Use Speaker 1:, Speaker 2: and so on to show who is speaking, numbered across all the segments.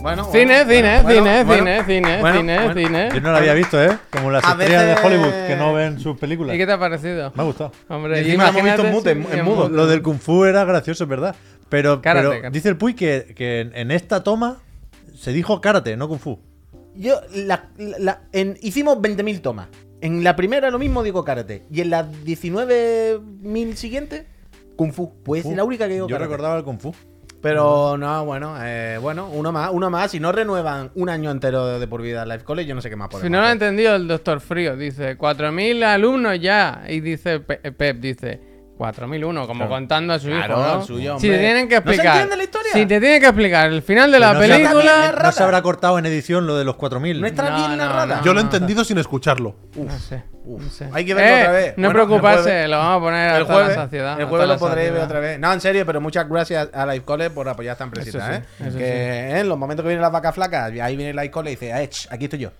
Speaker 1: Bueno, bueno,
Speaker 2: Cine, cine,
Speaker 1: bueno,
Speaker 2: cine,
Speaker 1: bueno,
Speaker 2: cine, cine,
Speaker 3: Bueno,
Speaker 2: cine,
Speaker 3: bueno.
Speaker 2: cine.
Speaker 3: Yo no la había visto, ¿eh? Como las
Speaker 1: A
Speaker 3: estrellas
Speaker 1: veces-
Speaker 3: de Hollywood que no ven sus películas.
Speaker 2: ¿Y qué te ha parecido?
Speaker 3: Me ha gustado.
Speaker 2: Hombre,
Speaker 1: Y encima la hemos visto en
Speaker 2: imagínate
Speaker 1: mute,
Speaker 2: si-
Speaker 1: en mudo.
Speaker 3: Lo del Kung Fu era gracioso, es verdad. Pero,
Speaker 2: Karate,
Speaker 3: pero
Speaker 2: karate.
Speaker 3: dice el Puy que, que en, en esta toma se dijo karate, no Kung Fu.
Speaker 1: Yo, la- la- en- hicimos 20.000 tomas. En la primera lo mismo digo karate. Y en las 19.000 siguientes, kung fu. Pues es
Speaker 3: Fu.
Speaker 1: la única que digo
Speaker 3: Yo
Speaker 1: karate.
Speaker 3: recordaba el Kung Fu.
Speaker 1: Pero no, bueno, eh, bueno, uno más, uno más. Si no renuevan un año entero de, de por vida Life College, yo no sé qué más podemos
Speaker 2: Si no lo ha
Speaker 1: hacer.
Speaker 2: entendido el doctor Frío, dice 4.000 alumnos ya. Y dice Pe- eh, Pep, dice 4.001, como
Speaker 3: Claro.
Speaker 2: contando a su
Speaker 1: Claro,
Speaker 2: hijo.
Speaker 1: al
Speaker 2: ¿no?
Speaker 1: suyo,
Speaker 2: si
Speaker 1: hombre.
Speaker 2: te tienen que
Speaker 1: ¿No se
Speaker 2: explicar.
Speaker 1: entiende la historia?
Speaker 2: Si te tienen que explicar el final de la
Speaker 3: No se-
Speaker 2: película.
Speaker 3: No se habrá cortado en edición lo de los 4000.
Speaker 1: No está
Speaker 2: No,
Speaker 1: bien
Speaker 2: no,
Speaker 1: narrada.
Speaker 2: Ah, no.
Speaker 4: Yo lo he entendido sin escucharlo.
Speaker 2: No sé,
Speaker 1: Uf,
Speaker 2: no sé.
Speaker 1: hay que verlo
Speaker 2: Eh,
Speaker 1: otra vez.
Speaker 2: No
Speaker 1: Bueno, el
Speaker 2: preocuparse,
Speaker 1: jueves-
Speaker 2: lo vamos a poner
Speaker 1: El
Speaker 2: hasta
Speaker 1: jueves,
Speaker 2: la saciedad.
Speaker 1: el
Speaker 2: hasta
Speaker 1: jueves
Speaker 2: la
Speaker 1: lo podréis ver
Speaker 2: saciedad.
Speaker 1: otra vez. No, en serio, pero muchas gracias a Life College por apoyar esta empresita.
Speaker 2: Eso sí,
Speaker 1: ¿eh?
Speaker 2: eso
Speaker 1: Que eh, en los momentos que vienen las vacas flacas, ahí viene Life College y dice, "Ah, ech, aquí estoy yo.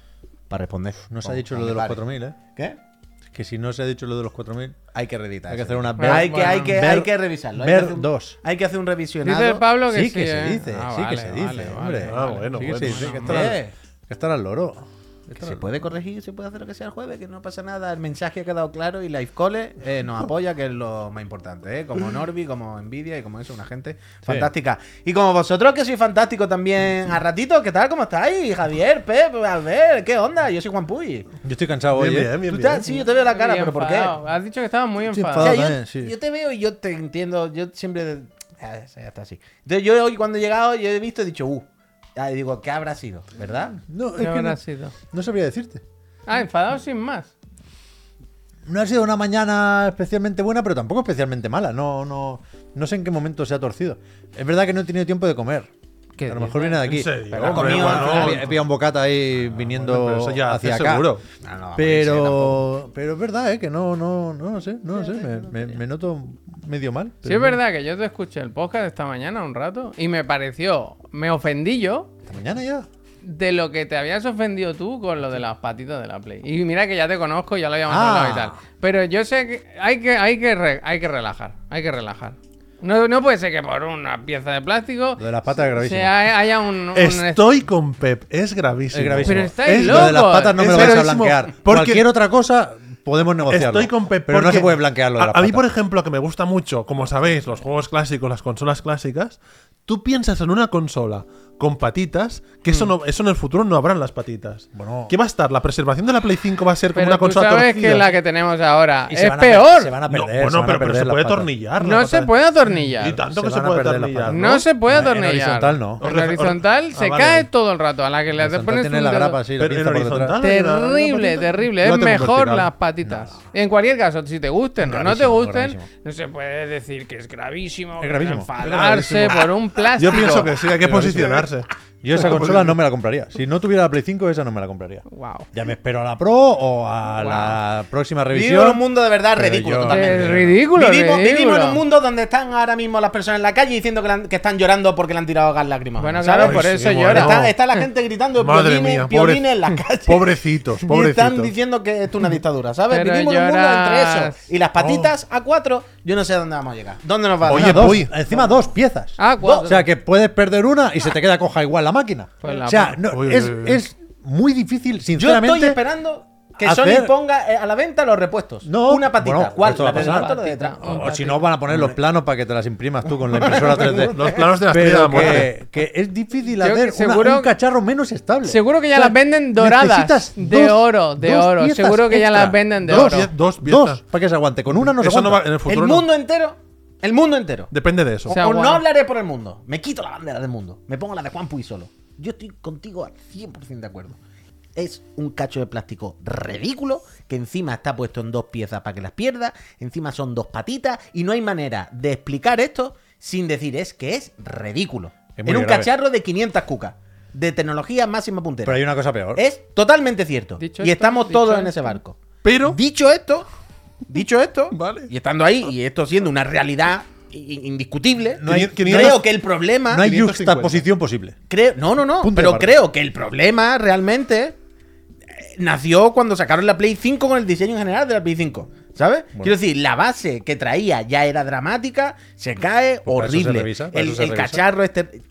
Speaker 1: Para responder.
Speaker 3: No se ha
Speaker 1: Oh,
Speaker 3: dicho lo
Speaker 1: vale,
Speaker 3: de los
Speaker 1: vale.
Speaker 3: 4000, ¿eh?
Speaker 1: ¿Qué?
Speaker 3: Que si no se ha dicho lo de los 4000.
Speaker 1: Hay que reeditar.
Speaker 3: Hay que
Speaker 1: eso.
Speaker 3: hacer una
Speaker 2: ver-
Speaker 1: hay, que,
Speaker 2: Bueno,
Speaker 1: hay, que,
Speaker 3: ver-
Speaker 1: hay que revisarlo. hay
Speaker 3: ver
Speaker 1: que hacer un-
Speaker 3: dos.
Speaker 1: Hay que hacer un revisionado.
Speaker 2: Dice el Pablo que sí.
Speaker 3: sí, que se
Speaker 2: ¿eh?
Speaker 3: dice,
Speaker 2: Ah,
Speaker 3: sí que
Speaker 2: vale,
Speaker 3: se
Speaker 2: vale,
Speaker 3: dice,
Speaker 2: vale,
Speaker 3: hombre.
Speaker 2: vale.
Speaker 4: Ah, bueno,
Speaker 3: sí que
Speaker 4: bueno,
Speaker 3: se dice, que
Speaker 4: bueno.
Speaker 3: estará-
Speaker 1: Eh.
Speaker 3: que estará al loro.
Speaker 1: Que se puede corregir, se puede hacer lo que sea el jueves, que no pasa nada. El mensaje ha quedado claro y Life Cole eh, nos apoya, que es lo más importante, ¿eh? Como Norby, como Nvidia y como eso, una gente fantástica. Y como vosotros, que sois fantástico también a ratitos, ¿qué tal? ¿Cómo estáis? Javier, Pep, Albert, ¿qué onda? Yo soy Juan Puy.
Speaker 3: Yo estoy cansado hoy.
Speaker 4: Bien,
Speaker 3: ¿eh?
Speaker 4: bien, bien,
Speaker 1: Tú
Speaker 4: bien. Ah,
Speaker 1: estás- sí, yo te veo la cara,
Speaker 2: Muy
Speaker 1: pero ¿por qué?
Speaker 2: enfadado. Has dicho que estaba muy
Speaker 3: Estoy
Speaker 2: enfadado.
Speaker 1: O sea, yo,
Speaker 3: enfadado. también, sí.
Speaker 1: yo te veo y yo te entiendo. Yo siempre. Ah, ya está así. Entonces, yo hoy cuando he llegado, yo he visto y he dicho, uh. Ah, y digo, ¿qué habrá sido? ¿Verdad?
Speaker 3: No, es
Speaker 2: ¿Qué
Speaker 3: que
Speaker 2: habrá
Speaker 3: no,
Speaker 2: sido?
Speaker 3: no sabría decirte.
Speaker 2: Ah, enfadado sin más.
Speaker 3: No ha sido una mañana especialmente buena, pero tampoco especialmente mala. No, no, no sé en qué momento se ha torcido. Es verdad que no he tenido tiempo de comer.
Speaker 2: ¿Qué
Speaker 3: a lo
Speaker 2: dices?
Speaker 3: mejor viene de aquí.
Speaker 4: ¿En serio?
Speaker 3: Pero ha
Speaker 4: Hombre,
Speaker 3: comido,
Speaker 4: bueno,
Speaker 3: ha- he pillado un bocata ahí viniendo
Speaker 4: pero eso ya hace
Speaker 3: hacia acá.
Speaker 4: seguro.
Speaker 1: Ah, No,
Speaker 2: Ah,
Speaker 1: no, vamos, sí, tampoco.
Speaker 3: Pero, pero es verdad, ¿eh? que no, no, no lo sé, no lo sé. Me, me- me noto medio mal.
Speaker 2: Sí,
Speaker 3: pero
Speaker 2: es
Speaker 3: no.
Speaker 2: verdad que yo te escuché el podcast esta mañana un rato y me pareció, me ofendí yo
Speaker 3: Hasta mañana ya.
Speaker 2: de lo que te habías ofendido tú con lo de las patitas de la Play. Y mira que ya te conozco, ya lo habíamos
Speaker 3: Ah.
Speaker 2: hablado y tal. Pero yo sé que hay que, hay que, re- hay que relajar, hay que relajar. No, no puede ser que por una pieza de plástico
Speaker 3: Lo de las patas es gravísimo.
Speaker 2: se ha- haya un... un-
Speaker 4: Estoy con Pep, es gravísimo.
Speaker 3: Es gravísimo.
Speaker 2: Pero estáis
Speaker 3: Es-
Speaker 2: locos.
Speaker 3: Lo de las patas no me
Speaker 4: Es
Speaker 3: lo vais a
Speaker 4: gravísimo
Speaker 3: blanquear.
Speaker 4: porque-
Speaker 3: Cualquier otra cosa podemos negociarlo.
Speaker 4: Estoy con Pep.
Speaker 3: pero no
Speaker 4: porque
Speaker 3: se puede blanquear lo de
Speaker 4: a-
Speaker 3: las
Speaker 4: A mí,
Speaker 3: patas.
Speaker 4: por ejemplo, que me gusta mucho, como sabéis, los juegos clásicos, las consolas clásicas, tú piensas en una consola con patitas, que
Speaker 2: Mm.
Speaker 4: eso, no, eso en el futuro no habrán las patitas.
Speaker 3: Bueno.
Speaker 4: ¿Qué va a estar? ¿La preservación de la Play 5 va a ser como
Speaker 2: Pero
Speaker 4: una
Speaker 2: tú
Speaker 4: consola
Speaker 2: sabes
Speaker 4: torcida?
Speaker 2: que la que tenemos ahora
Speaker 3: Y se
Speaker 2: es
Speaker 3: van a per-
Speaker 2: peor.
Speaker 3: Se van a
Speaker 4: No,
Speaker 3: perder.
Speaker 4: bueno,
Speaker 3: se van a
Speaker 4: pero, pero
Speaker 3: perder
Speaker 4: se
Speaker 3: las
Speaker 4: puede
Speaker 3: patas.
Speaker 4: atornillar. la
Speaker 2: No se
Speaker 4: pata.
Speaker 2: puede atornillar.
Speaker 4: Y tanto
Speaker 3: Se
Speaker 4: que se
Speaker 3: van a
Speaker 4: puede
Speaker 3: perder las
Speaker 4: atornillar.
Speaker 3: patas.
Speaker 2: No se puede
Speaker 3: En- en
Speaker 2: atornillar.
Speaker 3: horizontal no.
Speaker 2: En horizontal se
Speaker 4: Ah, vale.
Speaker 2: cae todo el rato. A la que le
Speaker 3: Santa
Speaker 2: pones
Speaker 3: tiene
Speaker 2: un
Speaker 3: la
Speaker 2: dedo-
Speaker 3: grapa así, la
Speaker 4: Pero en
Speaker 3: pinza por detrás.
Speaker 4: horizontal.
Speaker 2: Terrible, terrible.
Speaker 4: Yo
Speaker 2: Es
Speaker 4: la tengo
Speaker 2: mejor
Speaker 4: vertical.
Speaker 2: las patitas. En cualquier caso, si te gusten o no te
Speaker 3: Gravísimo,
Speaker 2: gusten,
Speaker 3: gravísimo.
Speaker 2: no se puede decir que es gravísimo,
Speaker 3: Es gravísimo.
Speaker 2: enfadarse por un plástico.
Speaker 4: Yo pienso que sí, hay que posicionarse.
Speaker 3: Yo esa consola no me la compraría. Si no tuviera la Play 5, esa no me la compraría.
Speaker 2: Wow.
Speaker 3: Ya me espero a la Pro o a la próxima
Speaker 1: Vivimos en un
Speaker 3: revisión.
Speaker 1: mundo de verdad
Speaker 3: Pero
Speaker 1: ridículo
Speaker 3: yo-
Speaker 1: totalmente.
Speaker 2: Es ridículo,
Speaker 1: Vivimos,
Speaker 2: ridículo.
Speaker 1: vivimos en un mundo donde están ahora mismo las personas en la calle diciendo que, le han- que están llorando porque le han tirado gas lágrimas.
Speaker 2: Bueno,
Speaker 1: ¿sabes? Pues,
Speaker 2: claro, pues,
Speaker 4: Ay,
Speaker 2: por
Speaker 4: sí,
Speaker 2: eso llora.
Speaker 4: bueno.
Speaker 1: Está, está la gente gritando
Speaker 4: Madre
Speaker 1: piolines,
Speaker 4: mía,
Speaker 1: piolines
Speaker 4: pobre-
Speaker 1: en la calle.
Speaker 4: Pobrecitos,
Speaker 1: Y están
Speaker 4: pobrecitos.
Speaker 1: diciendo que esto es una dictadura, ¿sabes?
Speaker 2: Pero
Speaker 1: Vivimos en un mundo entre
Speaker 2: lloras.
Speaker 1: eso. Y
Speaker 3: Oh.
Speaker 1: las patitas a cuatro, yo no sé a dónde vamos a llegar. ¿Dónde nos va a
Speaker 4: Oye,
Speaker 1: dar?
Speaker 3: Dos,
Speaker 4: Puy.
Speaker 3: encima dos piezas.
Speaker 2: Ah, cuatro.
Speaker 3: o sea que puedes perder una y se te queda coja igual la máquina.
Speaker 2: Pues la
Speaker 3: o sea, no,
Speaker 4: Uy, uy,
Speaker 3: es,
Speaker 4: uy.
Speaker 3: es muy difícil,
Speaker 1: Yo
Speaker 3: sinceramente.
Speaker 1: estoy esperando que
Speaker 3: hacer-
Speaker 1: Sony ponga eh, a la venta los repuestos.
Speaker 3: No,
Speaker 1: una patita.
Speaker 3: bueno,
Speaker 1: ¿Cuál?
Speaker 3: esto va
Speaker 1: ¿La
Speaker 3: a
Speaker 1: de
Speaker 3: pasar.
Speaker 1: delante o la de detrás?
Speaker 2: Oh,
Speaker 3: O, o si no, van a poner los planos para que te las imprimas tú con la impresora 3D.
Speaker 4: Los planos de la estrella de
Speaker 3: Pero
Speaker 4: la muerte.
Speaker 3: que, que es difícil
Speaker 2: Yo
Speaker 3: hacer
Speaker 2: que
Speaker 3: una-
Speaker 2: seguro-
Speaker 3: un cacharro menos estable.
Speaker 2: Seguro que ya las venden doradas,
Speaker 3: necesitas
Speaker 2: de oro, de
Speaker 3: dos
Speaker 2: oro.
Speaker 3: piezas
Speaker 2: Seguro que ya las venden de
Speaker 3: dos,
Speaker 2: oro.
Speaker 3: pie- Dos,
Speaker 4: piezas.
Speaker 3: para que se aguante. Con una no se
Speaker 4: Eso no va
Speaker 3: aguanta.
Speaker 4: en el futuro.
Speaker 1: El
Speaker 4: no.
Speaker 1: mundo entero. El mundo entero.
Speaker 4: Depende de eso.
Speaker 2: O sea,
Speaker 1: o no
Speaker 2: guau.
Speaker 1: hablaré por el mundo. Me quito la bandera del mundo. Me pongo la de Juan Puy solo. Yo estoy contigo al 100% de acuerdo. Es un cacho de plástico ridículo que encima está puesto en dos piezas para que las pierdas. Encima son dos patitas y no hay manera de explicar esto sin decir es que es ridículo.
Speaker 3: Es muy
Speaker 1: en un
Speaker 3: grave.
Speaker 1: cacharro de 500 cucas. De tecnología máxima puntera.
Speaker 3: Pero hay una cosa peor.
Speaker 1: Es totalmente cierto.
Speaker 2: Dicho
Speaker 1: y
Speaker 2: esto,
Speaker 1: estamos
Speaker 2: dicho
Speaker 1: todos en
Speaker 2: esto.
Speaker 1: ese barco.
Speaker 4: Pero
Speaker 1: Dicho esto, dicho esto,
Speaker 4: Vale.
Speaker 1: y estando ahí, y esto siendo una realidad i- indiscutible,
Speaker 3: No hay-
Speaker 1: creo que el problema.
Speaker 3: no hay
Speaker 4: 550.
Speaker 3: juxtaposición posible.
Speaker 1: creo- no, no, no.
Speaker 3: Punto de
Speaker 1: pero
Speaker 3: partida.
Speaker 1: creo que el problema realmente eh, nació cuando sacaron la Play 5 con el diseño en general de la Play 5. ¿Sabes? Quiero decir, la base que traía ya era dramática, se cae,
Speaker 3: Pues para eso se
Speaker 1: horrible.
Speaker 3: revisa, para
Speaker 1: el
Speaker 3: eso se
Speaker 1: el
Speaker 3: revisa.
Speaker 1: cacharro este.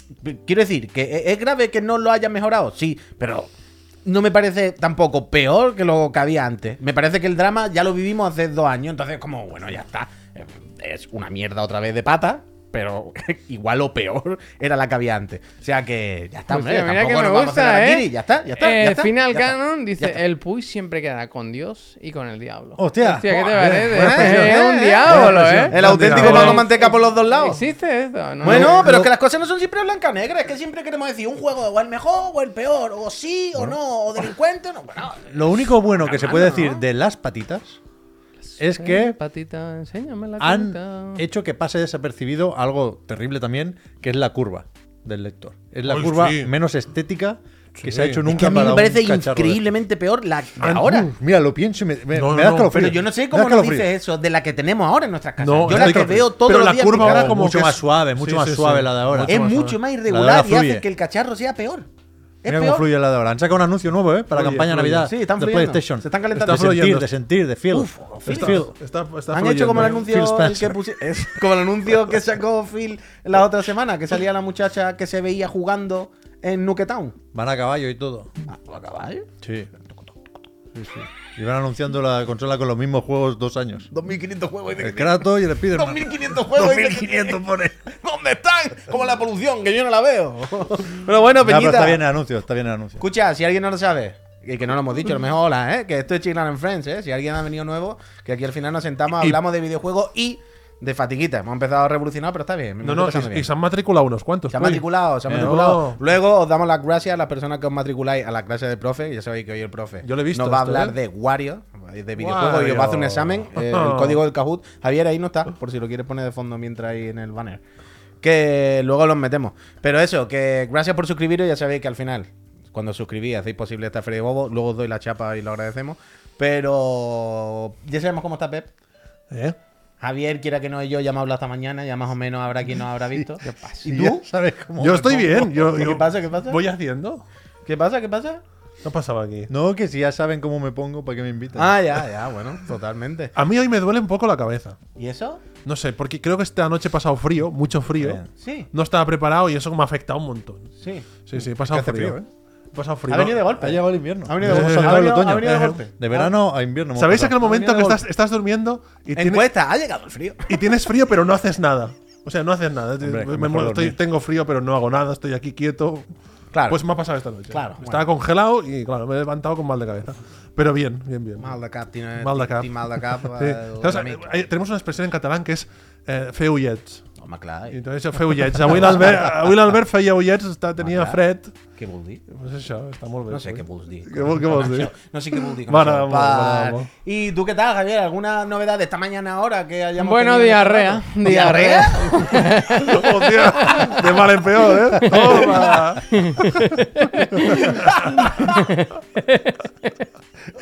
Speaker 1: Quiero decir, que e- es grave que no lo haya mejorado, sí, pero no me parece tampoco peor que lo que había antes. Me parece que el drama ya lo vivimos hace dos años, entonces, como, bueno, ya está. Eh, Es una mierda otra vez de pata. Pero igual o peor era la que había antes. O sea que ya está,
Speaker 2: Hostia,
Speaker 1: hombre.
Speaker 2: Pues mira que
Speaker 1: tampoco
Speaker 2: me
Speaker 1: nos vamos a hacer
Speaker 2: gusta, ¿eh?
Speaker 1: harakiri, Ya está, ya está.
Speaker 2: Eh,
Speaker 1: ya está,
Speaker 2: final
Speaker 1: ya está,
Speaker 2: canon
Speaker 1: ya
Speaker 2: dice:
Speaker 1: está.
Speaker 2: El Puy siempre quedará con Dios y con el diablo.
Speaker 3: Hostia.
Speaker 2: ¿qué te
Speaker 3: Buah,
Speaker 2: parece?
Speaker 3: bien, buena
Speaker 2: Eh,
Speaker 3: expresión,
Speaker 2: es
Speaker 1: eh,
Speaker 2: un
Speaker 1: eh.
Speaker 2: diablo,
Speaker 4: Buena
Speaker 2: ¿eh?
Speaker 4: expresión.
Speaker 1: El auténtico
Speaker 4: Diablo.
Speaker 1: pan con manteca por los dos lados.
Speaker 2: Existe esto, ¿no?
Speaker 1: Bueno, pero
Speaker 3: lo-
Speaker 1: es que las cosas no son siempre blanca negra, es que siempre queremos decir un juego o el mejor o el peor, o sí o no, o delincuente, no, bueno,
Speaker 3: Lo único bueno que se puede decir de las patitas es
Speaker 2: Eh,
Speaker 3: que
Speaker 2: Patita, enséñame la
Speaker 3: han
Speaker 2: carita.
Speaker 3: hecho que pase desapercibido algo terrible también, que es la curva del lector. Es la
Speaker 4: Ay,
Speaker 3: curva
Speaker 4: sí.
Speaker 3: menos estética que
Speaker 4: Sí.
Speaker 3: se ha hecho
Speaker 4: Es
Speaker 3: nunca
Speaker 1: que a mí
Speaker 3: para
Speaker 1: me
Speaker 3: un
Speaker 1: parece
Speaker 3: cacharro de-
Speaker 1: increíblemente peor la de
Speaker 3: Ah,
Speaker 1: ahora.
Speaker 3: uh, mira, lo pienso y me, me, me da
Speaker 4: No, no, no,
Speaker 1: Pero
Speaker 3: escalofrío.
Speaker 1: yo no sé
Speaker 3: Me da
Speaker 1: cómo nos
Speaker 3: escalalofrío.
Speaker 1: dices eso de la que tenemos ahora en nuestras casas.
Speaker 4: No,
Speaker 1: yo
Speaker 4: es
Speaker 1: la
Speaker 4: de
Speaker 1: que
Speaker 4: que-
Speaker 1: veo todos
Speaker 4: pero
Speaker 1: los
Speaker 4: la
Speaker 1: días en mi
Speaker 4: curva
Speaker 1: casa
Speaker 4: ahora como
Speaker 3: mucho
Speaker 4: que
Speaker 3: más
Speaker 4: es-
Speaker 3: suave, mucho
Speaker 4: sí,
Speaker 3: más
Speaker 4: sí,
Speaker 3: suave
Speaker 4: sí.
Speaker 3: la de ahora.
Speaker 4: Mucho
Speaker 1: es
Speaker 4: más
Speaker 1: mucho
Speaker 4: suave.
Speaker 1: más
Speaker 3: La de
Speaker 1: irregular
Speaker 3: ahora
Speaker 1: y hace
Speaker 3: fluye.
Speaker 1: que el cacharro sea peor. Es
Speaker 3: Mira cómo
Speaker 1: peor.
Speaker 3: fluye la de ahora. Han sacado un anuncio nuevo, ¿eh? Para la
Speaker 4: Fluye,
Speaker 3: campaña de
Speaker 4: fluye.
Speaker 3: Navidad
Speaker 1: Sí, están
Speaker 3: de
Speaker 1: fluyendo.
Speaker 3: PlayStation.
Speaker 1: Se están calentando.
Speaker 3: De
Speaker 4: Está
Speaker 3: sentir,
Speaker 4: fluyendo.
Speaker 3: de sentir, de feel.
Speaker 1: Uf,
Speaker 3: de
Speaker 1: Phil.
Speaker 3: feel.
Speaker 4: Está, está
Speaker 1: Han hecho como el
Speaker 4: fluyendo.
Speaker 1: anuncio
Speaker 3: Phil
Speaker 1: el que
Speaker 3: Spencer.
Speaker 1: pusi- es como el anuncio que sacó Phil la otra semana, que salía la muchacha que se veía jugando en Nuketown.
Speaker 3: Van a caballo y todo.
Speaker 1: ¿A caballo?
Speaker 3: Sí. Y van anunciando la consola con los mismos juegos dos años.
Speaker 1: 2500 juegos.
Speaker 3: El Kratos y el Spider-Man.
Speaker 1: 2500 juegos. 2500 pone. ¿Dónde están? Como la polución, que yo no la veo. Pero bueno,
Speaker 3: Ya, pero
Speaker 1: Peñita.
Speaker 3: está bien el anuncio, está bien el anuncio.
Speaker 1: Escucha, si alguien no lo sabe, y que no lo hemos dicho, a lo mejor hola, ¿eh? que esto es Chiclan and Friends, ¿eh? si alguien ha venido nuevo, que aquí al final nos sentamos,
Speaker 4: Y-
Speaker 1: hablamos de videojuegos y de fatiguita. Hemos empezado a revolucionar, pero está bien. me
Speaker 4: No,
Speaker 1: lo
Speaker 4: no,
Speaker 1: estoy pasando
Speaker 4: y,
Speaker 1: bien.
Speaker 4: y se han matriculado unos cuantos.
Speaker 1: Se ha
Speaker 4: Puy.
Speaker 1: matriculado, se ha
Speaker 4: Eh,
Speaker 1: matriculado.
Speaker 4: no.
Speaker 1: Luego os damos las gracias a las personas que os matriculáis a la clase de profe. Ya sabéis que hoy el profe
Speaker 4: Yo lo he visto
Speaker 1: nos va a
Speaker 4: esto,
Speaker 1: hablar
Speaker 4: ¿eh? Oh.
Speaker 1: de Wario, de videojuegos, y os va a hacer un
Speaker 4: Wario.
Speaker 1: examen. eh, el código del Kahoot. Javier ahí no está, por si lo quieres poner de fondo mientras ahí en el banner. Que luego los metemos. Pero eso, que gracias por suscribiros. Ya sabéis que al final, cuando os suscribís, hacéis posible esta feria de bobo. Luego os doy la chapa y lo agradecemos. Pero ya sabemos cómo está Pep.
Speaker 4: ¿Eh?
Speaker 1: Javier, quiera que no, y yo ya hemos hablado esta mañana. Ya más o menos habrá quien nos habrá visto. ¿Qué pasa? ¿Y
Speaker 3: Y ya
Speaker 1: tú?
Speaker 3: sabes cómo-
Speaker 4: Yo estoy bien. Yo,
Speaker 1: ¿Qué
Speaker 4: yo
Speaker 1: pasa? ¿Qué pasa?
Speaker 4: Voy haciendo.
Speaker 1: ¿Qué pasa? ¿Qué pasa?
Speaker 4: No pasaba aquí.
Speaker 3: No, que si ya saben cómo me pongo, ¿para qué me invitan?
Speaker 1: Ah, ya, ya, bueno, totalmente.
Speaker 4: A mí hoy me duele un poco la cabeza.
Speaker 1: ¿Y eso?
Speaker 4: No sé, porque creo que esta noche he pasado frío, mucho frío.
Speaker 3: Bien.
Speaker 1: Sí,
Speaker 4: No estaba preparado y eso me ha afectado un montón.
Speaker 1: sí.
Speaker 4: Sí, sí, he pasado
Speaker 3: Que hace
Speaker 4: frío.
Speaker 3: frío,
Speaker 4: He pasado frío.
Speaker 1: ¿eh? Ha venido de golpe.
Speaker 3: ha llegado el invierno.
Speaker 1: Ha venido de golpe.
Speaker 3: Hemos saltado
Speaker 1: Ha
Speaker 3: el
Speaker 1: venido-
Speaker 3: otoño.
Speaker 1: ha venido de golpe.
Speaker 3: De verano a invierno. hemos
Speaker 4: ¿Sabéis
Speaker 3: pasado.
Speaker 4: aquel momento que
Speaker 1: venido de
Speaker 4: estás, estás durmiendo y, tienes,
Speaker 1: Encuesta, ha llegado el frío.
Speaker 4: y tienes frío pero no haces nada? O sea, no haces nada.
Speaker 3: Hombre, que
Speaker 4: Me-
Speaker 3: mejor
Speaker 4: me- estoy-
Speaker 3: dormir.
Speaker 4: tengo frío pero no hago nada, estoy aquí quieto.
Speaker 1: Claro.
Speaker 4: Pues me ha pasado esta noche.
Speaker 1: Claro,
Speaker 4: Estaba congelado y claro, me he levantado con mal de cabeza. Pero bien, bien, bien.
Speaker 1: Mal de cap, tiene.
Speaker 4: Mal de cap.
Speaker 1: ti- Mal de cap.
Speaker 4: Sí.
Speaker 1: eh,
Speaker 4: Saps,
Speaker 1: una mica.
Speaker 4: eh, tenemos una expresión en catalán que es eh, fer ullets.
Speaker 1: Home, clar.
Speaker 4: I Entonces, fer ullets. Avui l'Albert, avui l'Albert feia ullets, està, tenia
Speaker 1: clar.
Speaker 4: fred.
Speaker 1: Què vol dir?
Speaker 4: Pues això, està molt bé.
Speaker 1: No sé
Speaker 4: Pui.
Speaker 1: què vols dir.
Speaker 4: Què vol- què vols dir?
Speaker 1: No sé qué vols dir. con
Speaker 4: M'agrada
Speaker 1: això.
Speaker 4: molt, m'agrada molt.
Speaker 1: ¿Y tú qué tal, Javier? ¿Alguna novedad de esta mañana ahora que hayamos
Speaker 2: Bueno,
Speaker 1: tenido en este
Speaker 2: diarrea.
Speaker 1: rato?
Speaker 2: Diarrea.
Speaker 4: Hòstia, de mal en peor, eh? Toma!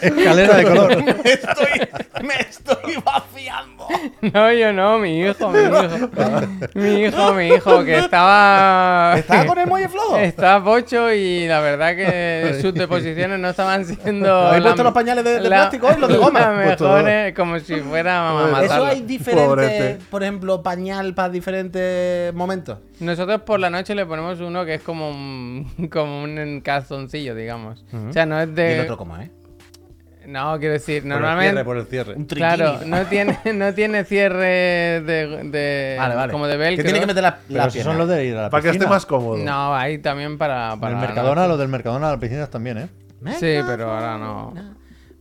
Speaker 3: Escalera de color.
Speaker 1: Me estoy, me estoy vaciando.
Speaker 2: No, yo no, mi hijo, mi hijo. Mi hijo, mi hijo, que estaba.
Speaker 1: ¿Estás con el muelle flojo?
Speaker 2: Está pocho y la verdad que sus deposiciones no estaban siendo.
Speaker 1: ¿Habéis
Speaker 2: la-
Speaker 1: puesto los pañales de- de plástico y los de
Speaker 2: las
Speaker 1: goma?
Speaker 3: Pues
Speaker 1: Pues
Speaker 2: mejores, como si fuera a
Speaker 1: Eso
Speaker 2: matarla.
Speaker 1: hay diferentes,
Speaker 4: Pobrete.
Speaker 1: por ejemplo, pañal para diferentes momentos.
Speaker 2: Nosotros por la noche le ponemos uno que es como un, como un calzoncillo, digamos. O sea, no es
Speaker 1: ¿Y
Speaker 2: de.
Speaker 1: el otro cómo es?
Speaker 2: No, quiero decir,
Speaker 3: Normalmente.
Speaker 2: normalmente.
Speaker 3: Por el cierre.
Speaker 1: Un triquini.
Speaker 2: Claro, no tiene, no tiene cierre de, de-
Speaker 1: Eh, Vale, vale.
Speaker 2: como de
Speaker 1: Que
Speaker 2: velcro.
Speaker 1: tiene que meter la, la
Speaker 3: Pero si
Speaker 1: pierna.
Speaker 3: son los de ir a la
Speaker 4: Para que esté
Speaker 3: piscina.
Speaker 4: más cómodo.
Speaker 2: No, ahí también para, para
Speaker 3: Del
Speaker 2: la
Speaker 3: Mercadona,
Speaker 2: noche.
Speaker 3: los del Mercadona a las piscinas también, ¿eh?
Speaker 2: Sí, pero ahora no.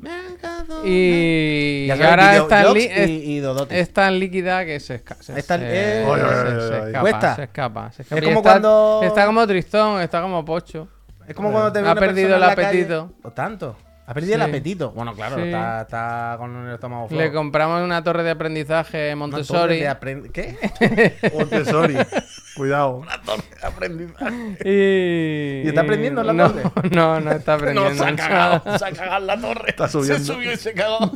Speaker 1: Mercadona.
Speaker 2: Y,
Speaker 1: Ya
Speaker 2: y
Speaker 1: sabes,
Speaker 2: ahora
Speaker 1: videojocs
Speaker 2: está en, li- es,
Speaker 1: y, y Dodote.
Speaker 2: es tan líquida que se, esca- se,
Speaker 1: Está-
Speaker 2: se-
Speaker 1: eh,
Speaker 4: Oye, oye,
Speaker 2: se-
Speaker 4: oye,
Speaker 2: se
Speaker 4: oye.
Speaker 2: escapa,
Speaker 1: Cuesta.
Speaker 2: se escapa, se escapa.
Speaker 1: Es
Speaker 2: Y
Speaker 1: como
Speaker 2: está,
Speaker 1: cuando-
Speaker 2: está como tristón, está como pocho.
Speaker 1: Es como cuando te ve
Speaker 2: Ha
Speaker 1: una persona
Speaker 2: perdido
Speaker 1: en la
Speaker 2: el
Speaker 1: calle-
Speaker 2: apetito.
Speaker 1: O tanto. Ha perdido el
Speaker 2: Sí.
Speaker 1: apetito. Bueno, claro,
Speaker 2: Sí.
Speaker 1: está, está con el estómago flojo.
Speaker 2: Le compramos una torre de
Speaker 1: Una
Speaker 2: aprendizaje
Speaker 1: torre
Speaker 2: Montessori
Speaker 1: de aprend- ¿Qué?
Speaker 4: Un tesori. Cuidado.
Speaker 2: y...
Speaker 1: ¿Y está aprendiendo la
Speaker 2: no,
Speaker 1: torre?
Speaker 2: No, no está aprendiendo.
Speaker 1: se ha cagado en la torre.
Speaker 4: Está subiendo.
Speaker 1: y se cagó.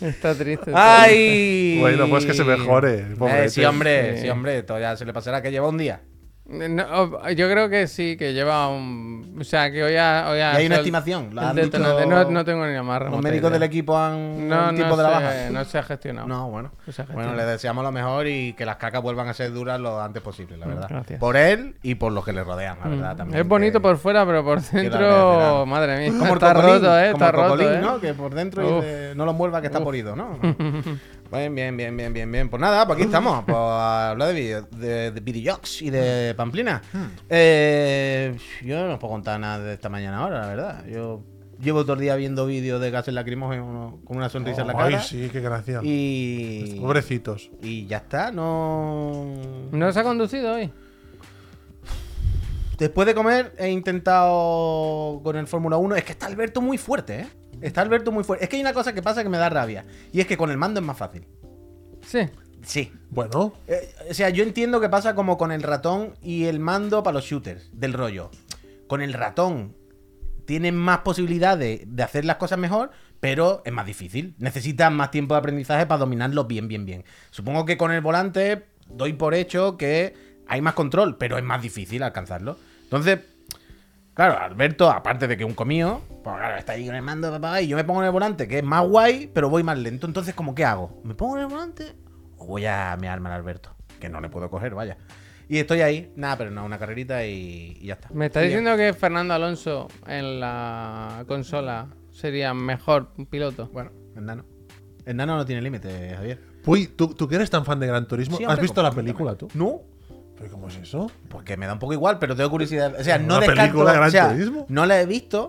Speaker 2: Está triste. está
Speaker 1: ¡Ay!
Speaker 4: Bueno, pues que se mejore,
Speaker 1: Eh,
Speaker 4: pobrete.
Speaker 1: sí, hombre,
Speaker 2: Sí.
Speaker 1: sí, hombre. Esto ya se le pasará que lleva un día.
Speaker 2: No, o- yo creo que sí, que lleva un. O sea, que hoy ha. Hoy ha
Speaker 1: Y hay una
Speaker 2: el-
Speaker 1: estimación, la
Speaker 2: el
Speaker 1: han
Speaker 2: detonante.
Speaker 1: dicho-
Speaker 2: no, no tengo ni la más
Speaker 1: Los
Speaker 2: remota
Speaker 1: médicos
Speaker 2: idea.
Speaker 1: del equipo han
Speaker 2: No,
Speaker 1: un
Speaker 2: no,
Speaker 1: tipo de la
Speaker 2: se,
Speaker 1: baja.
Speaker 2: no se ha gestionado.
Speaker 1: No, bueno.
Speaker 2: No se gestiona.
Speaker 1: Bueno, le deseamos lo mejor y que las cacas vuelvan a ser duras lo antes posible, la verdad.
Speaker 2: Mm, gracias. Mm,
Speaker 1: Por él y por los que le rodean, la verdad. También, Eh,
Speaker 2: es bonito
Speaker 1: que-
Speaker 2: por fuera, pero por
Speaker 1: lateral.
Speaker 2: dentro. Madre mía.
Speaker 1: Como el
Speaker 2: está
Speaker 1: Cocolín,
Speaker 2: roto, eh.
Speaker 1: como
Speaker 2: Está
Speaker 1: el
Speaker 2: roto.
Speaker 1: Cocolín,
Speaker 2: eh.
Speaker 1: ¿no? Que por dentro
Speaker 2: Uf.
Speaker 1: dice, no lo muevas que está porido, ¿no? Bien, bien, bien, bien, bien, bien. Pues nada, pues aquí estamos. Pues a hablar de, video, de, de videojuegos y
Speaker 2: Mm.
Speaker 1: de Pamplina. Eh, yo no os puedo contar nada de esta mañana ahora, la verdad. Yo llevo todo el día viendo vídeos de gases lacrimógenos con una sonrisa en
Speaker 2: Oh,
Speaker 1: la
Speaker 4: Ay,
Speaker 1: cara.
Speaker 4: sí, qué gracia.
Speaker 1: Y,
Speaker 4: Pobrecitos.
Speaker 1: y ya está, no...
Speaker 2: No se ha conducido hoy.
Speaker 1: Después de comer he intentado con el Fórmula 1. Es que está Alberto muy fuerte, ¿eh? Está Alberto muy fuerte. Es que hay una cosa que pasa que me da rabia. Y es que con el mando es más fácil.
Speaker 2: Sí.
Speaker 1: Sí.
Speaker 4: Bueno,
Speaker 1: Eh, o sea, yo entiendo que pasa como con el ratón y el mando para los shooters, del rollo. Con el ratón tienen más posibilidades de hacer las cosas mejor, pero es más difícil. Necesitas más tiempo de aprendizaje para dominarlo bien, bien, bien. Supongo que con el volante doy por hecho que hay más control, pero es más difícil alcanzarlo. Entonces, Claro, Alberto, aparte de que un comío, pues claro, está ahí con el mando, papá, y yo me pongo en el volante, que es más guay, pero voy más lento. Entonces, ¿cómo qué hago? ¿Me pongo en el volante o voy a mearme al Alberto? Que no le puedo coger, vaya. Y estoy ahí, nada, pero no, una carrerita y, y ya está.
Speaker 2: Me está
Speaker 1: Y ya.
Speaker 2: diciendo que Fernando Alonso en la consola sería mejor piloto.
Speaker 1: Bueno, el nano. El nano no tiene límite, Javier.
Speaker 4: Puy, ¿tú, tú que eres tan fan de Gran Turismo,
Speaker 1: Sí,
Speaker 4: ¿has
Speaker 1: hombre,
Speaker 4: visto la
Speaker 1: completamente.
Speaker 4: película tú?
Speaker 1: No,
Speaker 4: ¿Pero cómo es eso?
Speaker 1: Porque me da un poco igual, pero tengo curiosidad. O sea,
Speaker 4: ¿Una
Speaker 1: no descarto.
Speaker 4: película de Gran
Speaker 1: o sea,
Speaker 4: Turismo?
Speaker 1: no la he visto.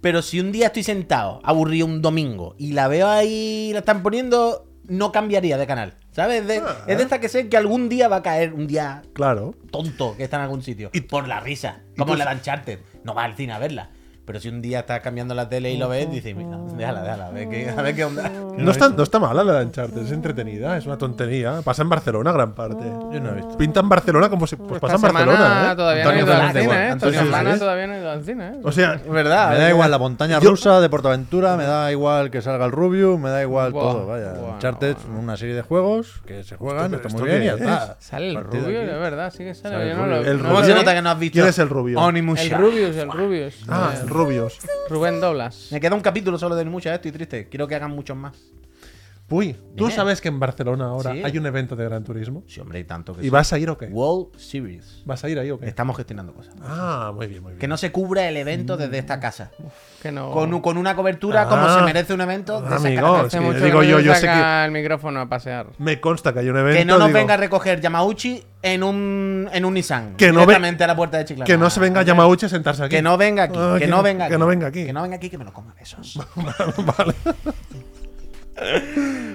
Speaker 1: Pero si un día estoy sentado, aburrido un domingo, y la veo ahí, la están poniendo, no cambiaría de canal. ¿Sabes? De-
Speaker 4: Ah.
Speaker 1: Es de esta que sé que algún día va a caer un día
Speaker 4: Claro.
Speaker 1: tonto que está en algún sitio.
Speaker 4: Y-
Speaker 1: Y por la risa.
Speaker 4: y
Speaker 1: Como
Speaker 4: tú-
Speaker 1: la de Uncharted. No va al cine a verla. Pero si un día estás cambiando la tele y lo ves, dices, mira, déjala, déjala, a ver qué, a ver qué onda.
Speaker 4: No está, no está mala la de Uncharted, es entretenida, es una tontería. Pasa en Barcelona gran parte. Yo no he visto. Pinta en Barcelona como si. Pues, pasa en
Speaker 2: Esta semana
Speaker 4: Barcelona, ¿eh?
Speaker 2: Todavía
Speaker 1: Antonio
Speaker 2: no he ido al
Speaker 1: Fernández,
Speaker 2: cine,
Speaker 1: bueno,
Speaker 2: ¿eh?
Speaker 1: Antonio
Speaker 2: Esta semana
Speaker 4: Fernández.
Speaker 2: todavía no he ido al cine, ¿eh?
Speaker 4: O sea,
Speaker 1: Es verdad.
Speaker 3: Me
Speaker 1: es
Speaker 3: da igual
Speaker 1: verdad.
Speaker 3: la montaña
Speaker 4: Yo-
Speaker 3: rusa de Portaventura, me da igual que salga el Rubius, me da igual
Speaker 2: Buah,
Speaker 3: todo. Vaya,
Speaker 2: bueno,
Speaker 3: Uncharted, una serie de juegos que se juegan, está
Speaker 4: ¿Esto qué- esto
Speaker 3: muy bien y
Speaker 4: qué
Speaker 3: ya está.
Speaker 2: Sale el
Speaker 3: Partido
Speaker 2: rubio,
Speaker 3: aquí.
Speaker 2: de verdad, sí que sale.
Speaker 3: Sale
Speaker 2: yo
Speaker 3: el
Speaker 2: no lo-
Speaker 3: rubio.
Speaker 4: El
Speaker 2: no
Speaker 1: ¿Cómo
Speaker 2: lo
Speaker 1: se
Speaker 2: vi.
Speaker 1: nota que no has visto?
Speaker 4: ¿Eh? ¿Quién es el rubio?
Speaker 2: El
Speaker 1: Onimusha.
Speaker 2: Rubius, el Rubius.
Speaker 4: ah,
Speaker 2: Eh,
Speaker 4: rubios.
Speaker 2: Rubén Doblas.
Speaker 1: Me queda un capítulo solo de mucha, estoy triste. Quiero que hagan muchos más.
Speaker 4: Puy, ¿tú
Speaker 1: Bien.
Speaker 4: sabes que en Barcelona ahora
Speaker 1: Sí.
Speaker 4: hay un evento de Gran Turismo?
Speaker 1: Sí, hombre, hay tanto que
Speaker 4: ¿Y
Speaker 1: sí.
Speaker 4: vas a ir o qué?
Speaker 1: World Series.
Speaker 4: ¿Vas a ir ahí o qué?
Speaker 1: Estamos gestionando cosas.
Speaker 4: Ah, muy bien, muy bien.
Speaker 1: Que no se cubra el evento desde esta casa.
Speaker 2: Que no.
Speaker 1: Con, un- con una cobertura como
Speaker 4: Ah.
Speaker 1: se merece un evento de esa
Speaker 4: Amigos,
Speaker 1: característica.
Speaker 2: Hace
Speaker 4: Sí,
Speaker 2: mucho
Speaker 4: digo
Speaker 2: que
Speaker 4: yo,
Speaker 2: no
Speaker 4: yo sé
Speaker 2: saca el micrófono a pasear.
Speaker 4: Me consta que hay un evento.
Speaker 1: Que no nos
Speaker 4: digo,
Speaker 1: venga a recoger Yamauchi en un, en un Nissan.
Speaker 4: Que no ve-
Speaker 1: directamente a la puerta de Chiclana.
Speaker 4: que no se venga Yamauchi a sentarse aquí.
Speaker 1: Que no venga aquí.
Speaker 4: Ah,
Speaker 1: que, no venga aquí.
Speaker 4: Que no venga aquí.
Speaker 1: Que no venga aquí, que me lo coma besos.
Speaker 4: vale.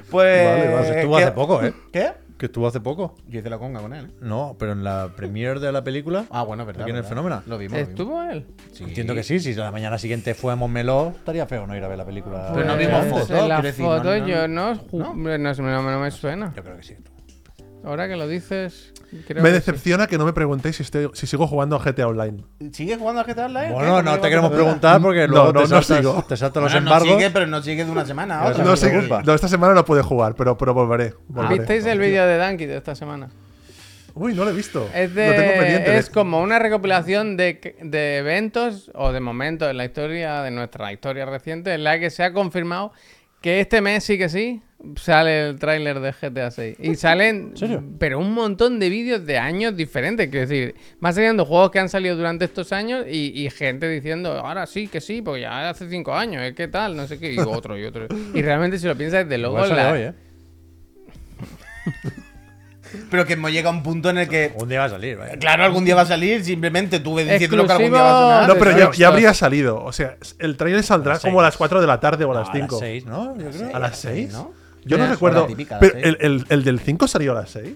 Speaker 1: Pues.
Speaker 3: Vale, vale, estuvo
Speaker 1: ¿qué-
Speaker 3: hace poco, ¿eh?
Speaker 1: ¿Qué?
Speaker 3: Que estuvo hace poco.
Speaker 1: Yo hice la conga con él. ¿eh?
Speaker 3: No, pero en la premiere de la película.
Speaker 1: Ah, bueno, verdad.
Speaker 3: Aquí en el
Speaker 1: verdad.
Speaker 3: Fenómeno.
Speaker 1: Lo vimos. lo vimos.
Speaker 2: ¿Estuvo él?
Speaker 1: Sí.
Speaker 3: Entiendo que sí, si la mañana siguiente fuéramos meló, estaría feo no ir a ver la película.
Speaker 1: Pero no vimos
Speaker 2: Pues,
Speaker 1: fotos,
Speaker 2: en La
Speaker 1: quiero decir, no-
Speaker 2: foto
Speaker 1: no-
Speaker 2: yo no, ju- no sé, no- no me suena.
Speaker 3: Yo creo que sí. Ahora
Speaker 2: Ahora que lo dices, creo
Speaker 4: Me
Speaker 2: que sí.
Speaker 4: decepciona que no me preguntéis si, estoy- si sigo jugando a GTA Online.
Speaker 1: ¿Sigues jugando a GTA Online?
Speaker 3: Bueno,
Speaker 1: ¿Qué?
Speaker 3: no te
Speaker 1: Conmigo
Speaker 3: queremos
Speaker 1: te preguntas.
Speaker 3: preguntar porque
Speaker 4: No,
Speaker 3: luego
Speaker 4: no,
Speaker 3: te,
Speaker 4: no
Speaker 3: saltas,
Speaker 4: sigo.
Speaker 3: te saltas los
Speaker 1: Bueno,
Speaker 3: embargos.
Speaker 1: Ah, No sigue, pero no sigue de una semana a otra.
Speaker 3: No
Speaker 4: No,
Speaker 1: me
Speaker 4: sí,
Speaker 1: preocupa.
Speaker 4: no, esta semana no pude jugar, pero, pero volveré.
Speaker 1: Ah,
Speaker 4: volveré.
Speaker 2: ¿Visteis el vídeo de Danky de esta semana?
Speaker 4: Uy, no lo he visto.
Speaker 2: Es, de-
Speaker 4: lo tengo pendiente.
Speaker 2: es como una recopilación de, de eventos o de momentos en la historia, de nuestra historia reciente, en la que se ha confirmado que este mes sí que sí sale el tráiler de GTA 6. Y salen, pero un montón de vídeos de años diferentes. Quiero decir, van saliendo juegos que han salido durante estos años y, y gente diciendo, ahora sí que sí, porque ya hace cinco años, es que tal, no sé qué, y otro y otro. Y realmente, si lo piensas, desde luego,
Speaker 3: Igual sale
Speaker 2: la-
Speaker 3: hoy, ¿eh?
Speaker 1: Pero que hemos llegado a un punto en el que,
Speaker 3: Un día va a salir, vaya.
Speaker 1: claro, algún día va a salir, simplemente tuve diciéndolo que algún
Speaker 2: Exclusivo
Speaker 1: día va a sonar.
Speaker 4: No, pero ya,
Speaker 2: Textos.
Speaker 4: ya habría salido. O sea, el trailer saldrá
Speaker 3: las
Speaker 4: como a
Speaker 3: seis.
Speaker 4: las 4 de la tarde o a las
Speaker 3: No,
Speaker 4: 5.
Speaker 3: A las 6, ¿no? Yo creo.
Speaker 4: ¿A las
Speaker 1: seis,
Speaker 4: 6?
Speaker 1: ¿no?
Speaker 4: Yo no
Speaker 2: Es
Speaker 4: recuerdo.
Speaker 1: hora típica, a las
Speaker 4: pero
Speaker 1: seis.
Speaker 4: el, el- el del 5 salió a las 6.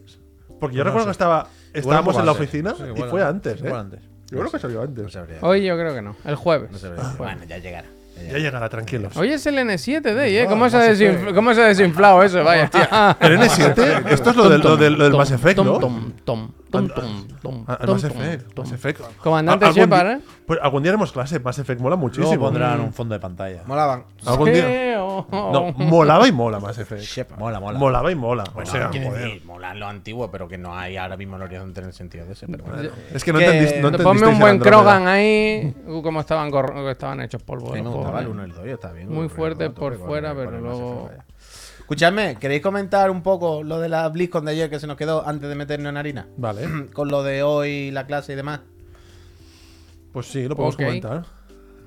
Speaker 4: Porque yo recuerdo que estaba, estábamos
Speaker 3: poco
Speaker 4: en la
Speaker 3: antes.
Speaker 4: oficina
Speaker 3: pues, Sí,
Speaker 4: y
Speaker 3: igual
Speaker 4: fue
Speaker 3: antes,
Speaker 4: antes, ¿eh?
Speaker 3: igual antes.
Speaker 4: Yo creo que salió antes.
Speaker 1: No sabría.
Speaker 2: Hoy yo creo que no, el jueves. Ah,
Speaker 1: No sabría. Bueno, ya llegará.
Speaker 4: Ya llegará, tranquilos.
Speaker 2: Hoy es el N7 de ahí, ¿eh? ¿Cómo,
Speaker 3: Ah,
Speaker 2: se ha
Speaker 3: Mass Effect.
Speaker 2: desinfl- cómo se ha desinflado eso? Vaya. Ah,
Speaker 4: El N7, esto es lo del, lo del, lo del Mass Effect, ¿no?
Speaker 2: Tom, tom, tom, tom, tom,
Speaker 4: Ah, el
Speaker 2: tom,
Speaker 4: Mass
Speaker 2: tom,
Speaker 4: Effect.
Speaker 2: tom.
Speaker 4: Mass Effect.
Speaker 2: Comandante
Speaker 4: Ah, algún
Speaker 2: Shepard,
Speaker 4: di-
Speaker 2: ¿eh?
Speaker 4: Pues algún día haremos clase. Mass Effect mola muchísimo.
Speaker 3: Luego pondrán un fondo de pantalla.
Speaker 1: Molaban.
Speaker 4: Algún día.
Speaker 2: Eh, oh, oh.
Speaker 4: No, molaba y mola Mass Effect.
Speaker 1: Shepard.
Speaker 3: Mola, mola.
Speaker 4: Molaba y mola. O sea,
Speaker 1: Quiero
Speaker 3: Ah,
Speaker 4: joder.
Speaker 1: decir, molan lo antiguo, pero que no hay ahora mismo en el horizonte en el sentido de ese. Pero bueno.
Speaker 4: Es que no
Speaker 1: Que-
Speaker 4: entendiste. No
Speaker 2: Ponme
Speaker 4: entendisteis
Speaker 2: un
Speaker 4: el
Speaker 2: buen
Speaker 4: Andrómeda.
Speaker 2: Krogan ahí. Uh, cómo estaban, corro- estaban hechos polvo.
Speaker 1: A mí
Speaker 2: los
Speaker 1: me gustaba
Speaker 2: juegos,
Speaker 1: el
Speaker 2: ¿eh?
Speaker 1: 1 y el 2, está bien.
Speaker 2: Muy
Speaker 1: el
Speaker 2: fuerte
Speaker 1: recuerdo,
Speaker 2: por
Speaker 1: con-
Speaker 2: fuera,
Speaker 1: con
Speaker 2: pero
Speaker 1: el Mass
Speaker 2: luego-
Speaker 1: Effect, vaya. Escuchadme, ¿queréis comentar un poco lo de la BlizzCon de ayer que se nos quedó antes de meternos en harina?
Speaker 4: Vale.
Speaker 1: Con lo de hoy, la clase y demás.
Speaker 4: Pues sí, lo podemos
Speaker 2: Ok.
Speaker 4: comentar.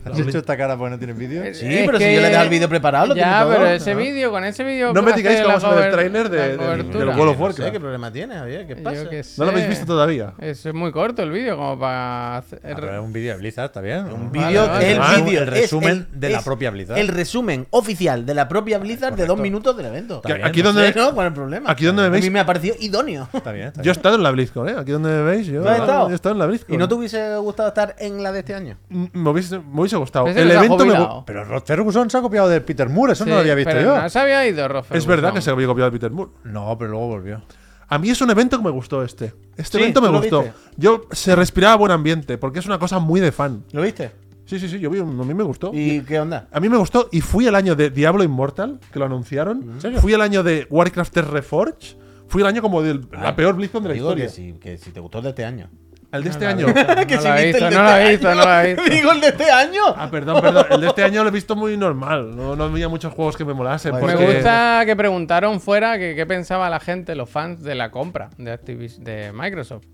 Speaker 3: ¿Has hecho esta cara porque no tienes vídeo?
Speaker 2: Es-
Speaker 1: Sí,
Speaker 2: es
Speaker 1: pero si
Speaker 2: que-
Speaker 1: yo le he dejado el vídeo preparado, lo tiene
Speaker 2: Ya,
Speaker 1: todo.
Speaker 2: pero ese
Speaker 1: Ah.
Speaker 2: vídeo, con ese vídeo.
Speaker 4: No me
Speaker 2: hace
Speaker 4: digáis que
Speaker 2: la
Speaker 4: vamos a ver el
Speaker 2: cover-
Speaker 4: tráiler de-
Speaker 2: la
Speaker 4: de- del
Speaker 2: cobertura.
Speaker 4: World of
Speaker 1: No sé,
Speaker 4: Warcraft.
Speaker 1: ¿Qué problema tiene, Javier? ¿Qué
Speaker 2: Yo
Speaker 1: pasa?
Speaker 2: qué
Speaker 4: ¿No lo habéis
Speaker 2: sé.
Speaker 4: visto todavía?
Speaker 2: Es muy corto el vídeo, como para hacer.
Speaker 3: Ah, pero es un vídeo de Blizzard, está bien.
Speaker 1: Un
Speaker 2: Vale,
Speaker 1: vídeo,
Speaker 2: vale.
Speaker 1: el
Speaker 4: Ah,
Speaker 1: vídeo.
Speaker 3: el
Speaker 1: es
Speaker 3: resumen de la
Speaker 1: es
Speaker 3: propia Blizzard.
Speaker 1: El resumen oficial de la propia Blizzard de dos minutos del evento.
Speaker 4: Que-
Speaker 3: bien,
Speaker 4: Aquí
Speaker 3: no
Speaker 4: donde.
Speaker 1: Sí, ¿no? ¿Cuál es el problema?
Speaker 4: aquí donde me veis-
Speaker 1: A mí me ha parecido idóneo.
Speaker 3: Está bien, está
Speaker 4: Yo he
Speaker 3: bien.
Speaker 4: estado en la BlizzCon, ¿eh? Aquí donde me veis, yo,
Speaker 1: ¿No has estado?
Speaker 4: yo he estado en la BlizzCon.
Speaker 1: ¿Y no te hubiese gustado estar en la de este año?
Speaker 4: M- me, hubiese, me hubiese gustado.
Speaker 2: Ese
Speaker 4: El
Speaker 2: que se ha
Speaker 4: evento me gu-
Speaker 2: jubilado.
Speaker 3: Pero Rod Ferguson se ha copiado de Peter Moore, eso no lo
Speaker 2: Sí,
Speaker 3: había visto
Speaker 2: pero
Speaker 3: yo.
Speaker 2: No se había ido, Rofer.
Speaker 4: Es verdad que se había copiado de Peter Moore.
Speaker 3: No, pero luego volvió.
Speaker 4: A mí es un evento que me gustó este. Este
Speaker 1: Sí,
Speaker 4: evento me
Speaker 1: ¿tú lo
Speaker 4: gustó.
Speaker 1: viste?
Speaker 4: Yo se respiraba buen ambiente, porque es una cosa muy de fan.
Speaker 1: ¿Lo viste?
Speaker 4: Sí, sí, sí, yo vi, un- a mí me gustó.
Speaker 1: ¿Y qué onda?
Speaker 4: A mí me gustó y fui el año de Diablo Immortal, que lo anunciaron. Fui el año de Warcraft 3 Reforged. Fui el año como de la peor Blizzard de la
Speaker 1: Digo
Speaker 4: historia.
Speaker 1: que si, que si te gustó el de este año.
Speaker 4: El de este año.
Speaker 2: No lo he visto, no lo he visto, no lo he visto.
Speaker 1: este Digo el de este año.
Speaker 4: Ah, perdón, perdón. El de este año lo he visto muy normal. No, no había muchos juegos que me molasen.
Speaker 1: Me
Speaker 2: Me
Speaker 4: porque-
Speaker 2: gusta que preguntaron fuera que qué pensaba la gente, los fans de la compra de, Activis- de Microsoft.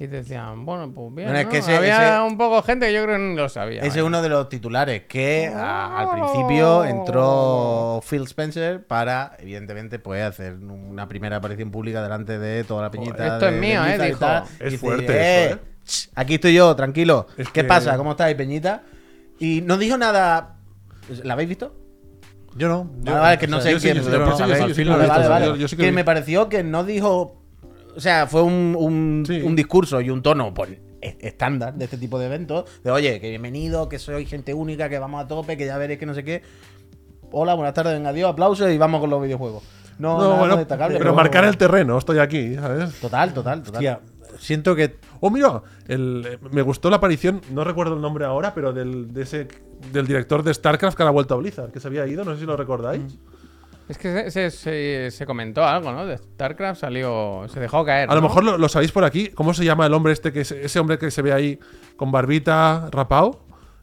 Speaker 2: Y decían, bueno, pues bien.
Speaker 1: Bueno, es
Speaker 2: ¿no?
Speaker 1: que ese-
Speaker 2: Había
Speaker 1: ese-
Speaker 2: un poco gente que yo creo que no lo sabía.
Speaker 1: Ese es
Speaker 2: vaya.
Speaker 1: uno de los titulares que a-
Speaker 2: Oh.
Speaker 1: al principio entró Phil Spencer para, evidentemente, pues hacer una primera aparición pública delante de toda la piñita.
Speaker 2: esto
Speaker 1: de- de
Speaker 2: es mío, eh,
Speaker 1: Blizzard y
Speaker 2: dijo.
Speaker 1: tal.
Speaker 4: Es
Speaker 1: Y dice,
Speaker 4: fuerte eso,
Speaker 1: "Eh, ch, Aquí estoy yo, tranquilo.
Speaker 4: Es
Speaker 1: ¿Qué
Speaker 4: que-
Speaker 1: pasa? ¿Cómo estáis, Peñita? Y no dijo nada. ¿La habéis visto?
Speaker 3: Yo no. yo-
Speaker 1: Ah, Vale, vale, que no
Speaker 4: o sea,
Speaker 1: sé
Speaker 4: yo sí,
Speaker 1: quién.
Speaker 4: yo sí,
Speaker 1: pero
Speaker 4: yo
Speaker 1: no
Speaker 4: sí, yo
Speaker 1: sabéis.
Speaker 4: sí, yo sí lo he
Speaker 1: Vale,
Speaker 4: visto,
Speaker 1: vale,
Speaker 4: yo-
Speaker 1: vale.
Speaker 4: yo sí que
Speaker 1: Que
Speaker 4: lo he
Speaker 1: me
Speaker 4: visto.
Speaker 1: pareció que no dijo. O sea, fue un, un-
Speaker 4: Sí.
Speaker 1: un discurso y un tono pues, es- estándar de este tipo de eventos. De oye, que bienvenido, que soy gente única, que vamos a tope, que ya veréis que no sé qué. Hola, buenas tardes, venga, adiós, aplausos y vamos con los videojuegos. No,
Speaker 4: No,
Speaker 1: nada más
Speaker 4: bueno,
Speaker 1: destacable.
Speaker 4: pero marcar el terreno, estoy aquí, ¿sabes?
Speaker 1: Total, total, total.
Speaker 3: Hostia, siento que.
Speaker 4: Oh, mira, el- eh, me gustó la aparición, no recuerdo el nombre ahora, pero del, de ese, del director de StarCraft que ahora ha vuelto a Blizzard, que se había ido, no sé si lo recordáis.
Speaker 2: Mm. Es que se, se- se- se comentó algo, ¿no? De StarCraft salió. Se dejó caer.
Speaker 4: A lo
Speaker 2: ¿no?
Speaker 4: mejor lo, lo sabéis por aquí. ¿Cómo se llama el hombre este que se- ese hombre que se ve ahí con barbita, rapao,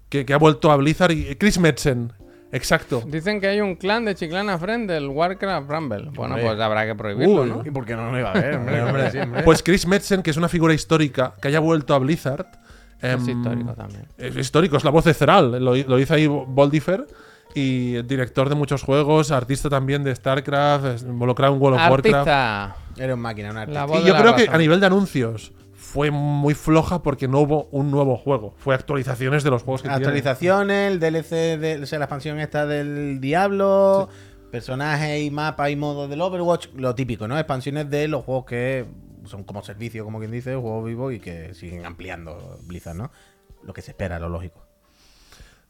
Speaker 4: que, que ha vuelto a Blizzard y eh, Chris Metzen, exacto.
Speaker 2: Dicen que hay un clan de Chiclana Friend del Warcraft Rumble. Bueno, pues habrá que prohibirlo,
Speaker 4: Uy. em,
Speaker 2: ¿no?
Speaker 1: ¿Y por qué no lo iba a ver? hombre?
Speaker 4: Pues Chris Metzen, que es una figura histórica, que haya vuelto a Blizzard.
Speaker 2: Es
Speaker 4: em,
Speaker 2: histórico también.
Speaker 4: Es histórico, es la voz de Ceral. Lo, lo hizo ahí Boldifer. Y director de muchos juegos, artista también de StarCraft, es- involucrado en World of Warcraft.
Speaker 2: Artista.
Speaker 1: Era un máquina, un
Speaker 2: La
Speaker 1: artista.
Speaker 2: voz
Speaker 4: Y
Speaker 2: de
Speaker 4: yo
Speaker 2: la
Speaker 4: creo que
Speaker 2: razón.
Speaker 4: a nivel de anuncios fue muy floja porque no hubo un nuevo juego. Fue actualizaciones de los juegos que tienen.
Speaker 1: Actualizaciones, el DLC, de, o sea, la expansión esta del Diablo, personajes y mapas y modos del Overwatch, lo típico, ¿no? Expansiones de los juegos que son como servicio, como quien dice, juegos vivos y que siguen ampliando Blizzard, ¿no? Lo que se espera, lo lógico.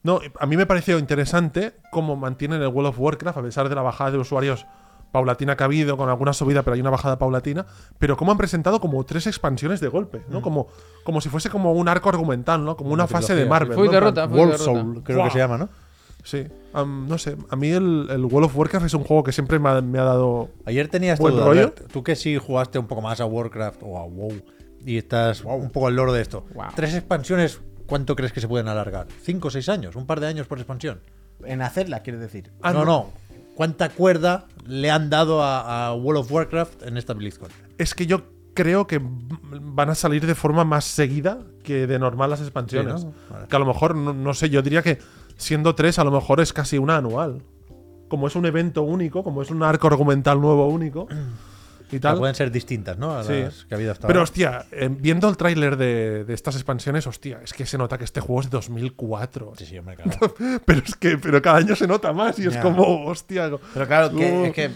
Speaker 4: No, a mí me pareció interesante cómo mantienen el World of Warcraft, a pesar de la bajada de usuarios paulatina que ha habido, con alguna subida, pero hay una bajada paulatina, pero cómo han presentado como tres expansiones de golpe, ¿no? Como, como si fuese como un arco argumental, ¿no? Como una fase de
Speaker 3: trilogía.
Speaker 4: Marvel.
Speaker 2: Fui
Speaker 4: ¿no? En plan-
Speaker 2: derrota, fui
Speaker 3: World
Speaker 2: derrota.
Speaker 3: Soul, creo que
Speaker 4: Guau.
Speaker 3: se llama, ¿no?
Speaker 4: Sí. Am, no sé, a mí el, el World of Warcraft es un juego que siempre me ha, me ha dado...
Speaker 3: Ayer tenías
Speaker 4: Buen
Speaker 3: tú,
Speaker 4: rollo.
Speaker 3: Albert, tú que sí jugaste un poco más a Warcraft o a WoW y estás un poco al loro de esto.
Speaker 2: Wow.
Speaker 3: Tres expansiones, ¿cuánto crees que se pueden alargar? ¿Cinco o seis años? ¿Un par de años por expansión?
Speaker 1: En hacerlas, quieres decir.
Speaker 4: Ah,
Speaker 3: no,
Speaker 4: no.
Speaker 3: no. ¿Cuánta cuerda le han dado a, a World of Warcraft en esta BlizzCon?
Speaker 4: Es que yo creo que m- van a salir de forma más seguida que de normal las expansiones.
Speaker 3: Sí, ¿no? Vale.
Speaker 4: Que a lo mejor, no, no sé, yo diría que siendo tres, a lo mejor es casi una anual. Como es un evento único, como es un arco argumental nuevo único, y
Speaker 3: Pero
Speaker 4: tal.
Speaker 3: Pueden ser distintas, ¿no? A las
Speaker 4: Sí.
Speaker 3: que ha habido hasta
Speaker 4: Pero
Speaker 3: ahora.
Speaker 4: hostia, eh, viendo el tráiler de, de estas expansiones, hostia, es que se nota que este juego es 2004.
Speaker 3: Sí, sí, hombre, claro.
Speaker 4: Pero es que pero cada año se nota más y es
Speaker 1: Ya.
Speaker 4: como, hostia.
Speaker 1: Pero claro,
Speaker 4: Uh.
Speaker 1: que, es que,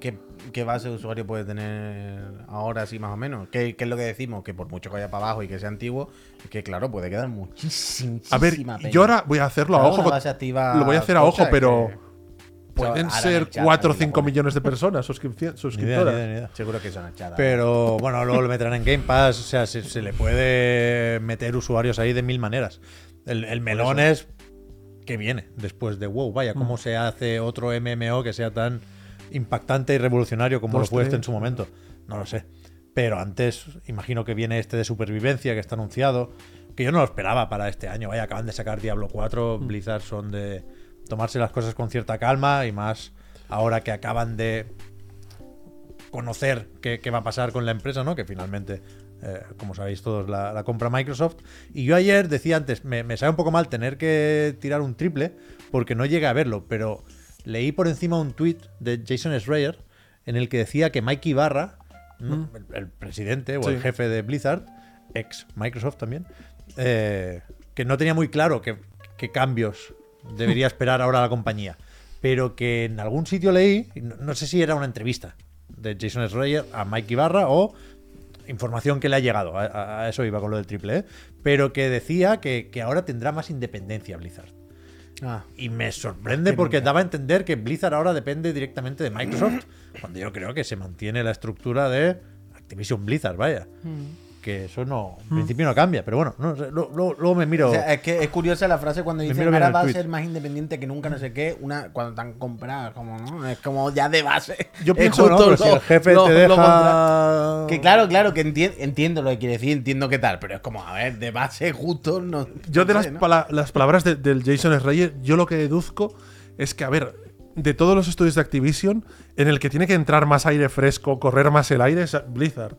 Speaker 1: que, que base de usuario puede tener ahora sí más o menos. Que, que es lo que decimos, que por mucho que vaya para abajo y que sea antiguo, que claro, puede quedar muchísima
Speaker 4: A ver,
Speaker 1: pena.
Speaker 4: yo ahora voy a hacerlo a
Speaker 1: Claro, una
Speaker 4: ojo.
Speaker 1: base activa
Speaker 4: Lo voy a hacer a
Speaker 1: tocha
Speaker 4: ojo,
Speaker 1: es
Speaker 4: pero
Speaker 1: que-
Speaker 4: pueden
Speaker 1: ahora
Speaker 4: ser
Speaker 1: me echan
Speaker 4: 4 o
Speaker 1: aquí la
Speaker 4: 5
Speaker 1: polla.
Speaker 4: millones de personas
Speaker 3: Ni
Speaker 4: suscripci-
Speaker 3: idea, ni idea,
Speaker 4: suscriptoras.
Speaker 3: ni idea.
Speaker 1: Seguro que son echadas.
Speaker 3: Pero bueno, luego lo meterán en Game Pass. O sea, se, se le puede meter usuarios ahí de mil maneras. El, el melón es que viene después de WoW. Vaya, cómo se hace otro MMO que sea tan impactante y revolucionario como
Speaker 4: Hostia.
Speaker 3: lo fue este en su momento. No lo sé. Pero antes, imagino que viene este de supervivencia que está anunciado. Que yo no lo esperaba para este año. Vaya, acaban de sacar Diablo 4. Blizzard son de tomarse las cosas con cierta calma y más ahora que acaban de conocer qué, qué va a pasar con la empresa, ¿no? Que finalmente, eh, como sabéis todos, la, la compra Microsoft. Y yo ayer decía antes, me, me sabe un poco mal tener que tirar un triple porque no llegué a verlo, pero leí por encima un tweet de Jason Schreier en el que decía que Mike Ibarra, ¿no? el, el presidente o el
Speaker 4: Sí.
Speaker 3: jefe de Blizzard, ex Microsoft también, eh, que no tenía muy claro qué qué cambios debería esperar ahora la compañía. Pero que en algún sitio leí, no, no sé si era una entrevista de Jason Schreier a Mike Ibarra o información que le ha llegado. A- A, a eso iba con lo del triple, E, Pero que decía que, que ahora tendrá más independencia Blizzard.
Speaker 1: Ah.
Speaker 3: Y me sorprende porque daba a entender que Blizzard ahora depende directamente de Microsoft, cuando yo creo que se mantiene la estructura de Activision Blizzard, vaya.
Speaker 1: Mm.
Speaker 3: Que eso no, en principio no cambia, pero bueno, no, sé, lo- lo- luego me miro.
Speaker 1: O sea, eh, es que es curiosa la frase cuando dicen
Speaker 3: miro bien
Speaker 1: ahora
Speaker 3: el
Speaker 1: va a
Speaker 3: tuit.
Speaker 1: ser más independiente que nunca, no sé qué, una cuando tan comprada, como no, es como ya de base.
Speaker 3: Yo
Speaker 1: Es
Speaker 3: pienso, ¿no?
Speaker 1: justo
Speaker 3: Pero si
Speaker 1: lo-
Speaker 3: el jefe
Speaker 1: lo-
Speaker 3: te
Speaker 1: lo contra-
Speaker 3: deja.
Speaker 1: Que claro, claro, que entien- entiendo lo que quiere decir, entiendo qué tal, pero es como, a ver, de base justo no.
Speaker 4: Yo
Speaker 1: no
Speaker 4: de
Speaker 1: sé,
Speaker 4: las,
Speaker 1: ¿no?
Speaker 4: pala- las palabras de- del Jason Schreier, yo lo que deduzco es que, a ver, de todos los estudios de Activision, en el que tiene que entrar más aire fresco, correr más el aire, es Blizzard.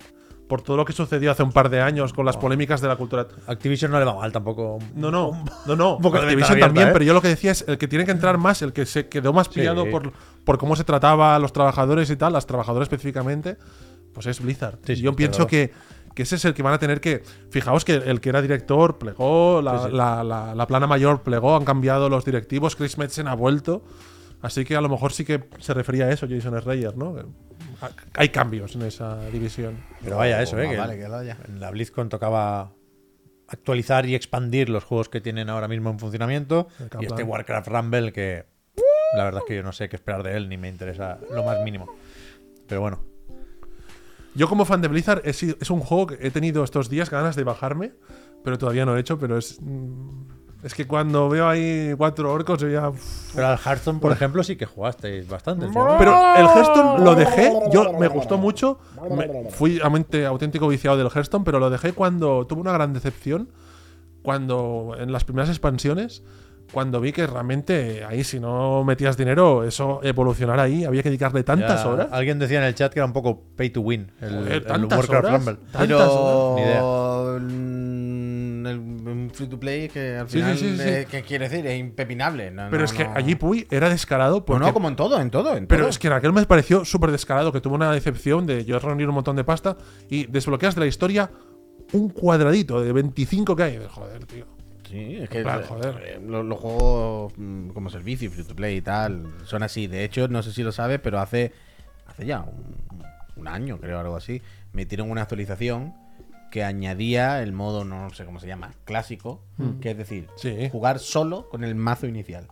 Speaker 4: Por todo lo que sucedió hace un par de años con las
Speaker 3: Oh.
Speaker 4: polémicas de la cultura.
Speaker 3: Activision no le va mal tampoco.
Speaker 4: No, no, no, no.
Speaker 3: poco de ventana
Speaker 4: Activision
Speaker 3: abierta,
Speaker 4: también,
Speaker 3: ¿eh?
Speaker 4: pero yo lo que decía es el que tiene que entrar más, el que se quedó más pillado por, por cómo se trataba a los trabajadores y tal, las trabajadoras específicamente, pues es Blizzard.
Speaker 3: Sí, sí,
Speaker 4: yo
Speaker 3: claro.
Speaker 4: pienso que, que ese es el que van a tener que. Fijaos que el que era director plegó, la, la- la- la plana mayor plegó, han cambiado los directivos, Chris Metzen ha vuelto. Así que a lo mejor sí que se refería a eso Jason Schreier, ¿no? Ha- Hay cambios en esa división.
Speaker 3: Pero vaya, eso,
Speaker 1: Pues
Speaker 3: ¿eh?
Speaker 1: más
Speaker 3: que
Speaker 1: vale que lo haya.
Speaker 3: En la BlizzCon tocaba actualizar y expandir los juegos que tienen ahora mismo en funcionamiento.
Speaker 4: El
Speaker 3: Y
Speaker 4: Kaplan.
Speaker 3: este Warcraft Rumble, que la verdad es que yo no sé qué esperar de él, ni me interesa lo más mínimo. Pero bueno,
Speaker 4: Yo como fan de Blizzard he sido- es un juego que he tenido estos días ganas de bajarme, pero todavía no lo he hecho, pero es... mm, Es que cuando veo ahí cuatro orcos, yo ya... uff.
Speaker 3: pero al Hearthstone, por ejemplo, sí que jugasteis bastante. ¿no?
Speaker 4: Pero el Hearthstone lo dejé, yo me gustó mucho, me- fui aumente- auténtico viciado del Hearthstone, pero lo dejé cuando tuve una gran decepción, cuando en las primeras expansiones, cuando vi que realmente ahí si no metías dinero, eso evolucionar ahí, había que dedicarle
Speaker 3: Ya,
Speaker 4: tantas
Speaker 1: Ah,
Speaker 4: horas.
Speaker 3: Alguien decía en el chat que era un poco pay to win el,
Speaker 4: Joder,
Speaker 3: el
Speaker 4: tantas
Speaker 3: Warcraft
Speaker 4: horas.
Speaker 3: Rumble.
Speaker 4: Tantas horas.
Speaker 3: Ni idea.
Speaker 1: Pero mm, el un free to play que al
Speaker 4: Sí,
Speaker 1: final,
Speaker 4: sí, sí, sí.
Speaker 1: eh, ¿qué quiere decir? Es impepinable. No,
Speaker 4: Pero
Speaker 1: no,
Speaker 4: es que
Speaker 1: no.
Speaker 4: allí Puy era descarado
Speaker 1: Pues
Speaker 4: porque
Speaker 1: no, como en todo, en todo. En
Speaker 4: Pero
Speaker 1: todo.
Speaker 4: es que en aquel me pareció súper descarado, que tuvo una decepción de yo reunir un montón de pasta y desbloqueas de la historia un cuadradito de 25 que hay. Joder, tío.
Speaker 1: Sí, es que
Speaker 4: plan,
Speaker 1: eh,
Speaker 4: joder.
Speaker 1: eh, lo- Los, juegos mm, como servicio, free to play y tal, son así. De hecho, no sé si lo sabes, pero hace, hace ya un, un año, creo, algo así, metieron una actualización que añadía el modo, no sé cómo se llama, clásico, que es decir,
Speaker 4: Sí.
Speaker 1: jugar solo con el mazo inicial.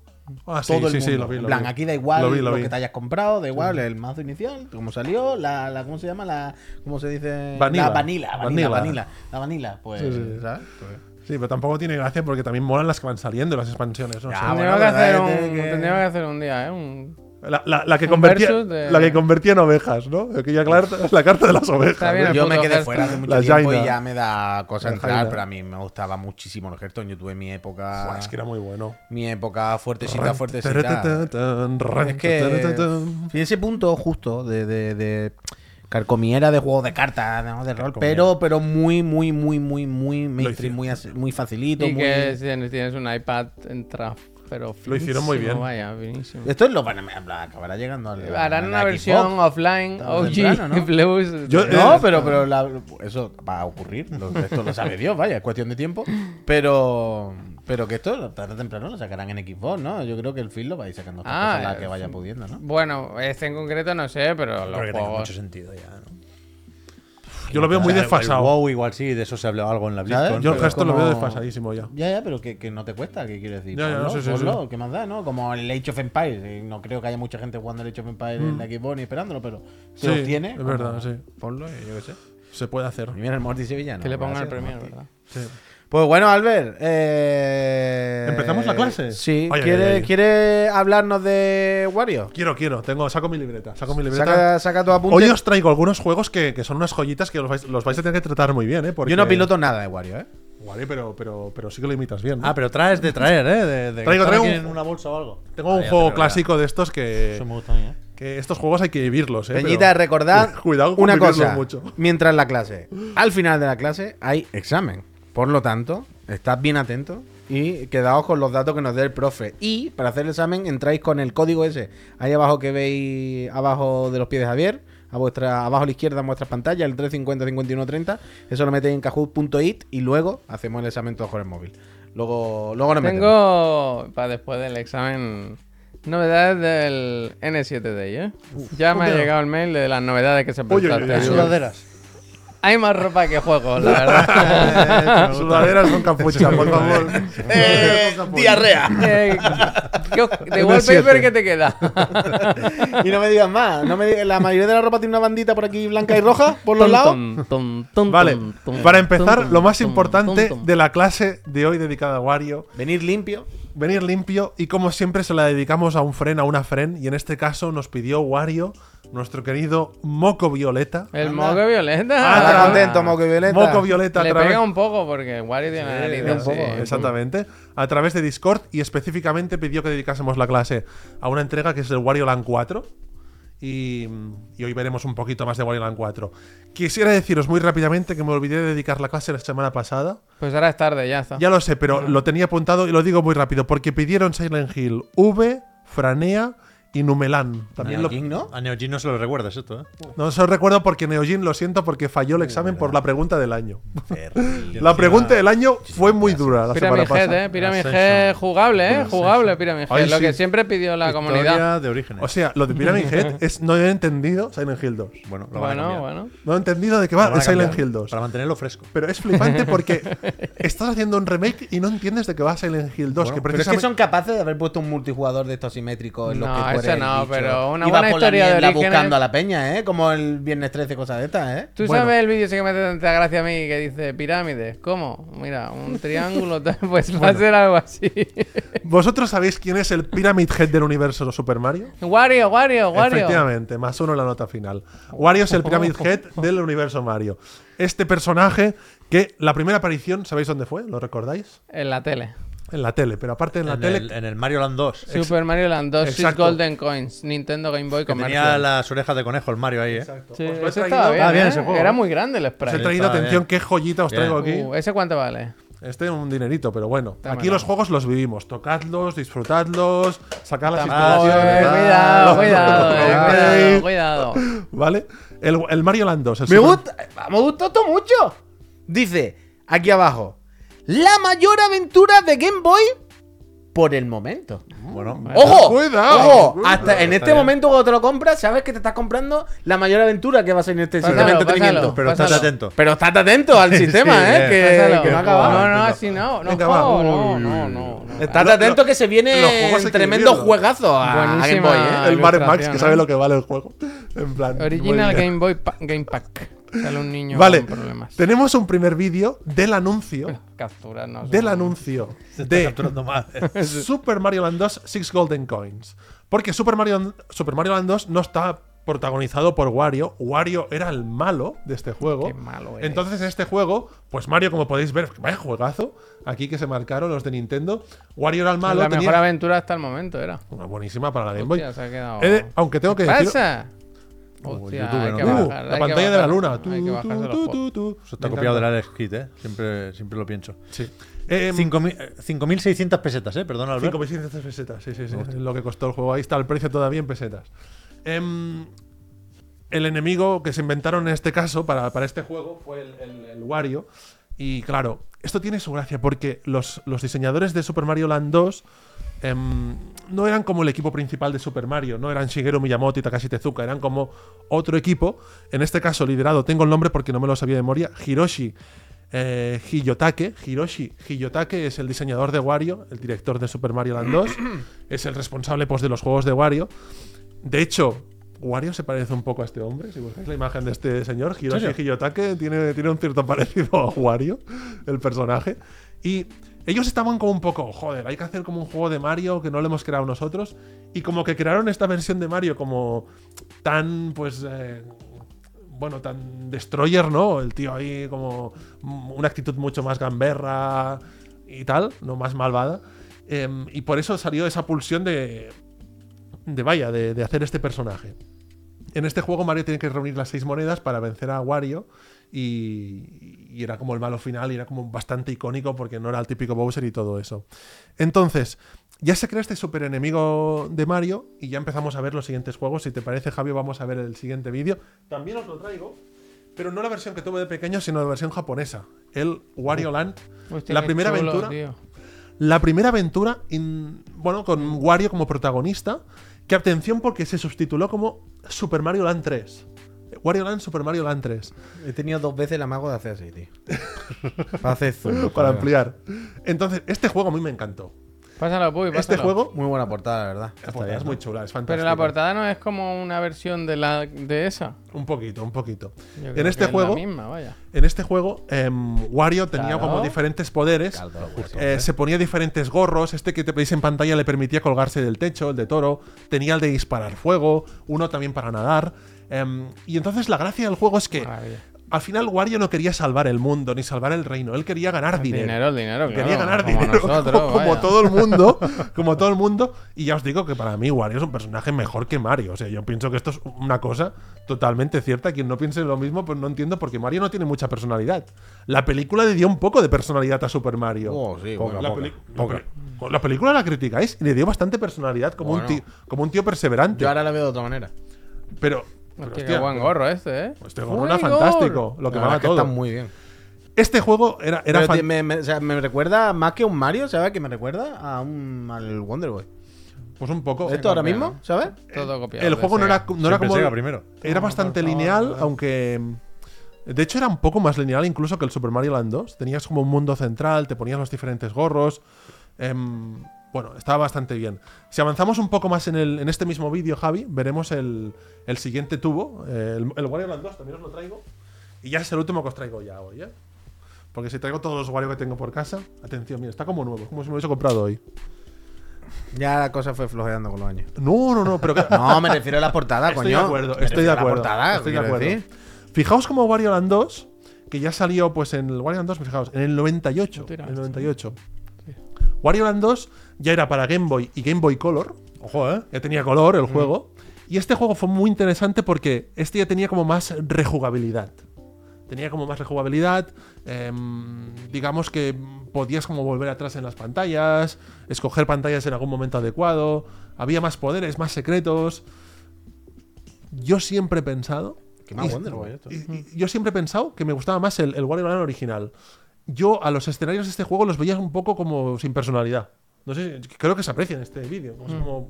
Speaker 4: Ah, sí,
Speaker 1: Todo
Speaker 4: sí,
Speaker 1: el
Speaker 4: sí,
Speaker 1: mundo.
Speaker 4: lo vi.
Speaker 1: en
Speaker 4: lo
Speaker 1: plan,
Speaker 4: vi.
Speaker 1: aquí da igual
Speaker 4: Lo
Speaker 1: lo,
Speaker 4: vi, lo vi.
Speaker 1: que te hayas comprado, da igual el mazo inicial, cómo salió, la, la- ¿cómo se llama? La, ¿Cómo se dice?
Speaker 4: Vanilla.
Speaker 1: La vanilla, vanilla,
Speaker 4: Vanilla.
Speaker 1: vanilla. La vanilla, pues, ¿sabes? Pues-
Speaker 4: Sí, pero tampoco tiene gracia porque también molan las que van saliendo, las expansiones. No
Speaker 1: Ya,
Speaker 4: sé.
Speaker 1: Ah, bueno,
Speaker 2: Tendríamos que
Speaker 1: verdad,
Speaker 2: hacer
Speaker 1: yo
Speaker 2: un-
Speaker 1: tengo que-
Speaker 2: tendríamos que hacer un día, ¿eh? Un-
Speaker 4: La, la- la que
Speaker 2: Un
Speaker 4: convertía,
Speaker 2: versus de-
Speaker 4: la que convertía en ovejas, ¿no? Aquella carta- la carta de las
Speaker 2: Está
Speaker 4: ovejas.
Speaker 2: bien.
Speaker 4: ¿no?
Speaker 2: el
Speaker 1: Yo me
Speaker 2: puto
Speaker 1: quedé
Speaker 2: Hearthstone.
Speaker 1: fuera hace mucho
Speaker 4: La
Speaker 1: tiempo
Speaker 4: Jaina.
Speaker 1: y ya me da cosa
Speaker 4: La
Speaker 1: entrar,
Speaker 4: Jaina.
Speaker 1: pero a mí me gustaba muchísimo el Hearthstone. Yo tuve mi época.
Speaker 4: Buah, es que era muy bueno.
Speaker 1: Mi época fuertecita, fuertecita.
Speaker 4: Es
Speaker 1: Es que sí, ese punto justo de, de, de carcomiera de juego de cartas, ¿no? de rol,
Speaker 3: Carcomiera.
Speaker 1: pero, pero muy, muy, muy, muy, muy mainstream,
Speaker 4: hicieron.
Speaker 1: muy, as- muy facilito,
Speaker 2: Y
Speaker 1: muy...
Speaker 2: que si tienes un iPad, entras pero
Speaker 4: Lo hicieron muy
Speaker 2: finísimo,
Speaker 4: bien.
Speaker 2: Vaya, finísimo.
Speaker 1: Esto es lo van a acabará llegando al.
Speaker 2: Harán
Speaker 1: al
Speaker 2: una
Speaker 1: Xbox.
Speaker 2: versión offline
Speaker 1: Tarde o
Speaker 2: OG
Speaker 1: temprano, ¿no?
Speaker 2: Blues.
Speaker 4: Yo-
Speaker 2: de-
Speaker 1: No, pero,
Speaker 4: eh.
Speaker 1: pero la- eso va a ocurrir. lo- Esto lo sabe Dios, vaya, es cuestión de tiempo. Pero pero que esto tarde o temprano lo sacarán en Xbox, ¿no? Yo creo que el film lo va a ir sacando hasta
Speaker 2: Ah,
Speaker 1: cosas la que
Speaker 2: eh,
Speaker 1: vaya pudiendo, ¿no?
Speaker 2: Bueno, este en concreto no sé, pero
Speaker 3: Creo que
Speaker 2: los
Speaker 3: tenga mucho
Speaker 2: juegos.
Speaker 3: sentido ya. ¿no?
Speaker 4: Yo lo veo muy
Speaker 3: O sea, el- el
Speaker 4: desfasado.
Speaker 3: WoW igual sí, de eso se habló algo en la
Speaker 1: ¿Sabes?
Speaker 3: BlizzCon.
Speaker 4: Yo el
Speaker 1: pero
Speaker 3: pero-
Speaker 1: es
Speaker 4: gesto lo veo
Speaker 1: como-
Speaker 4: desfasadísimo ya.
Speaker 1: Ya, ya, pero que, que no te cuesta, ¿qué quiero decir?
Speaker 4: Ya, ya,
Speaker 1: Ponlo,
Speaker 4: sí, sí,
Speaker 1: ponlo,
Speaker 4: sí.
Speaker 1: ¿qué más da, no? Como el Age of Empires. eh, No creo que haya mucha gente jugando el Age of Empires en la Xbox ni esperándolo, pero se
Speaker 4: Mm. Sí,
Speaker 1: obtiene.
Speaker 4: es
Speaker 1: como-
Speaker 4: verdad, sí.
Speaker 1: Ponlo, y yo qué sé.
Speaker 4: Se puede hacer.
Speaker 1: Y mira el Morty Sevillano.
Speaker 2: Que le pongan el
Speaker 1: gracias,
Speaker 2: premio,
Speaker 1: Morty.
Speaker 2: ¿verdad?
Speaker 4: Sí.
Speaker 1: Pues bueno, Albert. eh,
Speaker 4: ¿Empezamos la clase?
Speaker 1: Sí.
Speaker 4: Ay, ay,
Speaker 1: ¿Quiere,
Speaker 4: ay, ay.
Speaker 1: quiere hablarnos de Wario?
Speaker 4: Quiero, quiero. Tengo, saco mi libreta. Saco mi libreta.
Speaker 1: Saca, saca tu apunte.
Speaker 4: Hoy os traigo algunos juegos que, que son unas joyitas que los vais, los vais a tener que tratar muy bien, ¿eh? Porque...
Speaker 1: Yo no piloto nada de Wario, ¿eh?
Speaker 4: Guay, pero, pero, pero sí que lo imitas bien. ¿no?
Speaker 3: Ah, pero traes de traer, ¿eh? De, de
Speaker 4: Traigo,
Speaker 3: que
Speaker 4: traigo
Speaker 3: aquí
Speaker 4: un-
Speaker 3: en una bolsa o algo.
Speaker 4: Tengo un
Speaker 3: Ah, ya
Speaker 4: juego
Speaker 3: te lo verás.
Speaker 4: clásico de estos que,
Speaker 3: Eso me gusta a mí, ¿eh?
Speaker 4: que estos juegos hay que vivirlos, ¿eh?
Speaker 1: Peñita,
Speaker 4: pero-
Speaker 1: recordad
Speaker 4: Cuidado con
Speaker 1: una
Speaker 4: vivirlos
Speaker 1: cosa.
Speaker 4: mucho.
Speaker 1: Mientras la clase, al final de la clase hay examen. Por lo tanto, estad bien atentos y quedaos con los datos que nos dé el profe. Y para hacer el examen entráis con el código ese. Ahí abajo que veis, abajo de los pies de Javier, a vuestra, abajo a la izquierda en vuestras pantallas, el 350-5130. Eso lo metéis en kahoot.it y luego hacemos el examen todos con el móvil. Luego, luego nos metemos.
Speaker 2: Tengo para después del examen novedades del N7D, ¿eh? ya me ha
Speaker 4: Hombre.
Speaker 2: llegado el mail de las novedades que se
Speaker 4: Uy, uy, uy,
Speaker 2: presentaron.
Speaker 4: uy, uy.
Speaker 3: Sudaderas.
Speaker 2: Hay más ropa que juegos, la verdad.
Speaker 4: Sudaderas con capucha, por favor.
Speaker 1: Eh, diarrea.
Speaker 2: Eh, ¿qué- de
Speaker 1: N7.
Speaker 2: wallpaper que te queda.
Speaker 1: Y no me digas más. No me digas- la mayoría de la ropa tiene una bandita por aquí blanca y roja, por los
Speaker 2: Tum,
Speaker 1: lados.
Speaker 2: tum, tum, tum,
Speaker 4: Vale,
Speaker 2: tum, tum,
Speaker 4: para
Speaker 2: tum,
Speaker 4: empezar,
Speaker 2: tum,
Speaker 4: lo más
Speaker 2: tum,
Speaker 4: importante
Speaker 2: tum, tum.
Speaker 4: de la clase de hoy dedicada a Wario
Speaker 1: Venir limpio.
Speaker 4: venir limpio y como siempre se la dedicamos a un fren, a una fren, y en este caso nos pidió Wario, nuestro querido Moco Violeta.
Speaker 2: El
Speaker 1: Anda.
Speaker 2: moco violeta.
Speaker 4: Ah,
Speaker 1: Está
Speaker 4: tra-
Speaker 1: contento, Eh, Moco y Violeta.
Speaker 4: Moco Violeta a
Speaker 2: Le
Speaker 4: través-
Speaker 2: pega un poco porque Wario tiene la nariz
Speaker 4: Eh,
Speaker 2: así.
Speaker 4: exactamente. A través de Discord y específicamente pidió que dedicásemos la clase a una entrega que es el Wario Land 4. Y, y hoy veremos un poquito más de Wario Land 4. Quisiera deciros muy rápidamente que me olvidé de dedicar la clase la semana pasada.
Speaker 2: Pues ahora es tarde, ya está.
Speaker 4: Ya lo sé, pero lo tenía apuntado y lo digo muy rápido, porque pidieron Silent Hill V, Franea y Numelan. También lo,
Speaker 1: Neokin, ¿no?
Speaker 3: A Neo Geo no se lo recuerdas esto, ¿eh?
Speaker 4: no se lo recuerdo porque Neojin, lo siento, porque falló el examen por la pregunta del año.
Speaker 3: Terrible.
Speaker 4: La pregunta del año fue muy dura la semana
Speaker 2: Pyramid Head, eh.
Speaker 4: pasada.
Speaker 2: Pyramid
Speaker 3: Ascension.
Speaker 2: Head jugable, eh. Jugable Pyramid Head.
Speaker 4: Ay,
Speaker 2: Lo
Speaker 4: sí.
Speaker 2: que siempre pidió la
Speaker 3: Historia
Speaker 2: comunidad.
Speaker 3: de orígenes.
Speaker 4: O sea, lo de Pyramid Head es no he entendido Silent Hill 2.
Speaker 3: bueno, lo van a
Speaker 2: Bueno,
Speaker 3: cambiar.
Speaker 2: bueno.
Speaker 4: No he entendido de qué va
Speaker 3: Lo van
Speaker 4: el
Speaker 3: a cambiar,
Speaker 4: Silent Hill 2.
Speaker 3: Para mantenerlo fresco.
Speaker 4: Pero es flipante porque estás haciendo un remake y no entiendes de qué va Silent Hill 2.
Speaker 3: Bueno,
Speaker 4: que
Speaker 1: Pero es que
Speaker 4: precisamente...
Speaker 1: son capaces de haber puesto un multijugador de estos asimétricos en los
Speaker 2: No,
Speaker 1: que tú eres
Speaker 2: eso
Speaker 1: el
Speaker 2: no,
Speaker 1: bicho.
Speaker 2: pero una
Speaker 1: Y
Speaker 2: buena
Speaker 1: vas por la
Speaker 2: historia de
Speaker 1: niebla
Speaker 2: orígenes.
Speaker 1: buscando a la peña, ¿eh? Como el Viernes 13, cosas de estas, ¿eh?
Speaker 2: ¿Tú
Speaker 4: Bueno.
Speaker 2: sabes el vídeo ese que me hace tanta gracia a mí que dice pirámides? ¿Cómo? Mira, un triángulo, tal, pues va a ser algo así.
Speaker 4: ¿Vosotros sabéis quién es el Pyramid Head del universo de Super Mario?
Speaker 2: Wario, Wario, Wario.
Speaker 4: Efectivamente, más uno en la nota final. Wario es el Pyramid Head del universo Mario. Este personaje que la primera aparición, ¿sabéis dónde fue? ¿Lo recordáis?
Speaker 2: En la tele.
Speaker 4: En la tele, pero aparte en la
Speaker 3: En
Speaker 4: tele.
Speaker 3: el, en el Mario Land 2. que
Speaker 2: Super Mario Land 2, Six
Speaker 4: Exacto.
Speaker 2: Golden Coins, Nintendo Game Boy
Speaker 3: tenía
Speaker 2: Comercial.
Speaker 3: las orejas de conejo el Mario ahí, ¿eh?
Speaker 2: Sí,
Speaker 4: Os lo he
Speaker 2: ese
Speaker 4: Pues traído.
Speaker 2: estaba bien,
Speaker 3: Ah, bien
Speaker 2: ¿eh?
Speaker 3: ese juego.
Speaker 2: Era muy grande el
Speaker 4: Os he
Speaker 2: sprite.
Speaker 4: traído,
Speaker 3: Está
Speaker 4: atención,
Speaker 3: bien.
Speaker 4: qué joyita os
Speaker 3: eh. Bien.
Speaker 4: traigo aquí.
Speaker 2: Uh, ¿Ese cuánto vale?
Speaker 4: Este es un dinerito, pero bueno.
Speaker 2: Está
Speaker 4: Aquí
Speaker 2: malo.
Speaker 4: los juegos los vivimos. Tocadlos, disfrutadlos, sacad las
Speaker 2: Ah, sí,
Speaker 4: inspiraciones.
Speaker 2: eh, cuidado,
Speaker 4: Los-
Speaker 2: cuidado, eh,
Speaker 4: Ok.
Speaker 2: cuidado, cuidado.
Speaker 4: ¿Vale? El, el Mario Land 2. el
Speaker 1: Me
Speaker 4: Super-
Speaker 1: gusta, me gustó esto mucho. Dice, aquí abajo, la mayor aventura de Game Boy por el momento.
Speaker 2: Mm,
Speaker 3: Bueno,
Speaker 1: ¡Ojo!
Speaker 4: Cuidado,
Speaker 1: ¡Ojo!
Speaker 4: cuidado.
Speaker 1: Hasta en
Speaker 3: Está
Speaker 1: este
Speaker 3: bien.
Speaker 1: momento cuando te lo compras, sabes que te estás comprando la mayor aventura que va a ser en este
Speaker 2: Pásalo,
Speaker 1: sistema de entretenimiento.
Speaker 2: pásalo.
Speaker 3: pero estás
Speaker 2: Pásalo.
Speaker 3: atento.
Speaker 1: Pero estate atento al sistema,
Speaker 3: Sí,
Speaker 1: ¿eh?
Speaker 3: bien.
Speaker 1: Que,
Speaker 2: Pásalo.
Speaker 1: que no ha acabado.
Speaker 2: No, no,
Speaker 3: Venga,
Speaker 2: así no. No,
Speaker 4: Venga,
Speaker 2: juego,
Speaker 4: va.
Speaker 2: no,
Speaker 4: Uy. Este
Speaker 2: no, no, no.
Speaker 4: Está-
Speaker 1: Estate
Speaker 4: lo-
Speaker 1: atento
Speaker 4: lo-
Speaker 1: que se
Speaker 4: los juegos
Speaker 1: viene
Speaker 4: hay
Speaker 1: un
Speaker 4: que
Speaker 1: tremendo
Speaker 4: vivirlo.
Speaker 1: juegazo a, a Game
Speaker 2: Buenísima.
Speaker 1: Boy, ¿eh?
Speaker 4: El Mario Max, que
Speaker 2: Ilustración,
Speaker 4: sabe
Speaker 2: ¿eh?
Speaker 4: lo que vale el juego. En plan. muy
Speaker 2: Original
Speaker 4: bien.
Speaker 2: Game Boy Pa- Game Pack. Sale un niño
Speaker 4: Vale,
Speaker 2: con problemas.
Speaker 4: tenemos un primer vídeo del anuncio.
Speaker 2: Captura, no sé.
Speaker 4: Del anuncio
Speaker 3: Se está
Speaker 4: de
Speaker 3: capturando más.
Speaker 4: Super Mario Land 2 Six Golden Coins. Porque Super Mario, Super Mario Land 2 no está protagonizado por Wario. Wario era el malo de este juego.
Speaker 2: Qué malo eres.
Speaker 4: Entonces, en este juego, pues Mario, como podéis ver, vaya juegazo. Aquí que se marcaron los de Nintendo. Wario era el malo.
Speaker 2: La
Speaker 4: tenía-
Speaker 2: mejor aventura hasta el momento era.
Speaker 4: Una buenísima para la Game Boy.
Speaker 2: Hostia, se ha quedado-
Speaker 4: He de- aunque tengo que
Speaker 2: ¿Qué
Speaker 4: decir.
Speaker 2: pasa? Hostia,
Speaker 3: YouTube,
Speaker 2: hay
Speaker 3: ¿no?
Speaker 2: que
Speaker 3: Uh,
Speaker 2: bajar,
Speaker 4: la
Speaker 2: hay que
Speaker 4: pantalla de la
Speaker 2: bajar-
Speaker 4: luna.
Speaker 2: hay que
Speaker 4: Tu,
Speaker 2: bajarse
Speaker 4: tu,
Speaker 2: los
Speaker 4: tu,
Speaker 2: pod-
Speaker 4: tu, tu.
Speaker 3: Eso
Speaker 4: Me
Speaker 3: está copiado del
Speaker 4: encanta.
Speaker 3: Alex Kit, ¿eh? Siempre, siempre lo pienso.
Speaker 4: Sí.
Speaker 3: Em,
Speaker 4: Eh,
Speaker 3: 5.600 pesetas, ¿eh? Perdón, Albert.
Speaker 4: 5.600 pesetas, sí, sí, sí. Es lo que costó el juego. Ahí está el precio todavía en pesetas. Em, el enemigo que se inventaron en este caso para, para este juego fue el, el- el Wario. Y claro, esto tiene su gracia porque los, los diseñadores de Super Mario Land 2 em, no eran como el equipo principal de Super Mario, no eran Shigeru Miyamoto y Takashi Tezuka, eran como otro equipo. En este caso, liderado, tengo el nombre porque no me lo sabía de memoria, Hiroshi eh, Hiyotake. Hiroshi Hiyotake es el diseñador de Wario, el director de Super Mario Land 2, es el responsable pues, de los juegos de Wario. De hecho, Wario se parece un poco a este hombre. Si buscáis la imagen de este señor, Hiroshi
Speaker 3: serio?
Speaker 4: Hiyotake tiene, tiene un cierto parecido a Wario, el personaje. Y ellos estaban como un poco, joder, hay que hacer como un juego de Mario que no lo hemos creado nosotros. Y como que crearon esta versión de Mario como tan, pues. eh, bueno, tan destroyer, ¿no? El tío ahí como m- una actitud mucho más gamberra y tal, no más malvada. Em, y por eso salió esa pulsión de, de vaya, de, de hacer este personaje. En este juego Mario tiene que reunir las seis monedas para vencer a Wario y, y era como el malo final y era como bastante icónico porque no era el típico Bowser y todo eso. Entonces, ya se crea este super enemigo de Mario y ya empezamos a ver los siguientes juegos. Si te parece, Javi, vamos a ver el siguiente vídeo. También os lo traigo, pero no la versión que tuve de pequeño, sino la versión japonesa. El Wario Land.
Speaker 2: Hostia,
Speaker 4: la
Speaker 2: qué
Speaker 4: primera
Speaker 2: Pues chulo,
Speaker 4: aventura
Speaker 2: tío.
Speaker 4: la primera aventura, in- bueno,
Speaker 2: Mm.
Speaker 4: con Wario como protagonista, que atención porque se subtituló como Super Mario Land 3. Wario Land, Super Mario Land 3.
Speaker 5: He tenido dos veces el amago de hacer así, tío. Para hacer zoom.
Speaker 4: Para
Speaker 5: colega.
Speaker 4: ampliar. Entonces, este juego a mí me encantó.
Speaker 2: Pásalo, Puy, pásalo.
Speaker 4: Este juego,
Speaker 5: Muy buena portada, la verdad.
Speaker 4: la portada es muy chula, es fantástica.
Speaker 2: Pero la portada no es como una versión de la de esa.
Speaker 4: Un poquito, un poquito.
Speaker 2: Yo creo
Speaker 4: En
Speaker 2: que
Speaker 4: este,
Speaker 2: es
Speaker 4: juego,
Speaker 2: la misma, vaya.
Speaker 4: en este juego, em, Wario tenía
Speaker 2: Claro.
Speaker 4: como diferentes poderes. Eh, se ponía diferentes gorros. Este que te veis en pantalla le permitía colgarse del techo, el de toro. Tenía el de disparar fuego, uno también para nadar. Em, y entonces la gracia del juego es que
Speaker 2: Maravilla.
Speaker 4: al final Wario no quería salvar el mundo ni salvar el reino. Él quería ganar dinero.
Speaker 2: Dinero, el dinero,
Speaker 4: Quería
Speaker 2: claro,
Speaker 4: ganar
Speaker 2: como
Speaker 4: dinero
Speaker 2: nosotros,
Speaker 4: como,
Speaker 2: vaya.
Speaker 4: todo el mundo, como todo el mundo. Y ya os digo que para mí Wario es un personaje mejor que Mario. O sea, yo pienso que esto es una cosa totalmente cierta. Quien no piense lo mismo, pues no entiendo porque Mario no tiene mucha personalidad. La película le dio un poco de personalidad a Super Mario.
Speaker 5: Oh, sí,
Speaker 4: Con
Speaker 5: poca,
Speaker 4: la,
Speaker 5: poca,
Speaker 4: peli- la peli- con la película la criticáis y le dio bastante personalidad como,
Speaker 5: Bueno.
Speaker 4: un, tío, como un tío perseverante.
Speaker 5: Yo ahora la veo de otra manera.
Speaker 4: Pero... pero,
Speaker 2: Hostia, qué
Speaker 4: hostia,
Speaker 2: buen gorro este, ¿eh?
Speaker 4: este gorro
Speaker 2: Buen
Speaker 4: era fantástico,
Speaker 2: gorro.
Speaker 4: lo que
Speaker 5: La verdad
Speaker 4: va
Speaker 5: es que
Speaker 4: todo.
Speaker 5: Está muy bien.
Speaker 4: Este juego era, era
Speaker 5: Pero,
Speaker 4: fan-
Speaker 5: tío, me, me- o sea, me recuerda más que un Mario, ¿sabes? Que me recuerda a un al Wonder Boy.
Speaker 4: pues un poco.
Speaker 5: Esto ahora
Speaker 2: copiado.
Speaker 5: mismo, ¿sabes?
Speaker 2: Todo copiado.
Speaker 4: El
Speaker 2: de
Speaker 4: juego no
Speaker 2: Sega.
Speaker 4: era, no era
Speaker 3: Siempre
Speaker 4: como.
Speaker 3: Sega primero.
Speaker 4: Era bastante lineal, aunque. De hecho, era un poco más lineal incluso que el Super Mario Land 2. Tenías como un mundo central, te ponías los diferentes gorros. em, bueno, estaba bastante bien. Si avanzamos un poco más en, el, en este mismo vídeo, Javi, veremos el, el siguiente tubo. eh, El, el Wario Land 2 también os lo traigo. Y ya es el último que os traigo ya hoy, ¿eh? Porque si traigo todos los Wario que tengo por casa, atención, mira, está como nuevo, es como si me lo hubiese comprado hoy.
Speaker 5: Ya la cosa fue flojeando con los años.
Speaker 4: No, no, no, pero que-
Speaker 5: No, me refiero a la portada,
Speaker 4: Estoy
Speaker 5: coño.
Speaker 4: de acuerdo,
Speaker 5: Me
Speaker 4: estoy
Speaker 5: refiero
Speaker 4: de
Speaker 5: a la
Speaker 4: acuerdo,
Speaker 5: portada,
Speaker 4: estoy de
Speaker 5: quiero
Speaker 4: acuerdo.
Speaker 5: decir.
Speaker 4: Fijaos como Wario Land 2, que ya salió pues en el Wario Land 2, fijaos, en el 98.
Speaker 2: Tira,
Speaker 4: en el 98. Wario Land 2 ya era para Game Boy y Game Boy Color.
Speaker 3: Ojo, ¿eh?
Speaker 4: Ya tenía color el juego. Y este juego fue muy interesante porque este ya tenía como más rejugabilidad. Tenía como más rejugabilidad. em, digamos que podías como volver atrás en las pantallas, escoger pantallas en algún momento adecuado. Había más poderes, más secretos. Yo siempre he pensado.
Speaker 5: Qué más
Speaker 4: y-
Speaker 5: Wonder Boy esto.
Speaker 4: y- y- yo siempre he pensado que me gustaba más el, el Wario Land original. Yo a los escenarios de este juego los veía un poco como sin personalidad. No sé, creo que se aprecia en este vídeo. como es
Speaker 2: Mm.
Speaker 4: como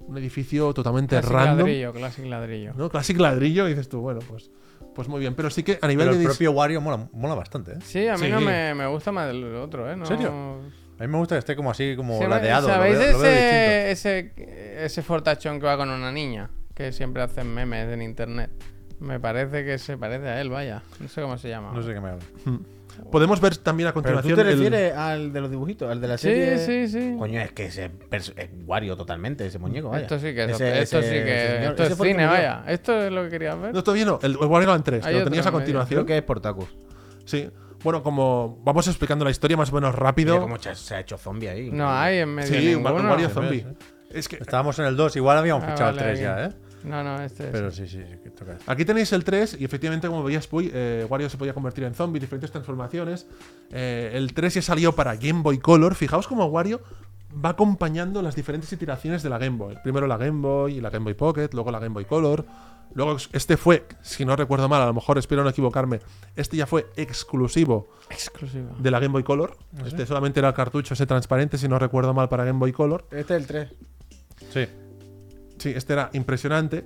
Speaker 4: un edificio totalmente
Speaker 2: Classic
Speaker 4: random.
Speaker 2: ladrillo, classic ladrillo.
Speaker 4: ¿no? Classic ladrillo, y dices tú, bueno, pues, pues muy bien. Pero sí que a nivel
Speaker 3: Pero
Speaker 4: de.
Speaker 3: el
Speaker 4: dis-
Speaker 3: propio Wario mola, mola bastante, ¿eh?
Speaker 2: Sí, a mí
Speaker 4: Sí.
Speaker 2: no me, me gusta más el otro, ¿eh? No-
Speaker 3: serio? A mí me gusta que esté como así, como
Speaker 2: Sí,
Speaker 3: ladeado. lo
Speaker 2: ¿Sabéis
Speaker 3: veo- lo veo distinto.
Speaker 2: ese, ese, ese fortachón que va con una niña? Que siempre hacen memes en internet. Me parece que se parece a él, vaya. No sé cómo se llama.
Speaker 3: No sé qué me habla.
Speaker 4: Podemos ver también a
Speaker 5: Pero tú
Speaker 4: continuación.
Speaker 5: te
Speaker 4: el-
Speaker 5: refieres al de los dibujitos, al de la
Speaker 2: Sí,
Speaker 5: serie.
Speaker 2: sí, sí.
Speaker 5: Coño, es que ese perso- es Wario totalmente, ese muñeco, vaya.
Speaker 2: Esto sí que es,
Speaker 5: Ese-
Speaker 2: esto
Speaker 5: ese
Speaker 2: sí que
Speaker 5: señor-
Speaker 2: esto
Speaker 5: ese
Speaker 2: es
Speaker 5: fue el que
Speaker 2: cine,
Speaker 5: murió.
Speaker 2: vaya. Esto es lo que querías ver.
Speaker 4: No, todavía no. El, el Wario Land 3,
Speaker 2: Hay
Speaker 4: que lo
Speaker 2: otro
Speaker 4: tenías a
Speaker 2: en medio.
Speaker 4: continuación.
Speaker 5: Creo que es Portacus.
Speaker 4: Sí. Bueno, como vamos explicando la historia más o menos rápido.
Speaker 5: Mira cómo se se ha hecho zombie ahí.
Speaker 2: No hay en medio
Speaker 4: sí, un
Speaker 2: ninguno.
Speaker 4: Wario
Speaker 3: Se ve,
Speaker 4: Zombie.
Speaker 3: se ve.
Speaker 4: Es que
Speaker 3: Estábamos en el 2, igual habíamos
Speaker 2: Ah,
Speaker 3: fichado
Speaker 2: vale,
Speaker 3: el 3 ya, ¿eh?
Speaker 2: No, no, este es.
Speaker 3: Pero sí, sí, sí, que toca.
Speaker 4: Aquí tenéis el 3 y efectivamente, como veías, Puy, eh, Wario se podía convertir en zombie, diferentes transformaciones. Eh, el 3 ya salió para Game Boy Color. Fijaos cómo Wario va acompañando las diferentes iteraciones de la Game Boy. Primero la Game Boy y la Game Boy Pocket, luego la Game Boy Color. Luego este fue, si no recuerdo mal, a lo mejor espero no equivocarme, este ya fue exclusivo
Speaker 2: exclusivo.
Speaker 4: de la Game Boy Color. Este solamente era el cartucho ese transparente, si no recuerdo mal, para Game Boy Color.
Speaker 5: Este es el 3.
Speaker 3: Sí.
Speaker 4: Sí, este era impresionante.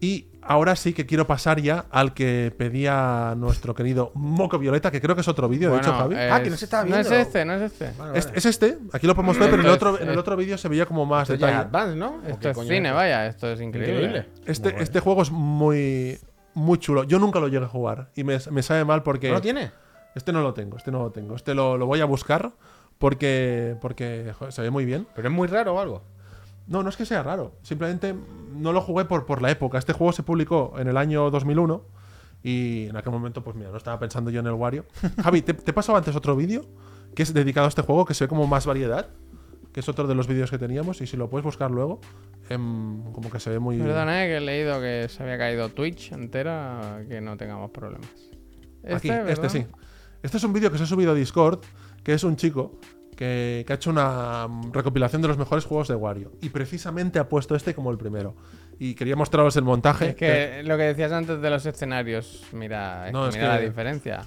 Speaker 4: Y ahora sí que quiero pasar ya al que pedía nuestro querido Moco Violeta, que creo que es otro vídeo, de hecho, Javi.
Speaker 2: es-
Speaker 5: Ah, que no se estaba
Speaker 2: No es
Speaker 5: viendo.
Speaker 2: este, no es este.
Speaker 4: Es, es este, aquí lo podemos ver, pero en el otro, en el
Speaker 2: Entonces,
Speaker 4: otro vídeo se veía como más
Speaker 5: eh, Esto ya es
Speaker 4: detalle.
Speaker 5: Advance, ¿no?
Speaker 1: pues
Speaker 5: ¿O
Speaker 2: Esto
Speaker 5: qué
Speaker 2: es
Speaker 5: coño
Speaker 1: este.
Speaker 2: cine, vaya, esto es
Speaker 5: es?
Speaker 2: increíble.
Speaker 5: Increíble.
Speaker 4: Este, este juego es muy, muy chulo. Yo nunca lo llegué a jugar y me, me sabe mal porque.
Speaker 5: ¿No lo tiene?
Speaker 4: Este no lo tengo, este no lo tengo. Este lo, lo voy a buscar porque, porque joder, se ve muy bien.
Speaker 5: Pero es muy raro o algo.
Speaker 4: No, no es que sea raro. Simplemente no lo jugué por, por la época. Este juego se publicó en el año 2001 y en aquel momento, pues mira, no estaba pensando yo en el Wario. Javi, te, te he pasado antes otro vídeo que es dedicado a este juego, que se ve como más variedad, que es otro de los vídeos que teníamos y si lo puedes buscar luego, em, como que se ve muy...
Speaker 2: Perdón, eh, que he leído que se había caído Twitch entera, que no tengamos problemas.
Speaker 4: Aquí,
Speaker 2: ¿verdad?
Speaker 4: este sí. Este es un vídeo que se ha subido a Discord, que es un chico que, que ha hecho una mm, recopilación de los mejores juegos de Wario. Y precisamente ha puesto este como el primero. Y quería mostraros el montaje.
Speaker 2: Es que lo que decías antes de los escenarios, mira, es
Speaker 4: eh. No,
Speaker 2: que
Speaker 4: es
Speaker 2: mira
Speaker 4: que-
Speaker 2: la diferencia.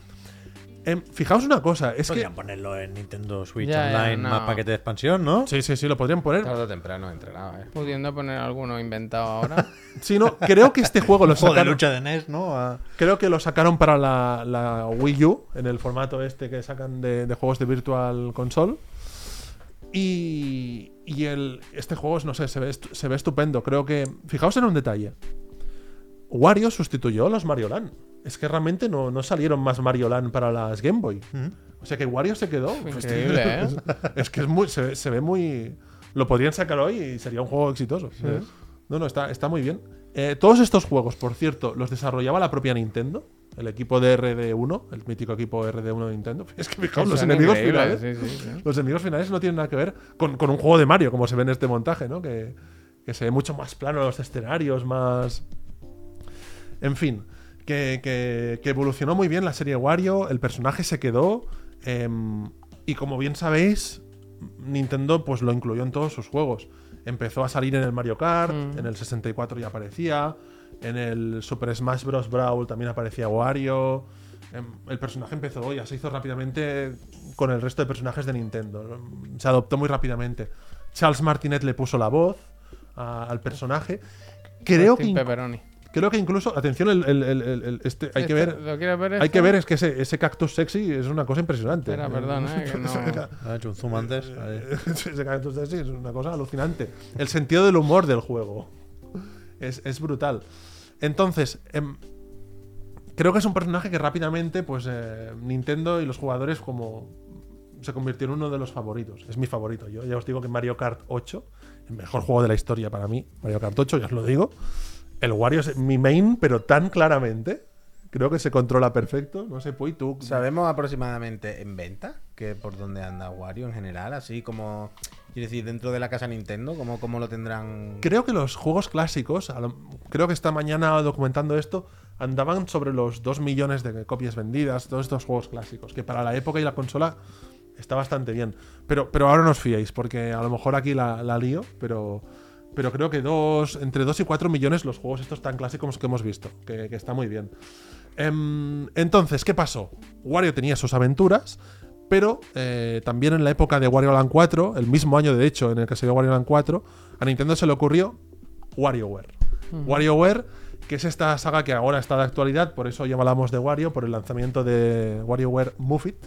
Speaker 4: Em, fijaos una cosa, es que...
Speaker 3: Podrían ponerlo en Nintendo Switch
Speaker 2: Ya, ya,
Speaker 3: Online,
Speaker 2: no.
Speaker 3: más paquete de expansión, ¿no?
Speaker 4: Sí, sí, sí, lo podrían poner.
Speaker 5: Tarde o temprano entrenado, ¿eh?
Speaker 2: Pudiendo poner alguno inventado ahora.
Speaker 4: Sí, no, creo que este juego lo
Speaker 3: Juego de
Speaker 4: sacaron,
Speaker 3: lucha de NES, ¿no? A-
Speaker 4: creo que lo sacaron para la, la Wii U, en el formato este que sacan de, de juegos de Virtual Console. Y, y el, este juego, no sé, se ve, estu- se ve estupendo. Creo que... Fijaos en un detalle. Wario sustituyó a los Mario Land. Es que realmente no, no salieron más Mario Land para las Game Boy. O sea que Wario se quedó.
Speaker 2: Increíble, ¿eh?
Speaker 4: Es que es muy, se, ve- se ve muy. Lo podrían sacar hoy y sería un juego exitoso. No, no, está, está muy bien. Eh, todos estos juegos, por cierto, los desarrollaba la propia Nintendo, el equipo de RD1, el mítico equipo RD1 de Nintendo. Es que fijaos, los
Speaker 2: Son
Speaker 4: enemigos
Speaker 2: increíbles,
Speaker 4: finales.
Speaker 2: sí, sí, sí.
Speaker 4: Los enemigos finales no tienen nada que ver con, con un juego de Mario, como se ve en este montaje, ¿no? Que, que se ve mucho más plano los escenarios, más. En fin, que, que- que evolucionó muy bien la serie Wario, el personaje se quedó. em, y como bien sabéis, Nintendo pues lo incluyó en todos sus juegos. Empezó a salir en el Mario Kart, en el 64 ya aparecía, en el Super Smash Bros. Brawl también aparecía Wario. Em, El personaje empezó, ya se hizo rápidamente con el resto de personajes de Nintendo. Se adoptó muy rápidamente. Charles Martinet le puso la voz a- al personaje. Creo que,
Speaker 2: Martín
Speaker 4: inc-
Speaker 2: Pepperoni.
Speaker 4: creo que incluso, atención, el, el- el- el- el- este, hay que
Speaker 2: ¿Esto-
Speaker 4: ver,
Speaker 2: ¿Lo quieres ver?
Speaker 4: hay
Speaker 2: esto?
Speaker 4: que ver, este. es que ese, ese cactus sexy es una cosa impresionante.
Speaker 2: Espera, perdón, eh, que no-
Speaker 3: Ha hecho un zoom
Speaker 4: Eh,
Speaker 3: antes. ahí.
Speaker 4: Ese cactus sexy es una cosa alucinante. El sentido del humor del juego es, es brutal. Entonces, em, creo que es un personaje que rápidamente, pues eh, Nintendo y los jugadores como se convirtió en uno de los favoritos. Es mi favorito. Yo ya os digo que Mario Kart 8, el mejor juego de la historia para mí, Mario Kart 8, ya os lo digo. El Wario es mi main, pero tan claramente. Creo que se controla perfecto. No sé, Puy, tú.
Speaker 5: ¿Sabemos aproximadamente en venta que por dónde anda Wario en general? Así como, quiero decir, dentro de la casa Nintendo, ¿cómo, cómo lo tendrán?
Speaker 4: Creo que los juegos clásicos, a lo- creo que esta mañana documentando esto, andaban sobre los 2 millones de copias vendidas, todos estos juegos clásicos, que para la época y la consola está bastante bien. Pero, pero ahora no os fiéis, porque a lo mejor aquí la, la lío, pero, pero creo que dos, entre 2 y 4 millones los juegos estos tan clásicos que hemos visto, que, que está muy bien. Em, entonces, ¿qué pasó? Wario tenía sus aventuras, pero eh, también en la época de Wario Land 4, el mismo año de hecho en el que se vio Wario Land 4, a Nintendo se le ocurrió WarioWare. WarioWare, que es esta saga que ahora está de actualidad, por eso ya hablamos de Wario, por el lanzamiento de WarioWare Move It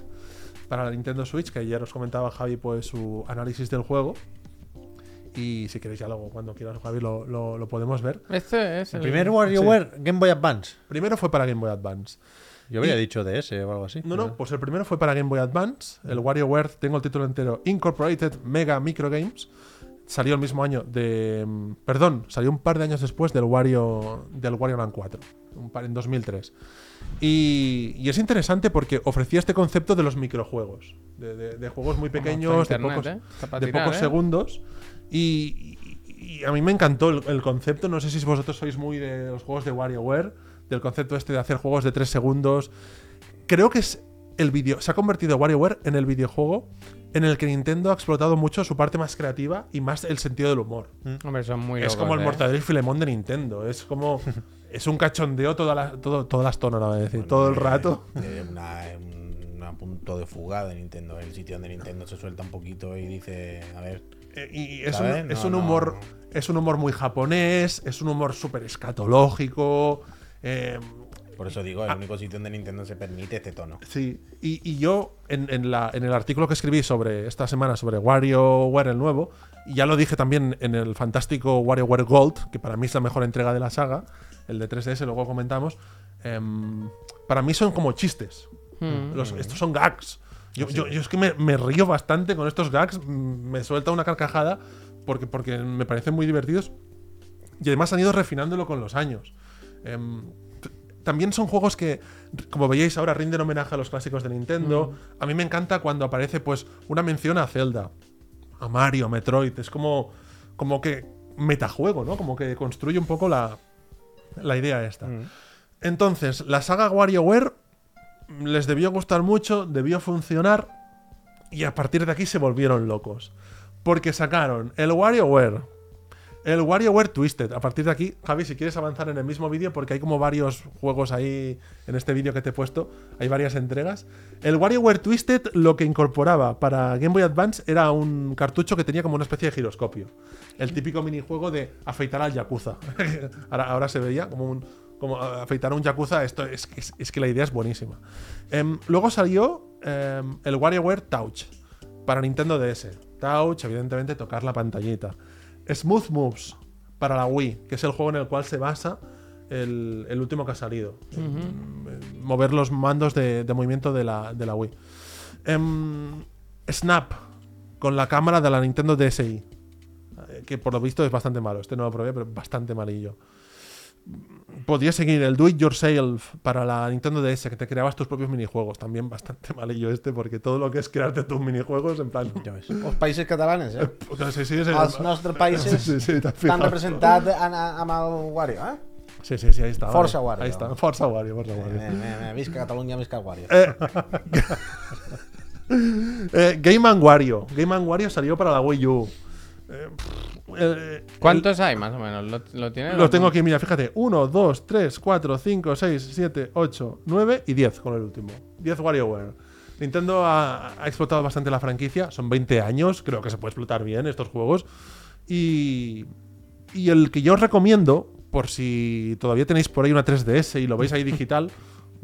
Speaker 4: para la Nintendo Switch, que ayer os comentaba Javi pues su análisis del juego. Y si queréis ya luego, cuando quieras Javi, lo- lo- lo podemos ver.
Speaker 2: Este es
Speaker 3: El
Speaker 2: el.
Speaker 3: primer WarioWare Game Boy Advance.
Speaker 4: Primero fue para Game Boy Advance.
Speaker 3: Yo habría dicho DS o algo así.
Speaker 4: No, no, pues el primero fue para Game Boy Advance, el WarioWare, tengo el título entero, Incorporated Mega Micro Games. Salió el mismo año de. mm, Perdón, salió un par de años después del Wario. del Wario Land 4. Un par en 2003. Y, y es interesante porque ofrecía este concepto de los microjuegos. De, de- de juegos muy
Speaker 2: Como
Speaker 4: pequeños,
Speaker 2: está
Speaker 4: de
Speaker 2: internet,
Speaker 4: pocos,
Speaker 2: ¿eh? Está pa'
Speaker 4: de
Speaker 2: tirar,
Speaker 4: pocos
Speaker 2: ¿eh?
Speaker 4: segundos. Y, y- y a mí me encantó el, el concepto. No sé si vosotros sois muy de los juegos de WarioWare, del concepto este de hacer juegos de 3 segundos. Creo que es el video, se ha convertido WarioWare en el videojuego en el que Nintendo ha explotado mucho su parte más creativa y más el sentido del humor.
Speaker 2: Hombre, son muy
Speaker 4: Es
Speaker 2: locos,
Speaker 4: como el
Speaker 2: ¿eh?
Speaker 4: Mortadelo y Filemón de Nintendo. Es como. es un cachondeo toda la- todo- todas las tonas, voy a decir, todo el rato.
Speaker 1: Eh, una, una punto de fuga de Nintendo. El sitio donde Nintendo se suelta un poquito y dice, a ver,
Speaker 4: Eh, Y es un,
Speaker 1: ¿Sabes?
Speaker 4: es
Speaker 1: No,
Speaker 4: un
Speaker 1: no,
Speaker 4: humor. Es un humor muy japonés, es un humor súper escatológico. eh,
Speaker 1: por eso digo,
Speaker 4: Ah.
Speaker 1: el único sitio donde Nintendo se permite este tono.
Speaker 4: sí. Y, y yo, en, en la- en el artículo que escribí sobre esta semana sobre WarioWare el nuevo, y ya lo dije también en el fantástico WarioWare Gold, que para mí es la mejor entrega de la saga, el de 3DS, luego comentamos. em, para mí son como chistes.
Speaker 2: Mm.
Speaker 4: Los- estos son gags. Yo, yo- yo es que me, me río bastante con estos gags, mm, me suelta una carcajada porque, porque me parecen muy divertidos y además han ido refinándolo con los años. Em, t- también son juegos que, r- como veíais ahora, rinden homenaje a los clásicos de Nintendo. A mí me encanta cuando aparece pues una mención a Zelda, a Mario, Metroid. Es como, como que metajuego, ¿no? Como que construye un poco la, la idea esta. Entonces, la saga WarioWare les debió gustar mucho, debió funcionar y a partir de aquí se volvieron locos. Porque sacaron el WarioWare, el WarioWare Twisted. A partir de aquí, Javi, si quieres avanzar en el mismo vídeo, porque hay como varios juegos ahí en este vídeo que te he puesto, hay varias entregas. El WarioWare Twisted lo que incorporaba para Game Boy Advance era un cartucho que tenía como una especie de giroscopio. El típico minijuego de afeitar al Yakuza. ahora, ahora se veía como un. Como a- afeitar a un Yakuza, esto es, es- es que la idea es buenísima. Em, luego salió em, el WarioWare Touch para Nintendo DS. Touch, evidentemente, tocar la pantallita. Smooth Moves para la Wii, que es el juego en el cual se basa el, el último que ha salido. Mm, Mover los mandos de, de movimiento de la, de la Wii. Em, Snap, con la cámara de la Nintendo DSi. eh, Que por lo visto es bastante malo. Este no lo probé, pero bastante malillo. Podría seguir el Do It Yourself para la Nintendo DS, que te creabas tus propios minijuegos. También bastante malillo este, porque todo lo que es crearte tus minijuegos, en plan.
Speaker 5: Los países catalanes, ¿eh?
Speaker 4: Puta, sí, sí, es el-
Speaker 5: Els nostres países
Speaker 4: Sí, sí, sí,
Speaker 5: Están
Speaker 4: t'has fijat.
Speaker 5: representados amb el Wario, ¿eh?
Speaker 4: Sí, sí, sí, ahí está.
Speaker 5: Forza
Speaker 4: vale.
Speaker 5: Wario.
Speaker 4: Ahí está, Forza Wario, Forza Wario.
Speaker 5: Eh, eh, eh, visca Catalunya, visca el Wario.
Speaker 4: Eh, Game and Wario. Game and Wario salió para la Wii U. Eh, pff, eh,
Speaker 2: ¿Cuántos hay más o menos? ¿Lo, lo tiene?
Speaker 4: Los tengo aquí, mira, fíjate. 1, 2, 3, 4, 5, 6, 7, 8, 9 y 10 con el último. 10 WarioWare. Nintendo ha, ha explotado bastante la franquicia. Son 20 años, creo que se puede explotar bien estos juegos. Y, y el que yo os recomiendo, por si todavía tenéis por ahí una 3DS y lo veis ahí digital,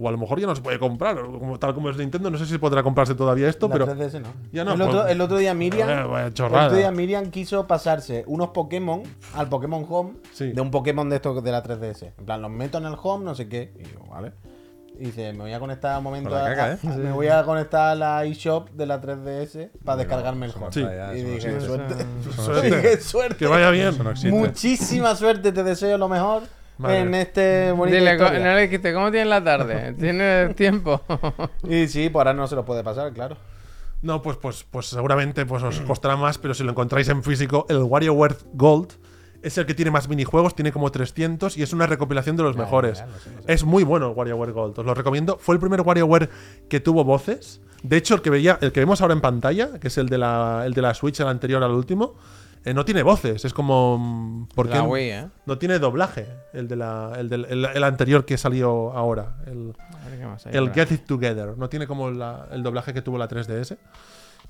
Speaker 4: o a lo mejor ya no se puede comprar, o como, tal como es Nintendo, no sé si podrá comprarse todavía esto,
Speaker 5: La
Speaker 4: pero...
Speaker 5: 3DS no.
Speaker 4: Ya no,
Speaker 5: el, otro,
Speaker 4: pues-
Speaker 5: el otro día Miriam.
Speaker 4: Eh, vaya
Speaker 5: el
Speaker 4: chorrada.
Speaker 5: otro día Miriam quiso pasarse unos Pokémon al Pokémon Home
Speaker 4: Sí.
Speaker 5: de un Pokémon de estos de la 3DS. En plan, los meto en el Home, no sé qué. Y yo, vale. Y dice, me voy a conectar un momento
Speaker 1: Por la
Speaker 5: a,
Speaker 1: caca,
Speaker 5: a-
Speaker 1: ¿eh?
Speaker 5: me voy a conectar a la eShop de la 3DS para descargarme el Home.
Speaker 4: Sí.
Speaker 5: Y dije,
Speaker 1: dije,
Speaker 5: suerte.
Speaker 4: Suerte.
Speaker 5: Dije, suerte.
Speaker 4: Que vaya bien.
Speaker 1: Eso no existe.
Speaker 5: Muchísima suerte, te deseo lo mejor
Speaker 4: Madre.
Speaker 5: en este bonito.
Speaker 2: Dile, co- no le dijiste, ¿cómo tienes la tarde? ¿Tienes tiempo?
Speaker 5: Y sí, pues ahora no se lo puede pasar, claro.
Speaker 4: No, pues, pues, pues seguramente pues os costará más, pero si lo encontráis en físico, el WarioWare Gold es el que tiene más minijuegos, tiene como 300 y es una recopilación de los mejores. Es muy bueno el WarioWare Gold, os lo recomiendo. Fue el primer WarioWare que tuvo voces. De hecho, el que, veía, el que vemos ahora en pantalla, que es el de la, el de la Switch, el anterior al último, eh, no tiene voces. Es como... mm, ¿por
Speaker 2: La
Speaker 4: qué?
Speaker 2: Wii, ¿eh?
Speaker 4: No tiene doblaje, el, de la, el, del- el- el anterior que salió ahora. El,
Speaker 2: A ver qué más hay
Speaker 4: el
Speaker 2: por ahí.
Speaker 4: Get It Together. No tiene como la- el doblaje que tuvo la 3DS.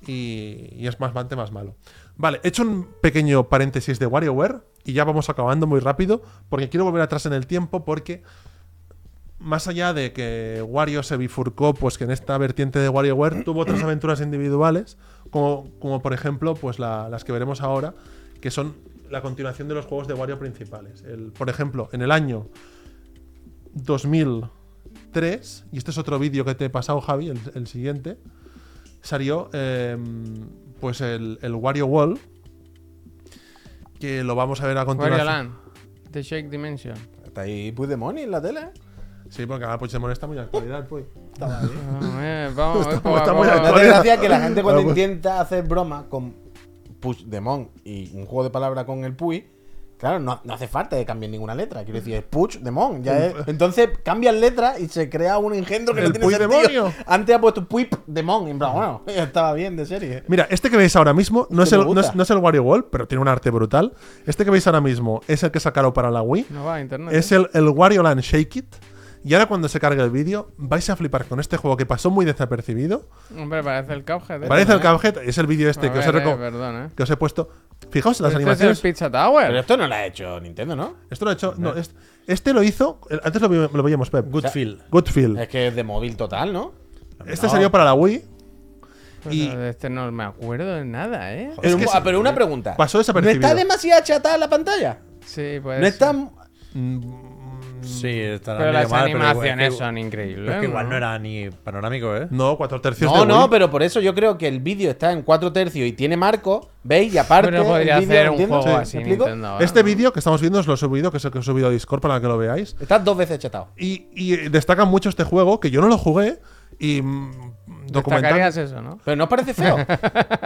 Speaker 4: Y, y es bastante más malo. Vale, he hecho un pequeño paréntesis de WarioWare. Y ya vamos acabando muy rápido. Porque quiero volver atrás en el tiempo. Porque más allá de que Wario se bifurcó, pues que en esta vertiente de WarioWare tuvo otras aventuras individuales, como, como por ejemplo pues la- las que veremos ahora, que son la continuación de los juegos de Wario principales. El- por ejemplo, en el año 2003, y este es otro vídeo que te he pasado, Javi, el, el siguiente, salió eh, pues el, el Wario Wall, que lo vamos a ver a
Speaker 2: Wario
Speaker 4: continuación.
Speaker 2: Land. The Shake Dimension.
Speaker 5: Está ahí Puigdemont en la tele. ¿eh?
Speaker 4: Sí, porque ahora Puigdemont está muy de actualidad, pues.
Speaker 2: Ah, eh, vamos,
Speaker 4: Está-
Speaker 2: poco a
Speaker 4: está muy
Speaker 2: poco.
Speaker 5: Me
Speaker 4: actual.
Speaker 5: hace gracia que la gente cuando
Speaker 4: Vamos.
Speaker 5: intenta hacer broma con Puigdemont y un juego de palabras con el Puy,
Speaker 1: Claro, no, no hace falta que cambien ninguna letra. Quiero decir, es Puch Demon. Ya es- entonces cambian letra y se crea un engendro que
Speaker 4: El
Speaker 1: no tiene
Speaker 4: Puig
Speaker 1: sentido.
Speaker 4: demonio.
Speaker 1: Antes ha puesto Puip Demon. En plan, bueno, ya estaba bien de serie.
Speaker 4: Mira, este que veis ahora mismo no es,
Speaker 1: Este
Speaker 4: el,
Speaker 1: me
Speaker 4: no, es,
Speaker 1: gusta.
Speaker 4: no es el Wario Wall, pero tiene un arte brutal. Este que veis ahora mismo es el que sacaron para la Wii.
Speaker 2: No va a internet.
Speaker 4: Es
Speaker 2: ¿eh?
Speaker 4: el, el Wario Land Shake It. Y ahora cuando se cargue el vídeo, vais a flipar con este juego que pasó muy desapercibido.
Speaker 2: Hombre, parece el Cuphead. ¿eh?
Speaker 4: Parece el
Speaker 2: A
Speaker 4: Cuphead, es el vídeo este
Speaker 2: ver,
Speaker 4: que os, he
Speaker 2: eh,
Speaker 4: reco-
Speaker 2: Perdón, ¿eh?
Speaker 4: que os he puesto. Fijaos en las
Speaker 2: Este
Speaker 4: animaciones.
Speaker 2: es el Pizza Tower.
Speaker 1: Pero esto no lo ha hecho Nintendo, ¿no?
Speaker 4: Esto lo ha hecho. No, es- este lo hizo. el- Antes lo, vi- lo veíamos, Pep.
Speaker 3: Good feel. Eh,
Speaker 4: Goodfield.
Speaker 1: Es que es de móvil total, ¿no?
Speaker 4: Este salió para la Wii.
Speaker 2: Pero
Speaker 4: Y
Speaker 2: de este no me acuerdo de nada, ¿eh?
Speaker 4: Es
Speaker 1: Pero,
Speaker 4: que
Speaker 1: un-
Speaker 4: sí.
Speaker 1: ah, pero una pregunta.
Speaker 4: Pasó
Speaker 1: ¿No
Speaker 4: desapercibido. Eh,
Speaker 1: está demasiado achatada la pantalla?
Speaker 2: Sí, pues.
Speaker 1: ¿No está
Speaker 3: Sí, estará
Speaker 2: Pero
Speaker 3: medio
Speaker 2: las
Speaker 3: mal, pero igual-
Speaker 2: animaciones
Speaker 3: es que-
Speaker 2: son increíbles.
Speaker 3: pero es que igual no era ni panorámico, ¿eh?
Speaker 4: No, cuatro tercios de
Speaker 1: No,
Speaker 4: Wii.
Speaker 1: no, pero por eso yo creo que el vídeo está en 4 tercios y tiene marco, ¿veis? Y aparte.
Speaker 2: Pero podría
Speaker 1: el vídeo,
Speaker 2: hacer un
Speaker 1: ¿entiendes?
Speaker 2: juego
Speaker 1: ¿Me
Speaker 2: así
Speaker 1: explico?
Speaker 2: Nintendo ahora.
Speaker 4: Este vídeo que estamos viendo os lo he subido, que es el que he subido a Discord para que lo veáis.
Speaker 1: Está dos veces chatado.
Speaker 4: Y, y, eh, destaca mucho este juego, que yo no lo jugué. Y mm, documental.
Speaker 2: Destacarías eso, ¿no?
Speaker 1: Pero no parece feo.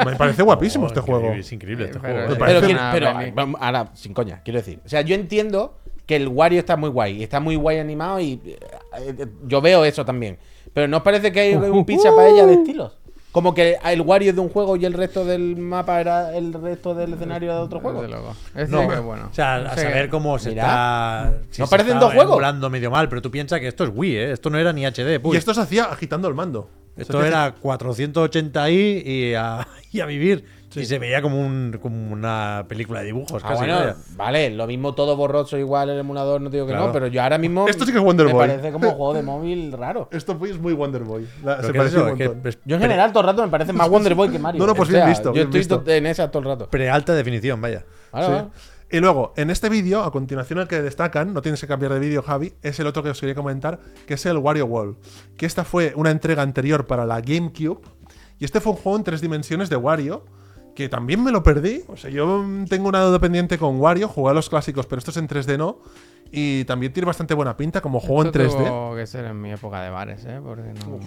Speaker 4: Me parece guapísimo este
Speaker 3: Oh,
Speaker 4: juego.
Speaker 3: Es increíble este
Speaker 2: Eh,
Speaker 3: juego.
Speaker 2: pero-
Speaker 3: ¿eh?
Speaker 1: pero
Speaker 2: Parece
Speaker 1: quiero-
Speaker 2: una
Speaker 1: pero,
Speaker 2: peli.
Speaker 1: vamos, ahora, sin coña, quiero decir. O sea, yo entiendo que el Wario está muy guay. y Está muy guay animado y eh, eh, yo veo eso también. Pero no parece que hay un pizza para ella de estilos. Como que el Wario es de un juego y el resto del mapa era el resto del escenario de otro juego.
Speaker 2: Desde luego. Este
Speaker 3: No,
Speaker 2: que es bueno.
Speaker 3: O sea, a
Speaker 2: Este que-
Speaker 3: saber cómo se
Speaker 1: Mira.
Speaker 3: está. si
Speaker 1: ¿No
Speaker 3: se
Speaker 1: parecen
Speaker 3: está
Speaker 1: dos juegos?
Speaker 3: emulando medio mal, pero tú piensas que esto es Wii, ¿eh? Esto no era ni HD.
Speaker 4: Y
Speaker 3: Puy.
Speaker 4: esto se hacía agitando el mando.
Speaker 3: Esto era 480i y a, y a vivir. Y se veía como, un, como una película de dibujos,
Speaker 1: Ah,
Speaker 3: casi.
Speaker 1: bueno,
Speaker 3: vaya.
Speaker 1: vale, lo mismo todo borroso igual el emulador, no digo que
Speaker 3: Claro.
Speaker 1: no, pero yo ahora mismo
Speaker 4: Esto sí que es Wonder
Speaker 1: me
Speaker 4: Boy.
Speaker 1: parece como juego de móvil raro.
Speaker 4: Esto fue- es muy Wonder Boy. La-
Speaker 3: Pero
Speaker 4: se
Speaker 3: ¿qué es
Speaker 4: parece
Speaker 3: eso?
Speaker 4: un
Speaker 3: Es que
Speaker 4: montón.
Speaker 3: es
Speaker 1: Yo en general todo el rato me parece más Wonder Boy que Mario.
Speaker 4: No, no, pues
Speaker 1: O sea,
Speaker 4: bien visto,
Speaker 1: Yo
Speaker 4: bien
Speaker 1: estoy
Speaker 4: visto.
Speaker 1: to- en esa todo el rato.
Speaker 3: prealta definición, vaya.
Speaker 1: Vale, vale.
Speaker 4: Y luego, en este vídeo, a continuación el que destacan, no tienes que cambiar de vídeo, Javi, es el otro que os quería comentar, que es el Wario Wall. Que esta fue una entrega anterior para la GameCube. Y este fue un juego en tres dimensiones de Wario, que también me lo perdí. O sea, yo mm, tengo una duda pendiente con Wario, jugué a los clásicos, pero estos en 3D no. Y también tiene bastante buena pinta como juego
Speaker 2: Esto
Speaker 4: en 3D.
Speaker 2: tuvo que ser en mi época de bares, ¿eh? Porque no.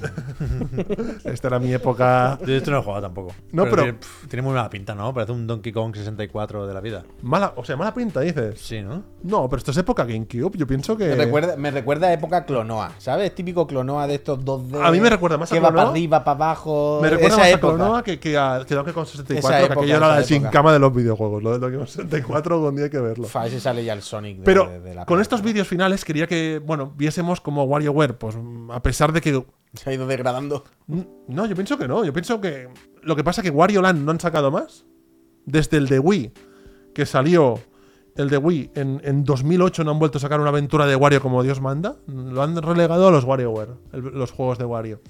Speaker 4: Esta era mi época
Speaker 3: Yo esto no he jugado tampoco.
Speaker 4: No, pero-
Speaker 3: Tiene, pf, tiene muy mala pinta, ¿no? Parece un Donkey Kong 64 de la vida.
Speaker 4: mala, o sea, mala pinta, dices.
Speaker 3: Sí, ¿no?
Speaker 4: No, pero esto es época GameCube, yo pienso que...
Speaker 1: Me recuerda, me recuerda a época Clonoa, ¿sabes? Típico Clonoa de estos 2D.
Speaker 4: A mí me recuerda más a
Speaker 1: Que va
Speaker 4: Clonoa.
Speaker 1: para arriba, para abajo.
Speaker 4: Me recuerda
Speaker 1: esa
Speaker 4: más
Speaker 1: época.
Speaker 4: a Clonoa que, que a que Donkey Kong 64,
Speaker 1: Esa
Speaker 4: que
Speaker 1: época,
Speaker 4: aquello era la
Speaker 1: esa
Speaker 4: sin
Speaker 1: época.
Speaker 4: cama de los videojuegos. Lo de Donkey Kong 64 algún día hay que verlo.
Speaker 1: Fa, ese sale ya el Sonic. de-
Speaker 4: Pero
Speaker 1: de- de la
Speaker 4: con
Speaker 1: película.
Speaker 4: estos vídeos finales quería que, bueno, viésemos como WarioWare, pues mm, a pesar de que...
Speaker 1: Se ha ido degradando.
Speaker 4: mm, No, yo pienso que no. Yo pienso que... Lo que pasa es que Wario Land no han sacado más. Desde el de Wii, que salió el de Wii en, en 2008, no han vuelto a sacar una aventura de Wario como Dios manda. Lo han relegado a los WarioWare, el- los juegos de Wario.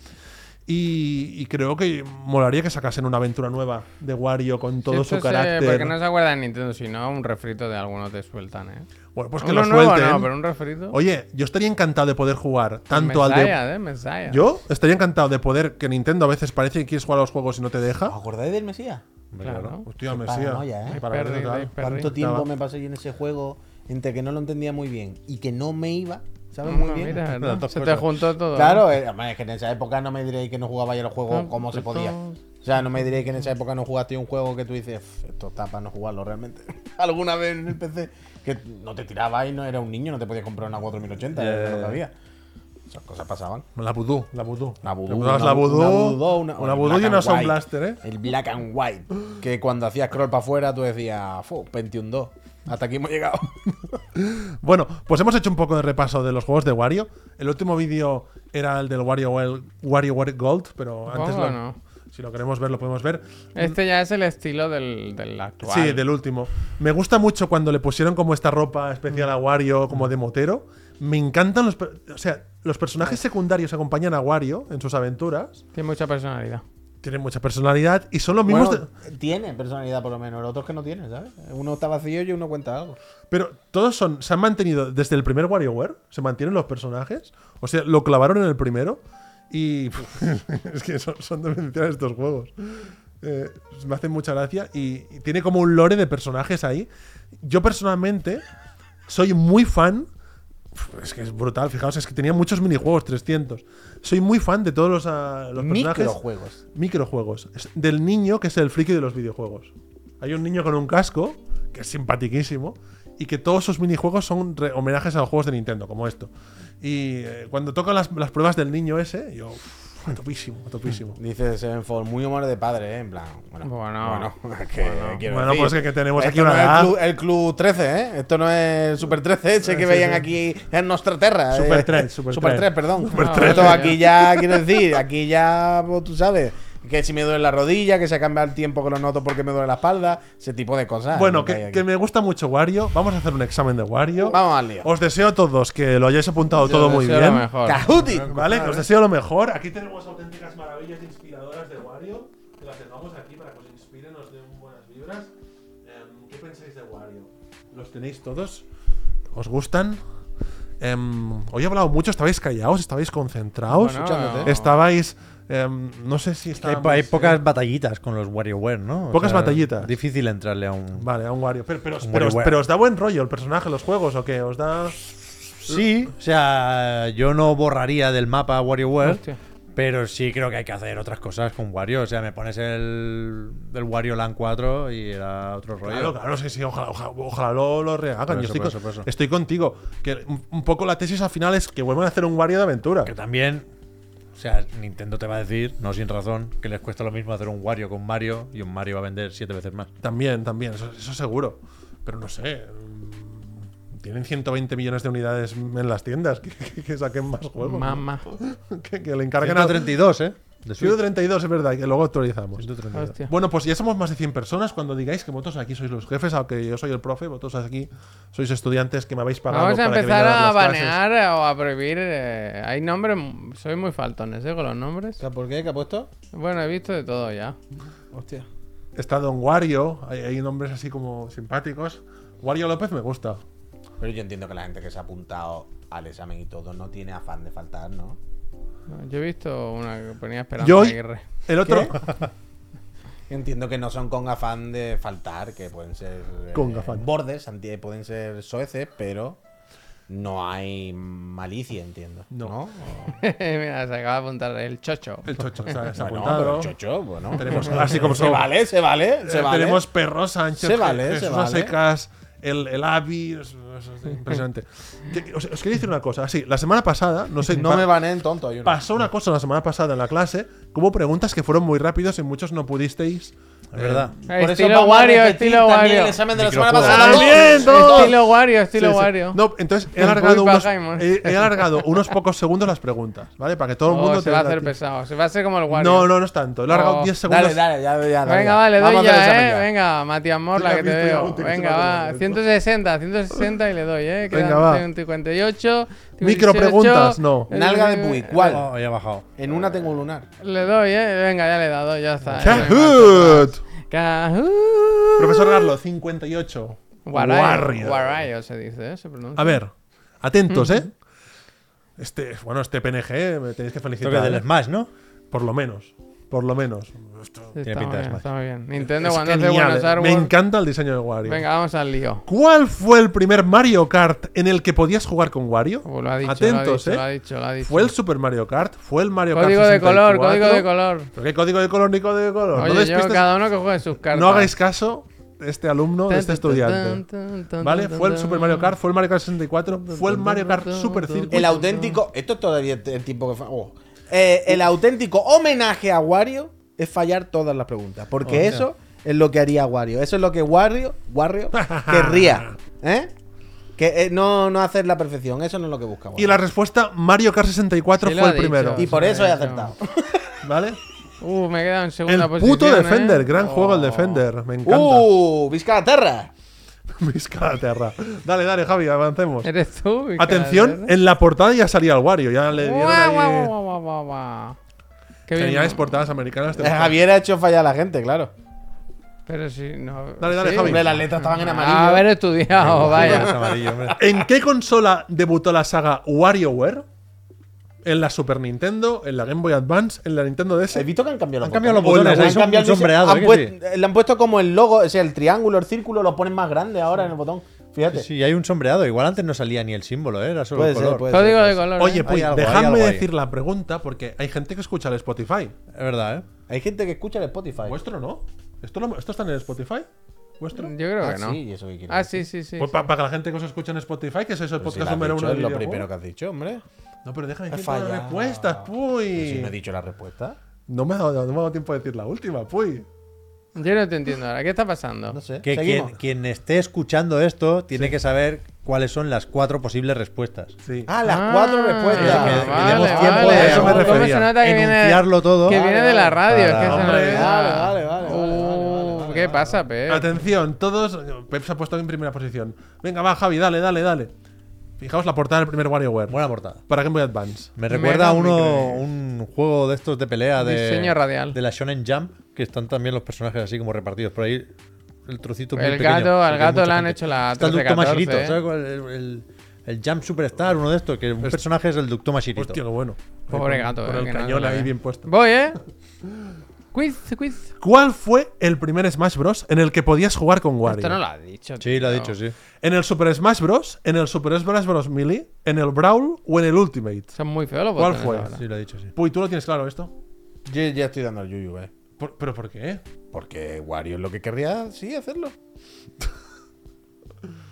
Speaker 4: Y, y creo que molaría que sacasen una aventura nueva de Wario con todo
Speaker 2: Si esto
Speaker 4: su
Speaker 2: se-
Speaker 4: carácter.
Speaker 2: este porque no se acuerda de Nintendo, sino un refrito de alguno te sueltan, ¿eh?
Speaker 4: Bueno, pues que
Speaker 2: Uno
Speaker 4: lo
Speaker 2: nuevo
Speaker 4: suelten.
Speaker 2: no, pero un refrito.
Speaker 4: Oye, yo estaría encantado de poder jugar tanto al de.
Speaker 2: Messiah, ¿eh? Messiah.
Speaker 4: Yo estaría encantado de poder, que Nintendo a veces parece que quieres jugar a los juegos y no te
Speaker 1: ¿Os
Speaker 4: deja.
Speaker 1: acordáis del Mesías?
Speaker 2: Claro.
Speaker 4: Hostia, me
Speaker 1: paranoia, ¿eh?
Speaker 4: sí, para
Speaker 2: Perry,
Speaker 4: ver
Speaker 2: Dave
Speaker 4: total.
Speaker 2: Perry.
Speaker 1: ¿Cuánto tiempo
Speaker 4: Estaba-
Speaker 1: me pasé yo en ese juego entre que no lo entendía muy bien y que no me iba? ¿Sabes?
Speaker 2: Muy
Speaker 1: Muy bien.
Speaker 3: Tantas
Speaker 2: Ah, Se te
Speaker 3: cosas.
Speaker 2: juntó todo.
Speaker 1: Claro, eh, hombre, es que en esa época no me diréis que no jugaba yo los juegos
Speaker 2: Ah,
Speaker 1: como se
Speaker 2: esto-
Speaker 1: podía. O sea, no me diréis que en esa época no jugaste un juego que tú dices, "Pf, esto está para no jugarlo realmente. Alguna vez en el PC que no te tirabas y no era un niño, no te podías comprar una 4080,
Speaker 3: Ya,
Speaker 1: eh,
Speaker 3: ya,
Speaker 1: no
Speaker 3: ya.
Speaker 1: había. Esas cosas pasaban.
Speaker 4: La Voodoo, la Voodoo.
Speaker 1: Una vudú,
Speaker 4: Te acuerdas la Voodoo,
Speaker 1: una vudú, una-
Speaker 4: una
Speaker 1: el
Speaker 4: Voodoo
Speaker 1: black
Speaker 4: y una
Speaker 1: and
Speaker 4: Sound
Speaker 1: white.
Speaker 4: Blaster, ¿eh?
Speaker 1: El black and white. Que cuando hacías scroll para afuera tú decías, "Fu, 21-2. Hasta aquí hemos llegado.
Speaker 4: Bueno, pues hemos hecho un poco de repaso de los juegos de Wario. El último vídeo era el del Wario Well- WarioWare Gold, pero antes
Speaker 2: Supongo,
Speaker 4: lo-
Speaker 2: ¿no?
Speaker 4: si lo queremos ver, lo podemos ver.
Speaker 2: Este ya es el estilo del, del actual.
Speaker 4: Sí, del último. Me gusta mucho cuando le pusieron como esta ropa especial a Wario, como de motero. Me encantan los. per- O sea, los personajes secundarios acompañan a Wario en sus aventuras.
Speaker 2: Tiene mucha personalidad.
Speaker 4: Tienen mucha personalidad y son los mismos.
Speaker 1: Bueno,
Speaker 4: de-
Speaker 1: tiene personalidad por lo menos, los otros que no tienen, ¿sabes? Uno está vacío y uno cuenta algo.
Speaker 4: Pero todos son. Se han mantenido desde el primer WarioWare. Se mantienen los personajes. O sea, lo clavaron en el primero. Y. es que son, son demenciales estos juegos. Eh, me hacen mucha gracia. Y, y tiene como un lore de personajes ahí. Yo personalmente. Soy muy fan. Es que es brutal, fijaos, es que tenía muchos minijuegos, 300. Soy muy fan de todos los, ah, los personajes.
Speaker 1: Microjuegos.
Speaker 4: microjuegos. Es del niño que es el friki de los videojuegos. Hay un niño con un casco, que es simpatiquísimo, y que todos sus minijuegos son re- homenajes a los juegos de Nintendo, como esto. Y eh, cuando tocan las, las pruebas del niño ese, yo. uf, a topísimo, a topísimo.
Speaker 1: Dice Sevenfold, muy humor de padre, ¿eh? En plan, bueno.
Speaker 2: Bueno.
Speaker 1: es que, quiero
Speaker 4: Bueno,
Speaker 1: decir,
Speaker 4: pues es que tenemos
Speaker 1: esto
Speaker 4: aquí una
Speaker 1: no
Speaker 4: edad.
Speaker 1: es el club, el club 13, ¿eh? Esto no es el Super 13, ese que veían aquí en nuestra tierra.
Speaker 4: Super
Speaker 1: eh.
Speaker 4: 3, Super 3.
Speaker 1: 3, perdón.
Speaker 2: Ah, 3.
Speaker 1: Esto
Speaker 2: vale,
Speaker 1: aquí ya, quiero decir, aquí ya, pues, tú sabes, que si me duele la rodilla, que se ha cambiado el tiempo que lo noto porque me duele la espalda, ese tipo de
Speaker 2: Ah,
Speaker 1: cosas.
Speaker 4: Bueno,
Speaker 1: Lo hay
Speaker 4: que,
Speaker 1: aquí.
Speaker 4: que me gusta mucho Wario. Vamos a hacer un examen de Wario.
Speaker 1: Vamos al lío.
Speaker 4: Os deseo a todos que lo hayáis apuntado
Speaker 2: Yo
Speaker 4: todo muy
Speaker 2: deseo
Speaker 4: bien.
Speaker 2: Lo mejor.
Speaker 1: ¡Cajuti!
Speaker 4: ¿Vale? Os deseo lo mejor. Aquí tenemos auténticas maravillas inspiradoras de Wario. Que las dejamos aquí para que os inspiren, os den buenas vibras. Em, ¿Qué pensáis de Wario? ¿Los tenéis todos? ¿Os gustan? Em, hoy he hablado mucho, estabais callados, estabais concentrados.
Speaker 2: Bueno, Escuchándote.
Speaker 4: Estabais. em, no sé si
Speaker 3: Hay,
Speaker 4: estábamos,
Speaker 3: hay
Speaker 4: eh,
Speaker 3: pocas batallitas con los WarioWare, ¿no? O
Speaker 4: Pocas batallitas.
Speaker 3: Difícil entrarle a un.
Speaker 4: Vale, a un Wario. Pero, pero,
Speaker 3: Un
Speaker 4: pero-
Speaker 3: WarioWare.
Speaker 4: pero os da buen rollo el personaje, los juegos, o qué? ¿Os da.?
Speaker 3: Sí, o sea, yo no borraría del mapa WarioWare,
Speaker 2: Hostia.
Speaker 3: pero sí creo que hay que hacer otras cosas con Wario. O sea, me pones el, el Wario Land 4 y era otro rollo.
Speaker 4: Claro, claro, sí, sí, ojalá, ojalá, ojalá lo, lo rehagan.
Speaker 3: Por
Speaker 4: Yo
Speaker 3: eso,
Speaker 4: estoy,
Speaker 3: por eso,
Speaker 4: con-
Speaker 3: por eso.
Speaker 4: estoy contigo. Que un, un poco la tesis al final es que vuelvan a hacer un Wario de aventura.
Speaker 3: Que también, o sea, Nintendo te va a decir, no sin razón, que les cuesta lo mismo hacer un Wario con Mario y un Mario va a vender siete veces más.
Speaker 4: También, también, eso, eso seguro. Pero no sé. mm, Tienen 120 millones de unidades en las tiendas. Que, que- que saquen más juegos.
Speaker 2: Mamá.
Speaker 4: Que, que le encarguen a
Speaker 3: 32, ¿eh? De Switch.
Speaker 4: 132, es verdad, y que luego actualizamos.
Speaker 3: 132.
Speaker 2: Hostia.
Speaker 4: Bueno, pues ya somos más de 100 personas. Cuando digáis que vosotros aquí sois los jefes, aunque yo soy el profe, vosotros aquí sois estudiantes que me habéis pagado.
Speaker 2: Vamos a
Speaker 4: para que
Speaker 2: empezar
Speaker 4: venga dar
Speaker 2: a
Speaker 4: las clases.
Speaker 2: banear o a prohibir. eh, hay nombres. Soy muy faltones, ¿eh? Con los nombres.
Speaker 1: ¿Por qué? ¿Qué ha puesto?
Speaker 2: Bueno, he visto de todo ya.
Speaker 1: Hostia.
Speaker 4: Está Don Wario, hay, hay nombres así como simpáticos. Wario López me gusta.
Speaker 1: Pero yo entiendo que la gente que se ha apuntado al examen y todo no tiene afán de faltar, ¿no?
Speaker 2: Yo he visto una que ponía Esperanza
Speaker 4: Yo hoy-
Speaker 2: Aguirre.
Speaker 4: El otro.
Speaker 1: Entiendo que no son con afán de faltar, que pueden ser eh,
Speaker 4: Con afán.
Speaker 1: bordes, anti- pueden ser soeces, pero no hay malicia, entiendo. No. ¿no? O-
Speaker 2: Mira, se acaba de apuntar el chocho.
Speaker 4: El chocho, o sea, se ha
Speaker 1: Bueno, pero
Speaker 4: apuntado.
Speaker 1: chocho, bueno.
Speaker 4: Tenemos así como
Speaker 1: se
Speaker 4: son.
Speaker 1: vale, se vale, se
Speaker 4: Eh,
Speaker 1: vale.
Speaker 4: Tenemos Perro Sánchez,
Speaker 1: Se vale,
Speaker 4: Jesús
Speaker 1: se vale.
Speaker 4: Asecas, el, el Avi. es- es- es impresionante. Que- os, os quería decir una cosa. Así, la semana pasada, no sé.
Speaker 1: No
Speaker 4: pa-
Speaker 1: me baneen tonto. Hay uno.
Speaker 4: Pasó una cosa la semana pasada en la clase. que Hubo preguntas que fueron muy rápidos y muchos no pudisteis.
Speaker 3: Es verdad.
Speaker 2: Eh, estilo Wario, estilo
Speaker 1: también
Speaker 2: Wario.
Speaker 1: el examen de la semana
Speaker 3: Microjuegos.
Speaker 1: pasada.
Speaker 4: ¡También, no!
Speaker 2: Estilo Wario, estilo
Speaker 4: Sí, sí.
Speaker 2: Wario.
Speaker 4: No, entonces he
Speaker 2: El
Speaker 4: alargado,
Speaker 2: Bulba
Speaker 4: unos,
Speaker 2: Gaimon.
Speaker 4: he, he alargado unos pocos segundos las preguntas, ¿vale? Para que todo el
Speaker 2: Oh,
Speaker 4: mundo
Speaker 2: se va a
Speaker 4: tenga
Speaker 2: hacer
Speaker 4: tiempo.
Speaker 2: pesado. Se va a hacer como el Wario.
Speaker 4: No, no, no es tanto. He alargado
Speaker 2: Oh.
Speaker 4: 10 segundos.
Speaker 1: Dale, dale, ya, ya, dale,
Speaker 2: Venga,
Speaker 1: ya.
Speaker 2: vale,
Speaker 1: Vamos a
Speaker 2: doy
Speaker 1: hacer el
Speaker 2: ya,
Speaker 1: examen
Speaker 2: eh. Venga, Matías Morla,
Speaker 4: Venga,
Speaker 2: que te
Speaker 4: visto ya,
Speaker 2: veo.
Speaker 4: útil, que se
Speaker 2: Venga,
Speaker 4: me ha
Speaker 2: va.
Speaker 4: olvidado.
Speaker 2: 160, 160 y le doy, eh. Quedan
Speaker 4: Venga, va.
Speaker 2: 158.
Speaker 4: Micropreguntas, no.
Speaker 2: eh,
Speaker 1: Nalga de Puy, Eh, ¿cuál?
Speaker 3: Oh, ya ha bajado.
Speaker 1: En una tengo un lunar.
Speaker 2: Le doy, eh. Venga, ya le he dado, ya está. eh.
Speaker 4: Kahoot.
Speaker 2: Kahoot.
Speaker 4: Profesor Garlo, 58.
Speaker 2: Guarayo,
Speaker 4: Warrior.
Speaker 2: Guarayo se dice, ¿eh? Se pronuncia.
Speaker 4: A ver, atentos, ¿eh? Este, bueno, este PNG me tenéis que
Speaker 3: Esto
Speaker 4: felicitar.
Speaker 3: que es del
Speaker 4: ¿eh?
Speaker 3: Smash, ¿no?
Speaker 4: Por lo menos. Por lo menos.
Speaker 2: Sí,
Speaker 3: Tiene
Speaker 2: está,
Speaker 3: pinta
Speaker 2: muy
Speaker 3: de
Speaker 2: bien,
Speaker 3: Smash.
Speaker 2: está muy bien. Nintendo
Speaker 4: Es
Speaker 2: cuando hace
Speaker 4: genial,
Speaker 2: buenos
Speaker 4: eh.
Speaker 2: árboles.
Speaker 4: Me encanta el diseño de Wario.
Speaker 2: Venga, vamos al lío.
Speaker 4: ¿Cuál fue el primer Mario Kart en el que podías jugar con Wario?
Speaker 2: Oh, lo ha dicho,
Speaker 4: Atentos,
Speaker 2: lo ha dicho, lo ha dicho,
Speaker 4: ¿eh?
Speaker 2: lo ha dicho.
Speaker 4: Fue el Super Mario Kart, fue el Mario
Speaker 2: Código
Speaker 4: Kart.
Speaker 2: de color,
Speaker 4: 64.
Speaker 2: código de color.
Speaker 4: ¿Pero qué código de color ni código de color?
Speaker 2: Oye, yo,
Speaker 4: no, despistes-
Speaker 2: cada uno que juegue sus cartas.
Speaker 4: no hagáis caso de este alumno, de este estudiante. ¿Vale? Fue el Super Mario Kart, fue el Mario Kart 64, fue el Mario Kart Super Circuit.
Speaker 1: El auténtico. Esto es todavía el tipo que. fa- oh. Eh, el auténtico homenaje a Wario es fallar todas las preguntas. Porque
Speaker 3: Hostia.
Speaker 1: eso es lo que haría Wario. Eso es lo que Wario, Wario querría. ¿Eh? Que eh, no, no hacer la perfección. Eso no es lo que busca Wario.
Speaker 4: Y la respuesta, Mario Kart 64
Speaker 2: Sí, lo
Speaker 4: fue
Speaker 2: ha
Speaker 4: el
Speaker 2: dicho.
Speaker 4: primero.
Speaker 1: Y por eso he
Speaker 2: Eso.
Speaker 1: acertado.
Speaker 4: ¿Vale?
Speaker 2: Uh, me queda en
Speaker 4: El
Speaker 2: segunda posición.
Speaker 4: puto Defender,
Speaker 2: ¿eh?
Speaker 4: gran juego el
Speaker 2: Oh.
Speaker 4: Defender. Me encanta.
Speaker 1: ¡Uh! ¡Vizcalaterra!
Speaker 4: Vizcala Terra. Dale, dale, Javi, avancemos.
Speaker 2: Eres tú, Vizcala,
Speaker 4: Atención,
Speaker 2: ¿verdad?
Speaker 4: en la portada ya salía el Wario. Ya le dieron
Speaker 2: ¿eh? Guau, guau,
Speaker 4: ahí. eh.
Speaker 2: guau, guau, guau, guau. Qué bien,
Speaker 4: Geniales
Speaker 2: ¿no? Eh,
Speaker 4: portadas americanas.
Speaker 1: Javier ha hecho fallar a la gente, claro.
Speaker 2: Pero si no.
Speaker 4: Dale, dale, Javi.
Speaker 1: Hombre, las letras estaban en amarillo.
Speaker 2: Ah, haber estudiado,
Speaker 3: Es
Speaker 2: vaya.
Speaker 3: amarillo, hombre.
Speaker 4: ¿En qué consola debutó la saga WarioWare? ¿En la Super Nintendo? ¿En la Game Boy Advance? ¿En la Nintendo DS?
Speaker 2: Eh,
Speaker 1: He visto que han cambiado los
Speaker 3: Han cambiado los
Speaker 1: botones.
Speaker 3: botones,
Speaker 1: Han
Speaker 3: ahí son
Speaker 1: cambiado el
Speaker 3: mucho
Speaker 1: dise-
Speaker 3: sombreado,
Speaker 1: han
Speaker 3: ¿eh? que
Speaker 1: puest- Le han puesto como el logo, o sea, el triángulo, el círculo, lo ponen más grande ahora en el botón. Fíjate.
Speaker 3: Sí, hay un sombreado. Igual antes no salía ni el símbolo, ¿eh? era solo
Speaker 1: Puede
Speaker 3: el
Speaker 1: ser,
Speaker 3: color.
Speaker 1: puede
Speaker 2: Código de color.
Speaker 4: Oye,
Speaker 2: ¿eh?
Speaker 4: pues
Speaker 3: Hay algo, hay algo
Speaker 4: dejadme
Speaker 3: ahí.
Speaker 4: decir la pregunta porque hay gente que escucha el Spotify.
Speaker 3: Es verdad, ¿eh?
Speaker 4: Pues
Speaker 1: Hay gente que escucha el Spotify.
Speaker 4: ¿Vuestro no? ¿Esto, lo- esto está en el Spotify? vuestro?
Speaker 2: Yo creo
Speaker 1: Ah,
Speaker 2: que no.
Speaker 1: sí, ¿y eso qué quiere
Speaker 2: ah,
Speaker 1: decir?
Speaker 2: sí, sí, sí.
Speaker 4: Pues pa- para que la gente que os escucha en Spotify, que sois el
Speaker 1: Pero si la
Speaker 4: podcast
Speaker 1: has
Speaker 4: número
Speaker 1: dicho,
Speaker 4: uno de
Speaker 1: es lo primero
Speaker 4: videojuegos.
Speaker 1: que has dicho, hombre.
Speaker 4: No, pero déjame
Speaker 1: Has
Speaker 4: decir todas las
Speaker 1: fallado.
Speaker 4: respuestas,
Speaker 1: Pero Si no he
Speaker 4: puy.
Speaker 1: dicho la respuesta.
Speaker 4: No me, ha dado, no me ha dado tiempo de decir la última, puy.
Speaker 2: Yo no te entiendo ahora. ¿Qué está pasando?
Speaker 1: No sé.
Speaker 3: Que quien,
Speaker 1: ¿Eh? Seguimos.
Speaker 3: quien esté escuchando esto tiene que saber cuáles son las cuatro posibles respuestas.
Speaker 4: Sí.
Speaker 1: Ah, las
Speaker 2: Ah,
Speaker 1: cuatro respuestas.
Speaker 3: que- que
Speaker 2: vale,
Speaker 3: demos tiempo,
Speaker 2: vale.
Speaker 3: a eso me
Speaker 2: ¿Cómo se
Speaker 4: refería.
Speaker 2: nota que viene-
Speaker 3: Enunciarlo todo.
Speaker 2: Que viene de la radio, es
Speaker 3: Para-
Speaker 2: que se me
Speaker 4: Hombre,
Speaker 2: olvidaba.
Speaker 1: vale, vale, vale, vale, vale,
Speaker 2: Uh,
Speaker 1: vale,
Speaker 2: ¿Qué
Speaker 1: vale.
Speaker 2: pasa, Pep?
Speaker 4: Atención, todos. Pep se ha puesto en primera posición. Venga, va, Javi, dale, dale, dale. Fijaos la portada del primer WarioWare.
Speaker 3: Buena portada.
Speaker 4: Para Game Boy Advance.
Speaker 3: Me recuerda a
Speaker 2: Mega
Speaker 3: uno,
Speaker 2: Microwaves.
Speaker 3: un juego de estos de pelea de,
Speaker 2: Diseño radial.
Speaker 3: de la Shonen Jump, que están también los personajes así como repartidos por ahí. El trocito es muy
Speaker 2: El
Speaker 3: pequeño,
Speaker 2: gato,
Speaker 3: porque
Speaker 2: al
Speaker 3: hay
Speaker 2: gato
Speaker 3: mucha
Speaker 2: le han
Speaker 3: gente.
Speaker 2: hecho la
Speaker 3: Está el
Speaker 2: 13-14,
Speaker 3: Ducto Mashirito,
Speaker 2: ¿eh?
Speaker 3: ¿sabes cuál? El, el- el Jump Superstar, uno de estos, que un personaje es el Ducto Mashirito.
Speaker 4: Hostia, qué bueno.
Speaker 2: Pobre
Speaker 4: Ahí con-
Speaker 2: gato,
Speaker 4: Con
Speaker 2: eh,
Speaker 4: el
Speaker 2: que no
Speaker 4: cañón
Speaker 2: se le
Speaker 4: ahí
Speaker 2: ve.
Speaker 4: bien puesto.
Speaker 2: Voy, ¿eh? Quiz, quiz.
Speaker 4: ¿Cuál fue el primer Smash Bros. en el que podías jugar con Wario?
Speaker 2: Esto no lo ha dicho.
Speaker 3: Sí, lo ha
Speaker 2: tío.
Speaker 3: dicho, sí.
Speaker 4: ¿En el Super Smash Bros? ¿En el Super Smash Bros. Melee? ¿En el Brawl o en el Ultimate?
Speaker 2: Son muy feos los
Speaker 4: ¿Cuál
Speaker 2: botones
Speaker 4: fue?
Speaker 2: ahora.
Speaker 3: Sí, lo ha dicho, sí.
Speaker 4: Puy, ¿tú lo tienes claro esto?
Speaker 1: Yo ya estoy dando al yuyu, eh.
Speaker 4: Por- ¿Pero por qué?
Speaker 1: Porque Wario es lo que querría, sí, hacerlo.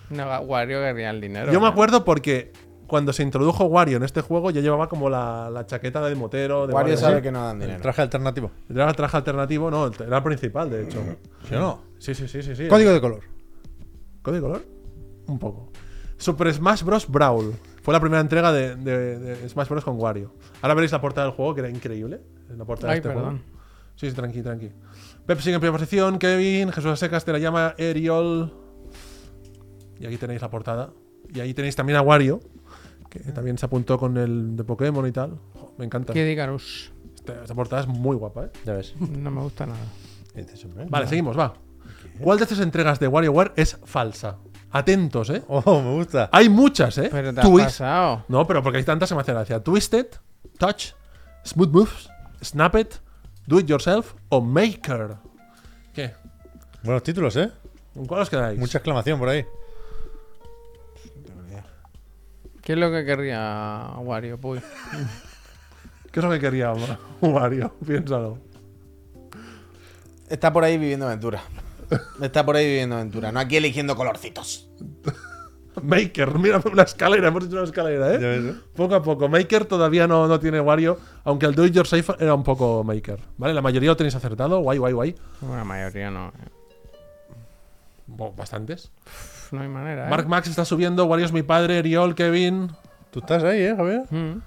Speaker 2: No, Wario querría el dinero.
Speaker 4: Yo me
Speaker 2: ¿no?
Speaker 4: acuerdo porque cuando se introdujo Wario en este juego ya llevaba como la, la chaqueta de motero. De
Speaker 1: Wario sabe
Speaker 4: sí.
Speaker 1: que no dan
Speaker 3: El
Speaker 1: dinero.
Speaker 3: traje alternativo.
Speaker 4: Era el traje alternativo, no, era el principal, de hecho.
Speaker 3: ¿Sí o no?
Speaker 4: Sí, sí, sí, sí. sí.
Speaker 3: Código de color.
Speaker 4: ¿Código color? Un poco. Super Smash Bros. Brawl. Fue la primera entrega de, de- de Smash Bros. con Wario. Ahora veréis la portada del juego, que era increíble. La portada
Speaker 2: Ay,
Speaker 4: de este
Speaker 2: perdón.
Speaker 4: juego. Sí, sí, tranqui, tranqui. Pep sigue en primera posición, Kevin, Jesús Secas te la llama Eriol. Y aquí tenéis la portada. Y ahí tenéis también a Wario, que también se apuntó con el de Pokémon y tal. Jo, me encanta.
Speaker 2: Que digan, "Ush,
Speaker 4: Esta, esta portada es muy guapa, ¿eh?
Speaker 3: Ya ves.
Speaker 2: no me gusta nada.
Speaker 3: Dices, hombre,
Speaker 4: Vale, seguimos, va. ¿Cuál de estas entregas de WarioWare es falsa? Atentos, ¿eh?
Speaker 3: Oh, me gusta.
Speaker 4: Hay muchas, ¿eh?
Speaker 2: Pero te has
Speaker 4: Twist.
Speaker 2: pasado.
Speaker 4: No, pero porque hay tantas se me hace gracia. Twisted, Touch, Smooth Moves, Snap It, Do It Yourself o Maker. ¿Qué?
Speaker 3: Buenos títulos, ¿eh?
Speaker 4: ¿Con cuál os quedáis?
Speaker 3: Mucha exclamación por ahí.
Speaker 2: ¿Qué es lo que querría Wario? Puy.
Speaker 4: ¿Qué es lo que quería Ma- Mario? Piénsalo.
Speaker 1: Está por ahí viviendo aventura. Está por ahí viviendo aventura. No aquí eligiendo colorcitos.
Speaker 4: Maker, mira una escalera, hemos hecho una escalera, ¿eh?
Speaker 3: Ya ves, ¿eh?
Speaker 4: Poco a poco. Maker todavía no, no tiene Wario, aunque el Do It Yourself era un poco Maker. ¿Vale? La mayoría lo tenéis acertado. Guay, guay, guay.
Speaker 2: Bueno, la mayoría no. eh.
Speaker 4: Bo- Bastantes.
Speaker 2: Pff, No hay manera, ¿eh?
Speaker 4: Mark Max está subiendo. Wario es mi padre. Eriol, Kevin.
Speaker 3: Tú estás ahí, ¿eh, Javier?
Speaker 2: Mm,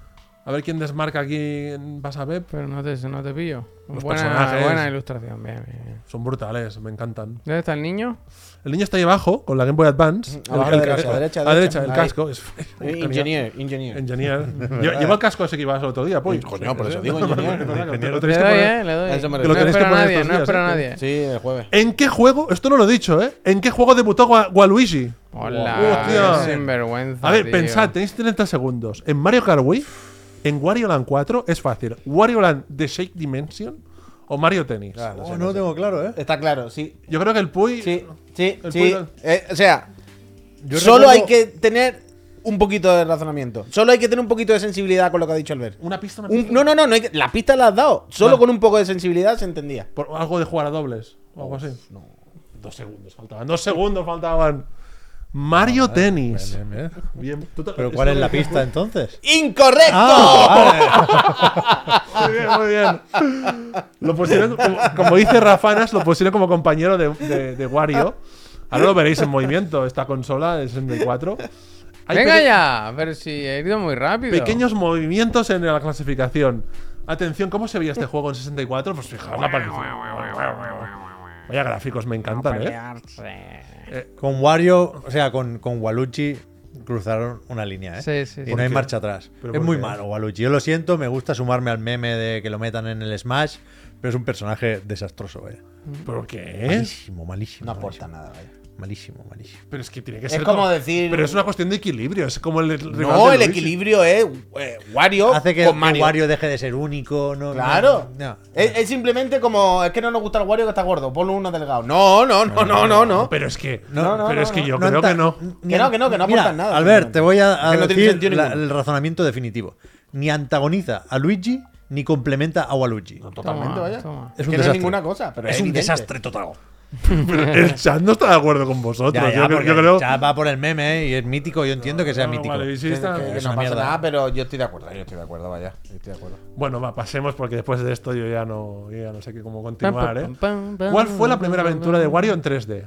Speaker 4: A ver quién desmarca aquí en Basabep.
Speaker 2: pero no te, no te pillo.
Speaker 4: Los
Speaker 2: Buena,
Speaker 4: personajes.
Speaker 2: buena ilustración. Bien, bien, bien.
Speaker 4: Son brutales, me encantan.
Speaker 2: ¿Dónde está el niño?
Speaker 4: El niño está ahí abajo, con la Game Boy Advance.
Speaker 1: Abajo,
Speaker 4: El- el
Speaker 1: a derecha,
Speaker 4: casco.
Speaker 1: a derecha,
Speaker 4: A
Speaker 1: a
Speaker 4: la
Speaker 1: derecha.
Speaker 4: derecha, el
Speaker 1: Ahí.
Speaker 4: casco. Es,
Speaker 1: Engineer, engineer.
Speaker 4: Engineer. Lle- Lleva el casco ese que ibas el otro día, pues.
Speaker 1: Coño, por eso digo engineer.
Speaker 4: Lo
Speaker 2: Le
Speaker 4: tenéis que
Speaker 2: doy,
Speaker 4: poner.
Speaker 2: ¿eh? Le doy.
Speaker 1: A eso me
Speaker 2: No
Speaker 1: refiero.
Speaker 4: Que lo tenéis que
Speaker 2: espero a
Speaker 4: poner
Speaker 2: nadie,
Speaker 4: estos
Speaker 2: no espero a
Speaker 4: días, ¿eh?
Speaker 2: nadie.
Speaker 1: Sí, el jueves.
Speaker 4: ¿En qué juego? Esto no lo he dicho, ¿eh? ¿En qué juego debutó Gua- Waluigi?
Speaker 2: Hola,
Speaker 4: Hostia.
Speaker 2: qué sinvergüenza.
Speaker 4: A ver,
Speaker 2: tío.
Speaker 4: pensad, tenéis 30 segundos. En Mario Kart Wii, en Wario Land 4, es fácil. Wario Land The Shake Dimension o Mario Tennis.
Speaker 1: Claro,
Speaker 3: Oh, no lo tengo claro, ¿eh?
Speaker 1: Está claro, sí.
Speaker 4: Yo creo que el Puy.
Speaker 1: Sí, sí,
Speaker 4: El
Speaker 1: sí.
Speaker 4: puzzle.
Speaker 1: Eh, o sea,
Speaker 3: Yo
Speaker 1: solo
Speaker 3: recuerdo-
Speaker 1: hay que tener un poquito de razonamiento. Solo hay que tener un poquito de sensibilidad con lo que ha dicho Albert.
Speaker 4: Una pista, una
Speaker 1: Un-
Speaker 4: pista.
Speaker 1: no, no, no, no hay que- la pista la has dado. Solo
Speaker 4: Vale.
Speaker 1: con un poco de sensibilidad se entendía.
Speaker 4: Por algo de jugar a dobles o algo así. No. Dos segundos faltaban. Dos segundos faltaban. Mario Tennis.
Speaker 3: Bien, bien, bien.
Speaker 4: Bien. tú te-
Speaker 3: Ah, Pero
Speaker 4: esto
Speaker 3: ¿cuál es
Speaker 4: lo
Speaker 3: la
Speaker 4: tienes
Speaker 3: pista entonces?
Speaker 1: ¡Incorrecto!
Speaker 3: Ah,
Speaker 4: Muy bien, muy bien. Lo pusieron, como, como dice Rafanas, lo pusieron como compañero de, de- de Wario. Ahora lo veréis en movimiento, esta consola de 64. Hay
Speaker 2: Venga
Speaker 4: peque-
Speaker 2: ya, pero si he ido muy rápido.
Speaker 4: Pequeños movimientos en la clasificación. Atención, ¿cómo se veía este juego en 64? Pues fijaos la participación. Vaya gráficos, me encantan, ¿eh?
Speaker 2: Pelearse.
Speaker 3: Con Wario, o sea, con, con Waluigi cruzaron una línea, ¿eh?
Speaker 2: Sí, sí, sí.
Speaker 3: Y no hay
Speaker 4: qué?
Speaker 3: marcha atrás.
Speaker 4: ¿Pero
Speaker 3: Es
Speaker 4: por
Speaker 3: muy
Speaker 4: qué?
Speaker 3: malo, Waluigi. Yo lo siento, me gusta sumarme al meme de que lo metan en el Smash, pero es un personaje desastroso, ¿eh?
Speaker 4: ¿Pero qué?
Speaker 3: Malísimo, malísimo.
Speaker 1: No
Speaker 3: malísimo.
Speaker 1: aporta nada, vaya.
Speaker 3: Malísimo, malísimo.
Speaker 4: Pero es que tiene que
Speaker 1: Es
Speaker 4: ser.
Speaker 1: como decir-
Speaker 4: Pero es una cuestión de equilibrio. Es como el. rival
Speaker 1: No,
Speaker 4: de
Speaker 1: el
Speaker 4: Luigi.
Speaker 1: equilibrio es eh, Wario
Speaker 3: Hace que,
Speaker 1: con
Speaker 3: que
Speaker 1: Mario.
Speaker 3: Wario deje de ser único, ¿no? no,
Speaker 1: Claro.
Speaker 3: no.
Speaker 1: Es, es simplemente como, es que no nos gusta el Wario que está gordo, ponlo uno delgado. No, no, no, no, no, no.
Speaker 4: Pero es que.
Speaker 3: No, no,
Speaker 4: pero
Speaker 1: no,
Speaker 4: es que
Speaker 1: no.
Speaker 4: yo creo
Speaker 3: enta-
Speaker 4: que no.
Speaker 3: ni
Speaker 1: Que no,
Speaker 3: an-
Speaker 1: que no, que no
Speaker 3: Mira,
Speaker 1: aportan nada,
Speaker 3: Albert, te voy a, a
Speaker 1: Que no tiene
Speaker 3: decir
Speaker 1: sentido
Speaker 3: la-
Speaker 1: ninguno.
Speaker 3: el razonamiento definitivo. Ni antagoniza a Luigi, ni complementa a Waluigi.
Speaker 2: Toma,
Speaker 1: Totalmente, vaya.
Speaker 2: toma.
Speaker 3: Es
Speaker 1: Es
Speaker 3: un
Speaker 1: que no
Speaker 3: desastre.
Speaker 1: es ninguna cosa, pero
Speaker 3: es
Speaker 1: es
Speaker 3: un
Speaker 1: evidente.
Speaker 3: desastre total.
Speaker 4: Pero el chat no está de acuerdo con vosotros.
Speaker 3: Ya, ya,
Speaker 4: yo, creo-
Speaker 3: porque
Speaker 4: yo creo.
Speaker 3: el chat va por el meme ¿eh? y es mítico. Yo entiendo que sea
Speaker 4: No,
Speaker 3: mítico.
Speaker 4: vale, y sí
Speaker 1: Que,
Speaker 4: está-
Speaker 1: que- que
Speaker 3: es
Speaker 1: no
Speaker 3: una
Speaker 1: pasa
Speaker 3: mierda.
Speaker 1: nada, pero yo estoy de acuerdo, yo estoy de acuerdo, vaya. Yo estoy de acuerdo.
Speaker 4: Bueno, va, pasemos porque después de esto yo ya no, yo ya no sé qué cómo
Speaker 2: Pam,
Speaker 4: continuar, ¿eh?
Speaker 2: pam, pam, pam,
Speaker 4: ¿Cuál fue la
Speaker 2: pam,
Speaker 4: primera
Speaker 2: pam,
Speaker 4: aventura de
Speaker 2: pam.
Speaker 4: Wario en 3D?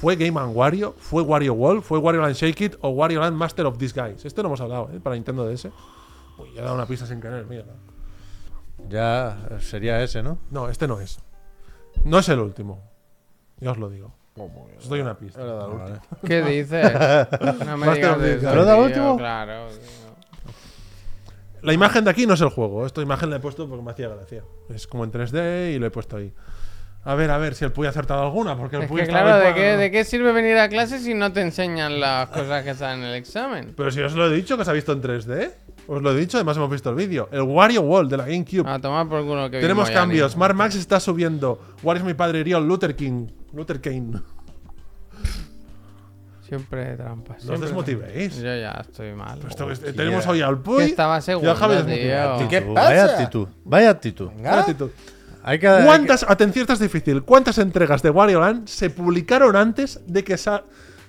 Speaker 4: ¿Fue Game and Wario? ¿Fue Wario World? ¿Fue Wario Land Shake It? ¿O Wario Land Master of Disguise? Esto no hemos hablado, ¿eh? Para Nintendo DS. Uy, ya he dado una pista sin querer, mira.
Speaker 3: Ya eh, sería ese, ¿no?
Speaker 4: No, este no es. No es el último. Ya os lo digo. Os doy una pista.
Speaker 3: Vale.
Speaker 2: ¿Qué dices? No me digas
Speaker 4: Master
Speaker 2: eso,
Speaker 4: of
Speaker 3: ¿Lo da
Speaker 2: tío,
Speaker 3: último?
Speaker 2: Claro. tío.
Speaker 4: La imagen de aquí no es el juego. Esta imagen la he puesto porque me hacía gracia. Es como en 3D y lo he puesto ahí. A ver, a ver si el Puy ha acertado alguna. Porque el
Speaker 2: Es
Speaker 4: Puy
Speaker 2: que
Speaker 4: estaba
Speaker 2: claro,
Speaker 4: ahí
Speaker 2: ¿de
Speaker 4: pa-
Speaker 2: qué, ¿de qué sirve venir a clase si no te enseñan las cosas que están en el examen?
Speaker 4: Pero si os lo he dicho que se ha visto en 3D. Os lo he dicho, además hemos visto el vídeo. El Wario World de la GameCube.
Speaker 2: A tomar por culo que
Speaker 4: Tenemos
Speaker 2: vimos ya,
Speaker 4: cambios.
Speaker 2: niño.
Speaker 4: Mar Max está subiendo. Wario es mi padre, Rion Luther King. Luther King.
Speaker 2: Siempre trampas.
Speaker 4: No os
Speaker 2: siempre
Speaker 4: desmotivéis.
Speaker 2: trampas. Yo ya estoy mal.
Speaker 4: Esto que-
Speaker 3: Hostia.
Speaker 4: tenemos hoy al
Speaker 2: Que
Speaker 4: Puy.
Speaker 2: estaba
Speaker 4: y
Speaker 2: seguro,
Speaker 4: a Javi desmotivado.
Speaker 2: tío.
Speaker 1: ¿Qué
Speaker 3: Actitud,
Speaker 1: pasa?
Speaker 3: Vaya actitud. Vaya actitud.
Speaker 1: Venga.
Speaker 4: Actitud.
Speaker 3: Hay
Speaker 1: Ah,
Speaker 3: que, hay
Speaker 4: ¿Cuántas, atención, esta es difícil. ¿Cuántas entregas de Wario Land se publicaron antes de que, sa-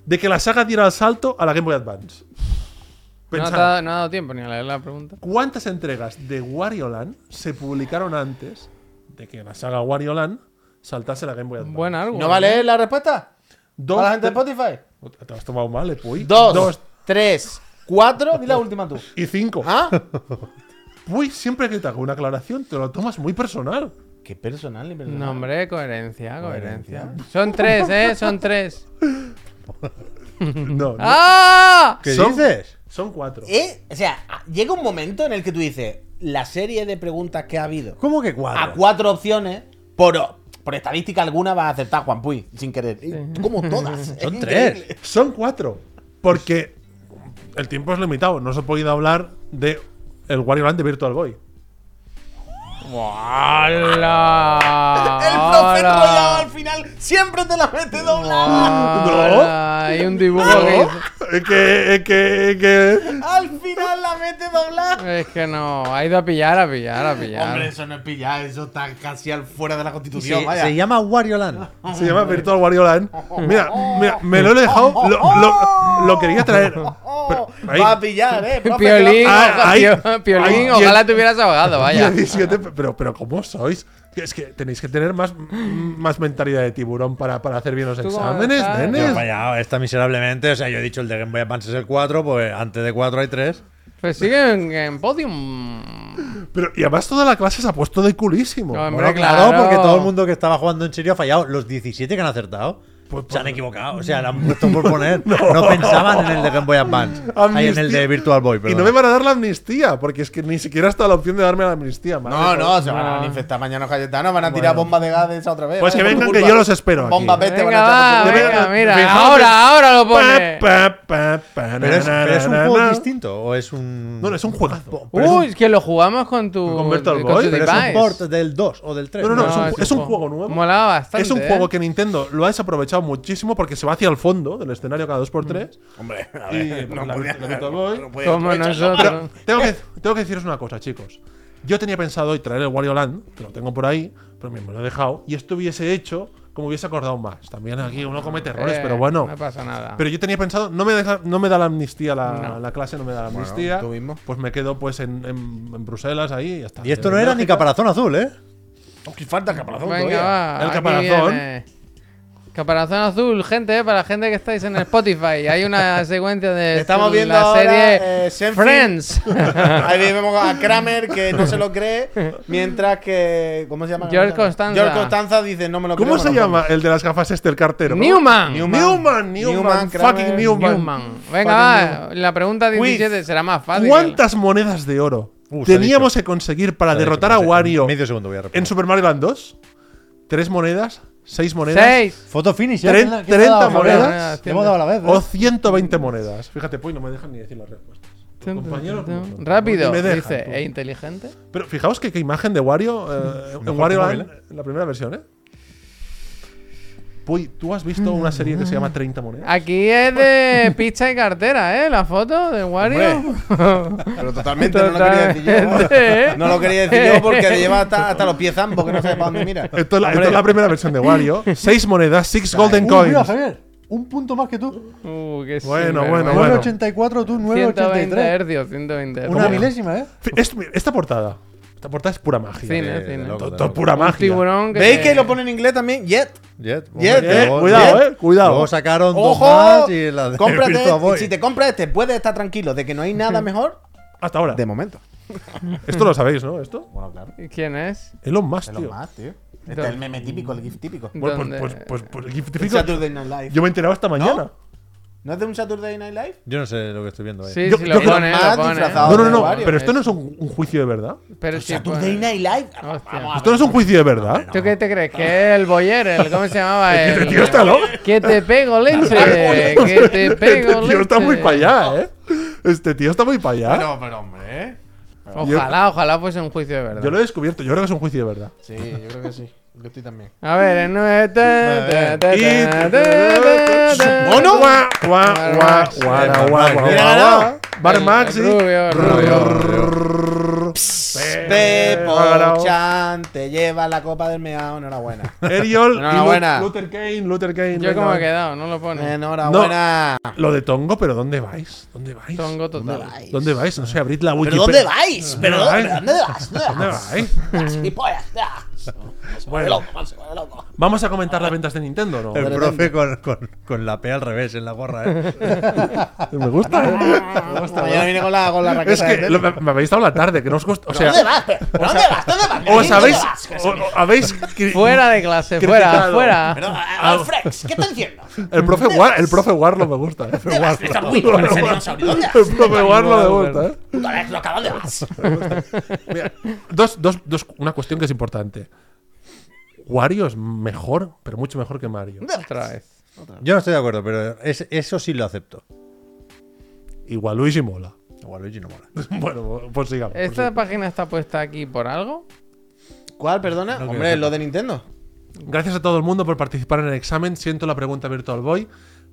Speaker 4: de que la saga diera el salto a la Game Boy Advance?
Speaker 2: No, te ha
Speaker 4: Pensad,
Speaker 2: dado- no ha dado tiempo ni a leer la pregunta.
Speaker 4: ¿cuántas entregas de Wario Land se publicaron antes de que la saga Wario Land saltase a la Game Boy Advance?
Speaker 2: Buen árbol.
Speaker 1: ¿No vale la respuesta?
Speaker 4: Dos,
Speaker 1: ¿Para la gente de
Speaker 4: tre-
Speaker 1: Spotify?
Speaker 4: Te lo has tomado mal, eh, Puy.
Speaker 1: Dos, tres, cuatro. Di la última tú.
Speaker 4: y cinco.
Speaker 1: ¿Ah?
Speaker 4: Puy, siempre que te hago una aclaración, te lo tomas muy personal.
Speaker 1: Qué personal, ni personal.
Speaker 2: No, hombre, coherencia, coherencia. Son tres, ¿eh? Son tres.
Speaker 4: No, no.
Speaker 2: ¡Ah!
Speaker 3: ¿Qué
Speaker 4: Son-
Speaker 3: dices?
Speaker 4: Son cuatro.
Speaker 1: Eh, O sea, a- llega un momento en el que tú dices, la serie de preguntas que ha habido,
Speaker 3: ¿Cómo que
Speaker 1: a
Speaker 3: cuatro?
Speaker 1: cuatro opciones, por, o- por estadística alguna vas a acertar Juan Puy, sin querer. Y Como todas.
Speaker 3: Son
Speaker 1: Es
Speaker 3: tres.
Speaker 1: increíble.
Speaker 4: Son cuatro. Porque el tiempo es limitado. No os he podido hablar de el Wario Land de Virtual Boy.
Speaker 2: ¡Hola!
Speaker 1: El profe enrollado al final siempre te la mete doblada.
Speaker 2: Hay un dibujo que hizo-
Speaker 4: Es que, es que, es que.
Speaker 1: Al final la mete doblada.
Speaker 2: Es que no, ha ido a pillar, a pillar, a pillar.
Speaker 1: Hombre, eso no es pillar, eso está casi al fuera de la constitución,
Speaker 3: Se,
Speaker 1: pues, vaya.
Speaker 3: se llama Wario Land.
Speaker 4: Se llama Virtual Wario Land. Mira, mira, me lo he dejado. Lo, lo- lo quería traer.
Speaker 1: Oh,
Speaker 4: Pero ahí-
Speaker 1: va a pillar, eh. profe, que
Speaker 2: Piolín,
Speaker 1: va a
Speaker 4: Ah,
Speaker 2: ojalá-
Speaker 4: ahí-
Speaker 2: Pio- Piolín,
Speaker 4: ahí-
Speaker 2: ojalá te hubieras ahogado, vaya.
Speaker 4: 17, pero, pero ¿cómo sois? Que Es que tenéis que tener más, más mentalidad de tiburón para, para hacer bien los
Speaker 2: ¿Tú cómo
Speaker 4: exámenes,
Speaker 2: estás?
Speaker 4: nenes.
Speaker 3: Yo he fallado esta miserablemente. O sea, yo he dicho el de Game Boy Advance es el 4, pues antes de 4 hay 3.
Speaker 2: Pues sigue en, en podium.
Speaker 4: Pero, y además toda la clase se ha puesto de culísimo.
Speaker 2: No,
Speaker 3: Bueno,
Speaker 2: Hombre,
Speaker 3: claro,
Speaker 2: claro.
Speaker 3: porque todo el mundo que estaba jugando en serio ha fallado. Los 17 que han acertado
Speaker 4: Pues,
Speaker 3: se han equivocado. O sea, le han puesto por poner. No, pensaban en el de Game Boy Advance. Ahí en el
Speaker 4: Amnistía.
Speaker 3: de Virtual Boy,
Speaker 4: Y
Speaker 3: perdón.
Speaker 4: no me van a dar la amnistía, porque es que ni siquiera está la opción de darme la amnistía. madre.
Speaker 1: No, no, se van a
Speaker 2: No.
Speaker 1: manifestar mañana los Cayetanos, van a tirar bombas de gas de esa otra vez.
Speaker 4: Pues que
Speaker 1: Por tu
Speaker 4: vengan,
Speaker 1: culpa.
Speaker 4: que yo los espero aquí.
Speaker 1: Bomba peste van a
Speaker 2: Venga,
Speaker 1: echar
Speaker 2: va,
Speaker 1: por tu culpa.
Speaker 2: venga, mira,
Speaker 4: Fijaos,
Speaker 2: ahora, ahora lo
Speaker 4: Pa,
Speaker 2: pone.
Speaker 4: pa, pa, pa,
Speaker 3: Pero es,
Speaker 4: na, na,
Speaker 3: pero es un
Speaker 4: na,
Speaker 3: juego
Speaker 4: na.
Speaker 3: distinto o es un.
Speaker 4: No, no, es un juegazo. Pero es un-
Speaker 2: Uy, es que lo jugamos con tu.
Speaker 4: Con Virtual
Speaker 2: tu
Speaker 4: Boy,
Speaker 3: pero es un
Speaker 2: device.
Speaker 3: port del 2 o del 3.
Speaker 4: No, no, no, es un-
Speaker 2: ese
Speaker 4: es un juego nuevo.
Speaker 2: Molaba bastante.
Speaker 4: es un
Speaker 2: ¿eh?
Speaker 4: juego que Nintendo lo ha desaprovechado muchísimo porque se va hacia el fondo del escenario cada
Speaker 2: Mm.
Speaker 4: 2x3.
Speaker 1: Hombre, a
Speaker 4: Y la- la Virtual Boy.
Speaker 1: podía
Speaker 2: Como nosotros.
Speaker 4: Tengo que, tengo que deciros una cosa, chicos. Yo tenía pensado hoy traer el Wario Land, que lo tengo por ahí, pero me lo he dejado, y esto hubiese hecho como hubiese acordado más. También aquí uno comete errores,
Speaker 2: Eh,
Speaker 4: pero bueno.
Speaker 2: No pasa nada.
Speaker 4: Ah. Pero yo tenía pensado, no me, deja- no me da la amnistía la,
Speaker 2: No.
Speaker 4: la clase, no me da la amnistía.
Speaker 1: tú mismo.
Speaker 4: Pues me quedo pues en, en- en Bruselas ahí y ya está.
Speaker 3: Y esto no era ni caparazón azul, ¿eh?
Speaker 1: falta caparazón
Speaker 2: Venga, va.
Speaker 4: El
Speaker 2: aquí
Speaker 4: caparazón.
Speaker 2: viene. Caparazón azul, gente, eh, para la gente que estáis en Spotify. Hay una secuencia de
Speaker 1: Estamos viendo
Speaker 2: la
Speaker 1: ahora,
Speaker 2: serie
Speaker 1: eh, Seinfeld.
Speaker 2: Friends.
Speaker 1: Ahí vemos a Kramer que no se lo cree, mientras que. ¿Cómo se llama?
Speaker 2: George Costanza.
Speaker 1: George Costanza dice: No me lo creo.
Speaker 4: ¿Cómo
Speaker 1: no
Speaker 4: se
Speaker 1: lo creo".
Speaker 4: llama el de las gafas este, el cartero? ¿Cómo?
Speaker 2: Newman.
Speaker 1: Newman.
Speaker 4: Newman, Newman,
Speaker 1: Newman,
Speaker 4: fucking
Speaker 1: Kramer,
Speaker 4: Newman.
Speaker 2: Newman. Venga, va. La pregunta 17 será más fácil.
Speaker 4: ¿Cuántas monedas de oro
Speaker 3: Uh, se ha
Speaker 4: teníamos
Speaker 3: dicho.
Speaker 4: que conseguir para
Speaker 3: Se ha dicho,
Speaker 4: derrotar a
Speaker 3: no sé,
Speaker 4: Wario
Speaker 3: pues, Medio segundo voy a
Speaker 4: en
Speaker 3: repetir.
Speaker 4: Super Mario Land 2? ¿Tres monedas? ¿Seis monedas?
Speaker 2: Seis.
Speaker 3: Foto finish,
Speaker 4: Tre-
Speaker 3: ¿eh? ¿Quién le ha
Speaker 4: 30
Speaker 3: dado?
Speaker 4: monedas.
Speaker 3: Le hemos dado a la vez. ¿eh?
Speaker 4: ¿O 120 monedas? Fíjate, pues no me dejan ni decir las respuestas. Los compañeros no, no, no.
Speaker 2: Rápido.
Speaker 4: Ni me dejan,
Speaker 2: dice,
Speaker 4: tú.
Speaker 2: ¿e inteligente?
Speaker 4: Pero fijaos que qué imagen de Wario eh, en
Speaker 3: Mejor
Speaker 4: Wario
Speaker 3: que
Speaker 4: Land, la primera versión, ¿eh? Puy, ¿tú has visto una serie que se llama 30 monedas?
Speaker 2: Aquí es de pizza y cartera, ¿eh? La foto de Wario.
Speaker 1: Pero totalmente, no lo quería decir yo.
Speaker 2: Totalmente, ¿eh?
Speaker 1: No lo quería decir yo porque le lleva hasta, hasta los pies ambos que no sabe para dónde mira.
Speaker 4: Esto es, la, esto es la primera versión de Wario. Seis monedas, six golden
Speaker 6: Uy, mira,
Speaker 4: coins.
Speaker 6: Javier, un punto más que tú.
Speaker 2: Uh, qué
Speaker 4: Bueno,
Speaker 2: sinvergüenza.
Speaker 4: bueno, bueno.
Speaker 6: 984, tú
Speaker 2: 120
Speaker 6: 983.
Speaker 2: hercios, 120 hercios.
Speaker 6: Una milésima, ¿eh?
Speaker 4: Fi- es- Esta portada. Esta portada es pura magia.
Speaker 2: Cine,
Speaker 4: Eh,
Speaker 2: cine.
Speaker 4: to- to-
Speaker 3: Loco, loco.
Speaker 4: pura
Speaker 2: Un
Speaker 4: magia.
Speaker 2: tiburón que
Speaker 1: ¿Veis
Speaker 2: se-
Speaker 1: que lo pone en inglés también? Yet.
Speaker 3: Jet,
Speaker 1: Jet,
Speaker 3: hombre,
Speaker 4: eh,
Speaker 3: gol,
Speaker 4: cuidado, eh, cuidado.
Speaker 3: Luego sacaron dos
Speaker 1: ¡Ojo!
Speaker 3: más y la de
Speaker 1: Cómprate.
Speaker 3: Virtua Boy.
Speaker 1: Si te compras este, puedes estar tranquilo de que no hay nada mejor
Speaker 4: Hasta ahora.
Speaker 1: de momento.
Speaker 4: Esto lo sabéis, ¿no? Esto.
Speaker 1: Bueno, claro.
Speaker 2: ¿Quién es?
Speaker 4: Elon Musk,
Speaker 1: Es lo
Speaker 4: tío.
Speaker 1: más, tío. Este
Speaker 2: Entonces-
Speaker 1: es el meme típico, el gif típico.
Speaker 4: Bueno, pues,
Speaker 2: ¿Dónde?
Speaker 4: pues, pues, pues, pues,
Speaker 1: El
Speaker 4: Giftifico-
Speaker 1: Saturday Night Live.
Speaker 4: yo me he enterado esta mañana.
Speaker 1: ¿No es de un Saturday Night Live?
Speaker 3: Yo no sé lo que estoy viendo ahí.
Speaker 2: Sí,
Speaker 4: Yo-
Speaker 2: sí,
Speaker 4: yo
Speaker 2: lo
Speaker 4: creo-
Speaker 2: pone,
Speaker 1: Ah,
Speaker 2: lo pone.
Speaker 1: disfrazado.
Speaker 4: No, no, no.
Speaker 1: Wario,
Speaker 4: Pero esto no es un, un juicio de verdad.
Speaker 2: Pero sí,
Speaker 1: Saturday
Speaker 2: pone-
Speaker 1: Night Live.
Speaker 2: Hostia.
Speaker 4: Esto no es un juicio de verdad.
Speaker 2: ¿Tú qué te crees? ¿Que el Boyer? El, ¿Cómo se llamaba?
Speaker 4: Este
Speaker 2: El,
Speaker 4: tío está loco.
Speaker 2: que te pego leche. que te pego
Speaker 4: Este tío está
Speaker 2: leche.
Speaker 4: muy para allá, ¿eh? Este tío está muy para allá.
Speaker 1: Pero, pero, hombre, ¿eh?
Speaker 2: Ojalá, ojalá fuese un juicio de verdad.
Speaker 4: Yo lo he descubierto, yo creo que es un juicio de verdad.
Speaker 1: Sí, yo creo que sí. Yo estoy también.
Speaker 2: A ver, no es. ta, ta, ta, ta, ta, ta.
Speaker 4: ¡Mono! ¡Guau, guau,
Speaker 2: Bar
Speaker 4: guau,
Speaker 2: Max.
Speaker 4: guau,
Speaker 3: Bar
Speaker 4: guau,
Speaker 3: Max.
Speaker 4: guau,
Speaker 3: Mira,
Speaker 4: guau,
Speaker 1: ganado.
Speaker 4: guau! Bar Max y-
Speaker 2: Rubio, rubio.
Speaker 4: este,
Speaker 1: Este, Pepo
Speaker 4: ganado.
Speaker 1: Chan te lleva la copa del meao. Enhorabuena.
Speaker 4: Eriol y
Speaker 1: Enhorabuena.
Speaker 4: Lu- Luther Kane, Luther Kane.
Speaker 2: Yo
Speaker 4: venga.
Speaker 2: como he quedado, no lo pone.
Speaker 1: Enhorabuena.
Speaker 4: Lo de Tongo, pero ¿dónde vais? ¿Dónde vais?
Speaker 2: Tongo total.
Speaker 4: ¿Dónde vais? No sé, abrid la
Speaker 1: ¿Pero
Speaker 4: Wikipedia.
Speaker 1: dónde vais? ¿Pero
Speaker 4: ¿Dónde
Speaker 1: dónde, dónde
Speaker 4: vais?
Speaker 1: vas?
Speaker 4: ¿Dónde
Speaker 1: ¿Dónde vas?
Speaker 4: vais?
Speaker 1: Las gilipollas, ah. Se vuelve loco, man, se vuelve loco.
Speaker 4: Vamos a comentar las ventas de Nintendo, ¿no?
Speaker 3: El profe con, con, con la P al revés en la gorra, ¿eh?
Speaker 4: Me gusta. ¿eh?
Speaker 1: Mañana viene con la, con la
Speaker 4: Es
Speaker 1: raqueta.
Speaker 4: que
Speaker 1: de
Speaker 4: lo-
Speaker 1: tenis.
Speaker 4: me, me habéis dado la tarde, que no os costa. O sea,
Speaker 1: ¿Dónde vas? ¿Pero ¿Dónde vas? ¿Dónde vas?
Speaker 4: os habéis.
Speaker 1: ¿Dónde vas? Que se
Speaker 4: o-
Speaker 1: me-
Speaker 4: o- habéis cri-
Speaker 2: Fuera de clase, fuera,
Speaker 4: Criticado.
Speaker 2: fuera.
Speaker 1: Pero, a- Alfrex, ¿qué te diciendo?
Speaker 4: El profe, War, el profe Warlo me gusta. El profe Warlo.
Speaker 1: Estás muy con ese dinosaurio. ¿Dónde vas?
Speaker 4: El profe Warlo me gusta, ¿eh?
Speaker 1: Puta vez loca, ¿dónde vas?
Speaker 4: Mira, dos, dos, dos, una cuestión que es importante. Wario es mejor, pero mucho mejor que Mario.
Speaker 2: Otra vez.
Speaker 3: Yo no estoy de acuerdo, pero es- eso sí lo acepto.
Speaker 4: Igual Luigi mola.
Speaker 3: Igual Luigi no mola.
Speaker 4: Bueno, pues sigamos. pues
Speaker 2: ¿Esta página está puesta aquí por algo?
Speaker 1: ¿Cuál, perdona? Hombre, lo de Nintendo.
Speaker 4: sigamos. Gracias a todo el mundo por participar en el examen. Siento la pregunta Virtual Boy,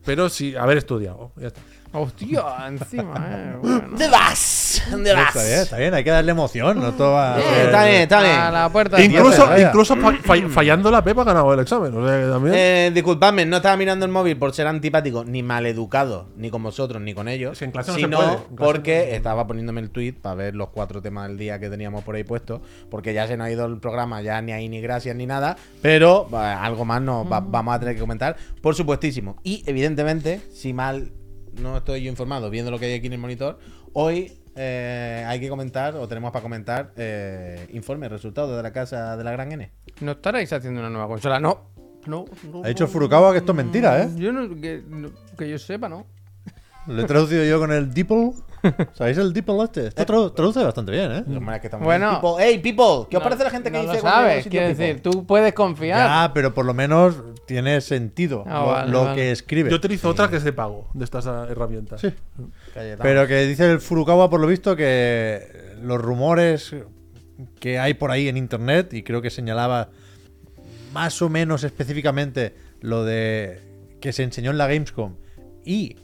Speaker 4: pero sí, haber estudiado. Ya está.
Speaker 2: Hostia, encima, eh. Bueno.
Speaker 1: ¿Dónde vas? ¿Dónde vas?
Speaker 3: Está bien, está bien, hay que darle emoción, no todo va-
Speaker 1: Eh, Está bien, está bien.
Speaker 2: A Ah, la puerta de
Speaker 4: Incluso,
Speaker 3: vaya.
Speaker 4: incluso fa- fa- fallando la Pepa ha ganado el examen. O sea que también.
Speaker 1: Eh, disculpadme, no estaba mirando el móvil por ser antipático, ni maleducado, ni con vosotros, ni con ellos.
Speaker 4: Si en clase no se
Speaker 1: sino
Speaker 4: puede, en clase
Speaker 1: porque estaba poniéndome el tweet para ver los cuatro temas del día que teníamos por ahí puestos. Porque ya se nos ha ido el programa, ya ni ahí ni gracias ni nada. Pero eh, algo más nos va- vamos a tener que comentar, por supuestísimo. Y evidentemente, si mal no estoy yo informado, viendo lo que hay aquí en el monitor, hoy. eh, hay que comentar, o tenemos para comentar, eh, informe, resultados de la casa de la Gran N.
Speaker 2: No estaréis haciendo una nueva consola, no. No, no.
Speaker 3: Ha dicho Furukawa que esto es mentira, ¿eh?
Speaker 2: Yo no, que, no- que yo sepa, ¿no?
Speaker 3: Lo he traducido yo con el Deeple. ¿Sabéis el Deeple este? Esto tra- traduce bastante bien, ¿eh?
Speaker 1: Lo malo es que estamos
Speaker 2: Mm. Bueno.
Speaker 1: bien. People, hey, people, ¿qué os
Speaker 2: No-
Speaker 1: parece la gente que
Speaker 2: no
Speaker 1: dice
Speaker 2: lo
Speaker 1: cuando llega a un
Speaker 2: sabes,
Speaker 1: sitio
Speaker 2: quiero
Speaker 1: people?
Speaker 2: decir, tú puedes confiar.
Speaker 3: Ya, pero por lo menos tiene sentido
Speaker 2: Ah,
Speaker 3: lo,
Speaker 2: vale,
Speaker 3: lo
Speaker 2: vale.
Speaker 3: que escribe.
Speaker 4: Yo utilizo otra que es de pago, de estas ah, herramientas.
Speaker 3: Sí.
Speaker 1: Cayetano.
Speaker 3: Pero que dice el Furukawa, por lo visto, que los rumores que hay por ahí en internet, y creo que señalaba más o menos específicamente lo de que se enseñó en la Gamescom, y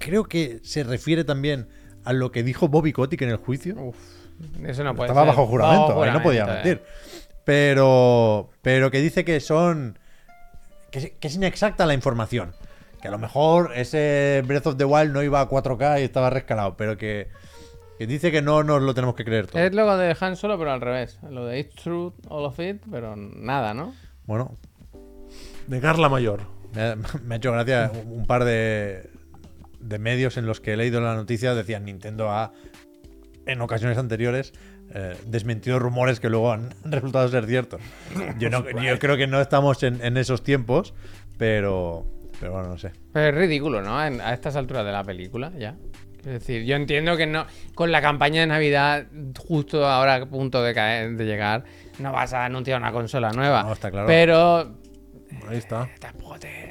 Speaker 3: creo que se refiere también a lo que dijo Bobby Kotick en el juicio.
Speaker 2: Uf, eso no puede
Speaker 3: Estaba
Speaker 2: ser.
Speaker 3: bajo juramento,
Speaker 2: Bajo
Speaker 3: ahí no podía
Speaker 2: juramento, eh.
Speaker 3: mentir. Pero, pero que dice que son. Que, es- que es inexacta la información. Que a lo mejor ese Breath of the Wild no iba a 4K y estaba rescalado, pero que, que dice que no nos lo tenemos que creer todo.
Speaker 2: eh. Es lo de Han Solo, pero al revés. Lo de It's Truth, All of It, pero nada, ¿no?
Speaker 3: Bueno,
Speaker 4: Negar la mayor.
Speaker 3: me ha, me ha hecho gracia un un par de, de medios en los que he leído la noticia, decían Nintendo ha, en ocasiones anteriores, eh, desmentido rumores que luego han resultado ser ciertos. Yo, no- yo creo que no estamos en, en esos tiempos, pero, pero bueno, no sé.
Speaker 2: Pero es ridículo, ¿no? En- a estas alturas de la película, ya. Es decir, yo entiendo que no. Con la campaña de Navidad, justo ahora a punto de, caer, de llegar, no vas a anunciar una consola nueva.
Speaker 3: No, está claro.
Speaker 2: Pero
Speaker 4: Ahí está.
Speaker 2: tampoco te.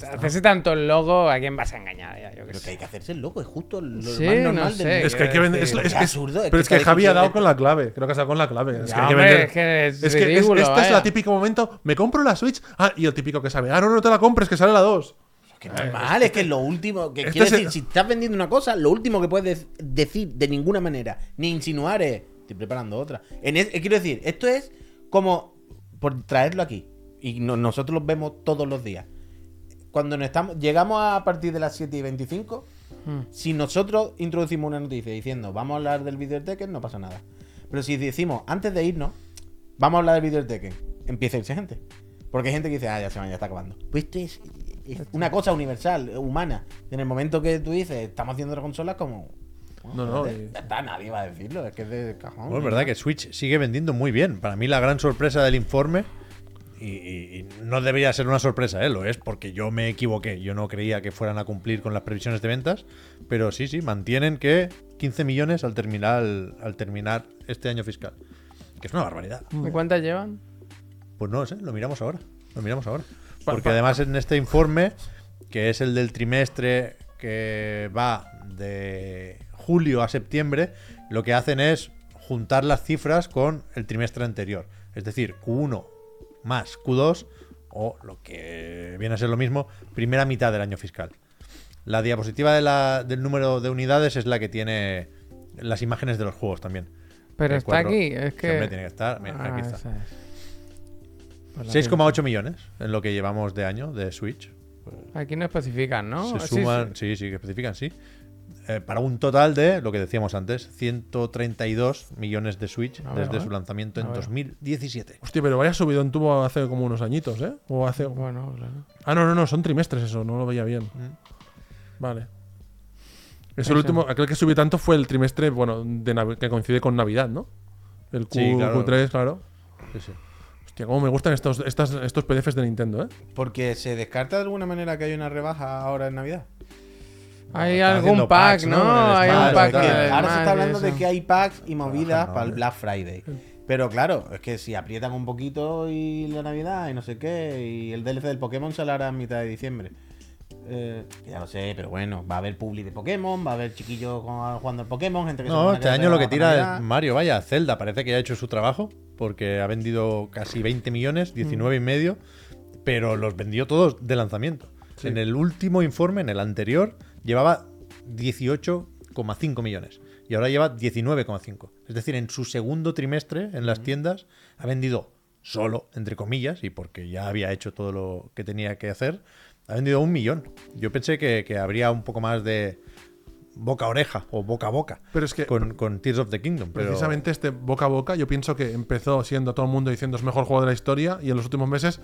Speaker 2: Hacerse tantos logos, ¿a quién vas a engañar? Ya, yo qué
Speaker 1: Pero que
Speaker 2: sé.
Speaker 1: hay que hacerse el loco, es justo lo
Speaker 2: Sí,
Speaker 1: más
Speaker 2: no
Speaker 1: normal del
Speaker 2: sé.
Speaker 1: mundo.
Speaker 4: Es que hay que vender. Es,
Speaker 2: Quiero
Speaker 4: es-
Speaker 1: decir,
Speaker 4: es-
Speaker 1: qué absurdo, es
Speaker 4: pero es
Speaker 1: que
Speaker 4: que
Speaker 1: esta
Speaker 4: Javi ha dado
Speaker 1: discusión
Speaker 4: con la clave. Creo que ha dado con la clave. Es
Speaker 2: Ya,
Speaker 4: que hay que
Speaker 2: hombre,
Speaker 4: vender.
Speaker 2: es que es
Speaker 4: que
Speaker 2: ridículo,
Speaker 4: esta es
Speaker 2: vaya.
Speaker 4: la típico momento. Me compro la Switch. Ah, y el típico que sabe. Ah, no, no te la compres, que sale la 2.
Speaker 1: Que normal, Eh, es que es lo último. Que
Speaker 4: este
Speaker 1: quiero
Speaker 4: es
Speaker 1: decir,
Speaker 4: el-
Speaker 1: si estás vendiendo una cosa, lo último que puedes de- decir de ninguna manera, ni insinuar es. Estoy preparando otra. En es- eh, quiero decir, esto es como. Por traerlo aquí. Y no- nosotros los vemos todos los días. Cuando nos estamos, llegamos a partir de las 7 y 25, si nosotros introducimos una noticia diciendo vamos a hablar del video del Tekken, no pasa nada. Pero si decimos antes de irnos, vamos a hablar del video del Tekken, empieza a irse gente. Porque hay gente que dice, ah, ya se va, ya está acabando. Pues esto es, es una cosa universal, eh, humana. En el momento que tú dices, estamos haciendo las consolas, como.
Speaker 4: No, no.
Speaker 1: "Joder,
Speaker 4: y-
Speaker 1: Ya está, nadie va a decirlo, es que es de cajón.
Speaker 3: Bueno, es verdad que Switch sigue vendiendo muy bien. Para mí la gran sorpresa del informe, y, y- y no debería ser una sorpresa, ¿eh? lo es, porque yo me equivoqué. Yo no creía que fueran a cumplir con las previsiones de ventas, pero sí, sí, mantienen que 15 millones al terminar, al terminar este año fiscal. Que es una barbaridad.
Speaker 2: ¿Y cuántas llevan?
Speaker 3: Pues no lo sé, lo miramos ahora. Lo miramos ahora. Porque además en este informe, que es el del trimestre que va de julio a septiembre, lo que hacen es juntar las cifras con el trimestre anterior. Es decir, Q1 más Q2, o lo que viene a ser lo mismo, primera mitad del año fiscal. La diapositiva de la- del número de unidades es la que tiene las imágenes de los juegos también.
Speaker 2: Pero
Speaker 3: El
Speaker 2: está
Speaker 3: cuadro-
Speaker 2: aquí, es que-
Speaker 3: Hombre, tiene que estar. Mira,
Speaker 2: Ah,
Speaker 3: aquí está.
Speaker 2: esa es. Pues la
Speaker 3: 6,8 millones en lo que llevamos de año de Switch.
Speaker 2: gente- Aquí no especifican, ¿no?
Speaker 3: Se
Speaker 2: Oh, Sí,
Speaker 3: suman,
Speaker 2: sí.
Speaker 3: sí, sí, que especifican, sí. Eh, para un total de, lo que decíamos antes, 132 millones de Switch
Speaker 2: A ver,
Speaker 3: desde
Speaker 2: a ver.
Speaker 3: su lanzamiento
Speaker 2: A
Speaker 3: en
Speaker 2: ver.
Speaker 3: 2017.
Speaker 4: Hostia, pero vaya subido en tubo hace como unos añitos, ¿eh? O hace.
Speaker 2: Bueno, claro.
Speaker 4: Ah, no, no, no, son trimestres eso, no lo veía bien.
Speaker 3: Mm.
Speaker 4: Vale. Eso,
Speaker 2: Eso.
Speaker 4: el último, aquel que subió tanto fue el trimestre, bueno, de Nav- que coincide con Navidad, ¿no? El Q,
Speaker 3: Sí, claro.
Speaker 4: 3 claro.
Speaker 3: Sí, sí.
Speaker 4: Hostia, cómo me gustan estos, estas, estos PDFs de Nintendo, ¿eh?
Speaker 1: Porque se descarta de alguna manera que hay una rebaja ahora en Navidad.
Speaker 2: Hay
Speaker 3: están
Speaker 2: algún
Speaker 3: haciendo
Speaker 2: pack,
Speaker 3: packs,
Speaker 2: ¿no?
Speaker 3: ¿no? Con el
Speaker 2: Hay
Speaker 3: Smash,
Speaker 2: un pack.
Speaker 3: claro.
Speaker 1: Es que
Speaker 2: del
Speaker 1: ahora se
Speaker 2: Smash
Speaker 1: está
Speaker 2: y
Speaker 1: hablando de
Speaker 2: eso.
Speaker 1: que hay packs y movidas
Speaker 3: Trabajan,
Speaker 1: para el
Speaker 3: ¿no?
Speaker 1: Black Friday. Pero claro, es que si aprietan un poquito y la Navidad y no sé qué, y el DLC del Pokémon sale ahora a mitad de diciembre. Eh, que ya lo sé, pero bueno, va a haber publi de Pokémon, va a haber chiquillos con- ah, jugando al Pokémon, gente que se
Speaker 3: No,
Speaker 1: pone
Speaker 3: este año lo que
Speaker 1: para
Speaker 3: tira
Speaker 1: Navidad.
Speaker 3: es Mario, vaya, Zelda, parece que ya ha hecho su trabajo, porque ha vendido casi 20 millones, 19 y medio, pero los vendió todos de lanzamiento. En el último informe, en el anterior, llevaba 18,5 millones y ahora lleva 19,5. Es decir, en su segundo trimestre en las tiendas ha vendido solo, entre comillas, y porque ya había hecho todo lo que tenía que hacer, ha vendido un millón. Yo pensé que, que habría un poco más de boca a oreja o boca a boca
Speaker 4: Pero es que-
Speaker 3: con, con Tears of the Kingdom. Pero
Speaker 4: Precisamente este boca a boca, yo pienso que empezó siendo todo el mundo diciendo es mejor juego de la historia y en los últimos meses,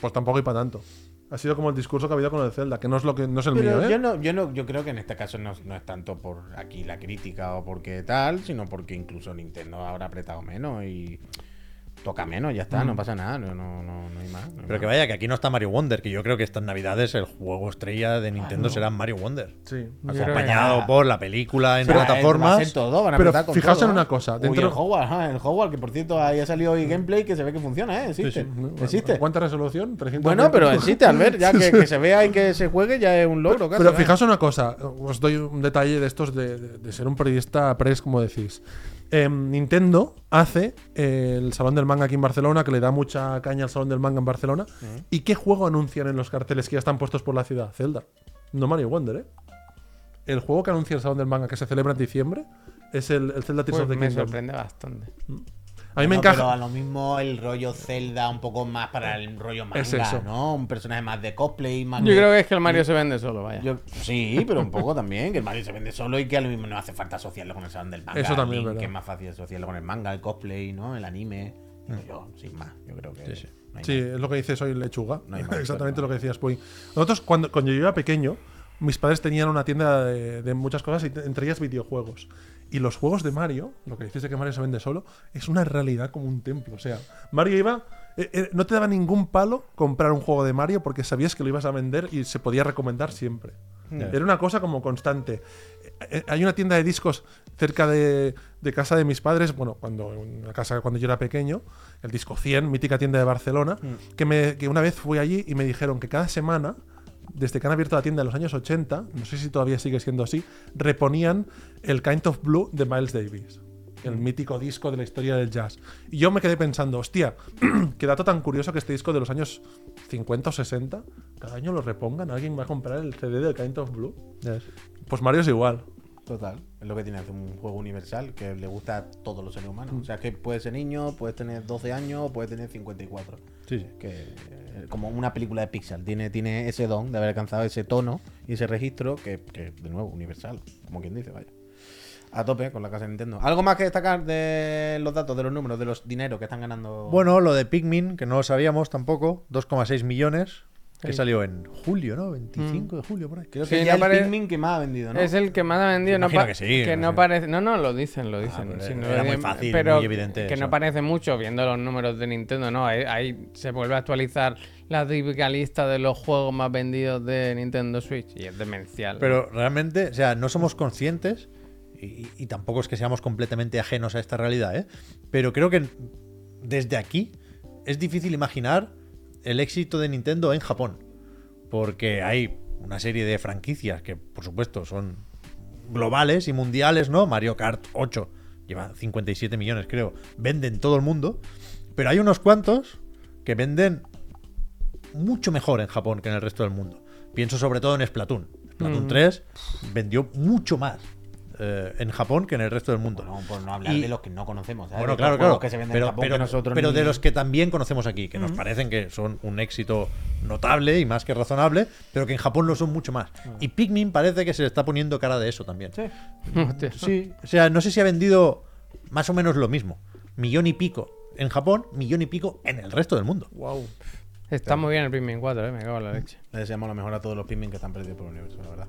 Speaker 4: pues tampoco hay para tanto. Ha sido como el discurso que ha habido con el Zelda, que no es lo que no es el
Speaker 1: Pero
Speaker 4: mío, ¿eh?
Speaker 1: yo no, yo no, yo creo que en este caso no, no es tanto por aquí la crítica o porque tal, sino porque incluso Nintendo habrá apretado menos y toca menos, ya está, no pasa nada, no, no, no, no hay más. no hay
Speaker 3: Mm. Pero que
Speaker 1: más.
Speaker 3: vaya, que aquí no está Mario Wonder, que yo creo que estas navidades el juego estrella de Nintendo
Speaker 4: Ah,
Speaker 3: será Mario Wonder.
Speaker 4: Sí.
Speaker 2: Yo creo que-
Speaker 3: Acompañado por la película en
Speaker 1: Pero, eh, va a
Speaker 3: plataformas.
Speaker 1: ser todo, van a
Speaker 4: Pero
Speaker 1: apretar con
Speaker 4: fijaos
Speaker 1: todo,
Speaker 4: en
Speaker 1: ¿eh?
Speaker 4: una cosa,
Speaker 1: Uy,
Speaker 4: dentro-
Speaker 1: el Howard, ajá, el Howard, que por cierto ahí ha salido hoy gameplay que se ve que funciona, ¿eh? Existe. existe.
Speaker 4: ¿Cuánta resolución? 300
Speaker 1: Bueno, pero existe, Albert, ya que, que se vea y que se juegue ya es un logro, casi. ¿eh?
Speaker 4: Pero
Speaker 1: ¿verdad?
Speaker 4: fijaos una cosa, os doy un detalle de estos de, de- de ser un periodista press, como decís. Em, Nintendo hace eh, el Salón del Manga aquí en Barcelona, que le da mucha caña al Salón del Manga en Barcelona. ¿Y qué juego anuncian en los carteles que ya están puestos por la ciudad? Zelda. No Mario Wonder, ¿eh? El juego que anuncia el Salón del Manga que se celebra en diciembre es el, el Zelda Tears
Speaker 2: Pues
Speaker 4: of the
Speaker 2: me
Speaker 4: Kingdom.
Speaker 2: sorprende bastante.
Speaker 4: A mí me
Speaker 1: No,
Speaker 4: encaja.
Speaker 1: Pero a lo mismo el rollo Zelda, un poco más para el rollo manga,
Speaker 4: Es eso.
Speaker 1: ¿no? Un personaje más de cosplay, más
Speaker 2: Yo
Speaker 1: de-
Speaker 2: creo que es que el Mario se vende solo, vaya.
Speaker 1: Yo- sí, pero un poco también, que el Mario se vende solo y que a lo mismo no hace falta asociarlo con el salón del manga.
Speaker 4: Eso también
Speaker 1: Link,
Speaker 4: es verdad.
Speaker 1: Que es más fácil asociarlo con el manga, el cosplay, ¿no? El anime. Digo yo, sin más, yo creo que. no hay
Speaker 4: Mm. Sí, es lo que dices hoy lechuga.
Speaker 1: No hay más,
Speaker 4: Exactamente
Speaker 1: claro.
Speaker 4: lo que decías, Puy. Nosotros, cuando, cuando yo era pequeño, mis padres tenían una tienda de, de muchas cosas, y te- entre ellas videojuegos. Y los juegos de Mario, lo que dices de que Mario se vende solo, es una realidad como un templo. O sea, Mario iba. eh, eh, no te daba ningún palo comprar un juego de Mario porque sabías que lo ibas a vender y se podía recomendar siempre. Era una cosa como constante. Eh, eh, Hay una tienda de discos cerca de, de casa de mis padres, bueno, cuando, en la casa, cuando yo era pequeño, el disco 100, mítica tienda de Barcelona, que, me, que una vez fui allí y me dijeron que cada semana desde que han abierto la tienda en los años 80, no sé si todavía sigue siendo así, reponían el Kind of Blue de Miles Davis, el mítico disco de la historia del jazz. Y yo me quedé pensando, hostia, qué dato tan curioso que este disco de los años 50 o 60, cada año lo repongan, alguien va a comprar el CD del Kind of Blue. Pues Mario es igual.
Speaker 1: Total. Es lo que tiene hacer un juego universal que le gusta a todos los seres humanos. O sea, que puedes ser niño, puedes tener 12 años, puedes tener 54.
Speaker 3: Sí, sí.
Speaker 1: Que, eh, como una película de Pixar. Tiene, tiene ese don de haber alcanzado ese tono y ese registro que, que, de nuevo, universal. Como quien dice, vaya. A tope con la casa de Nintendo. ¿Algo más que destacar de los datos, de los números, de los dineros que están ganando?
Speaker 3: Bueno, lo de Pikmin, que no lo sabíamos tampoco, 2,6 millones, que salió en julio, ¿no? 25
Speaker 2: Mm.
Speaker 3: de julio, por ahí.
Speaker 1: creo
Speaker 2: sí,
Speaker 1: que
Speaker 2: no
Speaker 1: ya el
Speaker 2: pare-
Speaker 1: Pikmin que más ha vendido, ¿no?
Speaker 2: Es el que más ha vendido. No
Speaker 3: Imagino
Speaker 2: pa-
Speaker 3: que sí,
Speaker 2: que
Speaker 3: no
Speaker 2: no
Speaker 3: sé.
Speaker 2: parece. No, no, lo dicen, lo dicen.
Speaker 3: pero
Speaker 2: sí, no
Speaker 3: era
Speaker 2: lo
Speaker 3: muy
Speaker 2: dicen,
Speaker 3: fácil,
Speaker 2: pero
Speaker 3: muy evidente
Speaker 2: Que
Speaker 3: eso.
Speaker 2: no parece mucho viendo los números de Nintendo, ¿no? Ahí, ahí se vuelve a actualizar la típica lista de los juegos más vendidos de Nintendo Switch y es demencial.
Speaker 3: Pero realmente, o sea, no somos conscientes y, y tampoco es que seamos completamente ajenos a esta realidad, ¿eh? Pero creo que desde aquí es difícil imaginar el éxito de Nintendo en Japón. Porque hay una serie de franquicias que, por supuesto, son globales y mundiales, ¿no? Mario Kart 8 lleva 57 millones, creo. Venden en todo el mundo. Pero hay unos cuantos que venden mucho mejor en Japón que en el resto del mundo. Pienso sobre todo en Splatoon. Splatoon
Speaker 1: Mm.
Speaker 3: 3 vendió mucho más eh, en Japón que en el resto del mundo.
Speaker 1: Bueno, por no hablar
Speaker 3: Y-
Speaker 1: de los que no conocemos. ¿sabes?
Speaker 3: Bueno,
Speaker 1: De
Speaker 3: claro,
Speaker 1: los juegos
Speaker 3: claro.
Speaker 1: Que se venden
Speaker 3: pero
Speaker 1: en Japón
Speaker 3: pero-
Speaker 1: que nosotros
Speaker 3: pero de
Speaker 1: ni- Mm.
Speaker 3: los que también conocemos aquí, que nos parecen que son un éxito notable y más que razonable, pero que en Japón lo son mucho más.
Speaker 1: Mm.
Speaker 3: Y Pikmin parece que se le está poniendo cara de eso también. Sí.
Speaker 2: Hostia.
Speaker 3: O sea, no sé si ha vendido más o menos lo mismo. Millón y pico en Japón, millón y pico en el resto del mundo.
Speaker 4: Wow.
Speaker 2: Está muy bien el Pikmin 4, ¿eh? Me cago en la leche.
Speaker 1: Le deseamos lo mejor a todos los Pikmin que están perdidos por el universo, la verdad.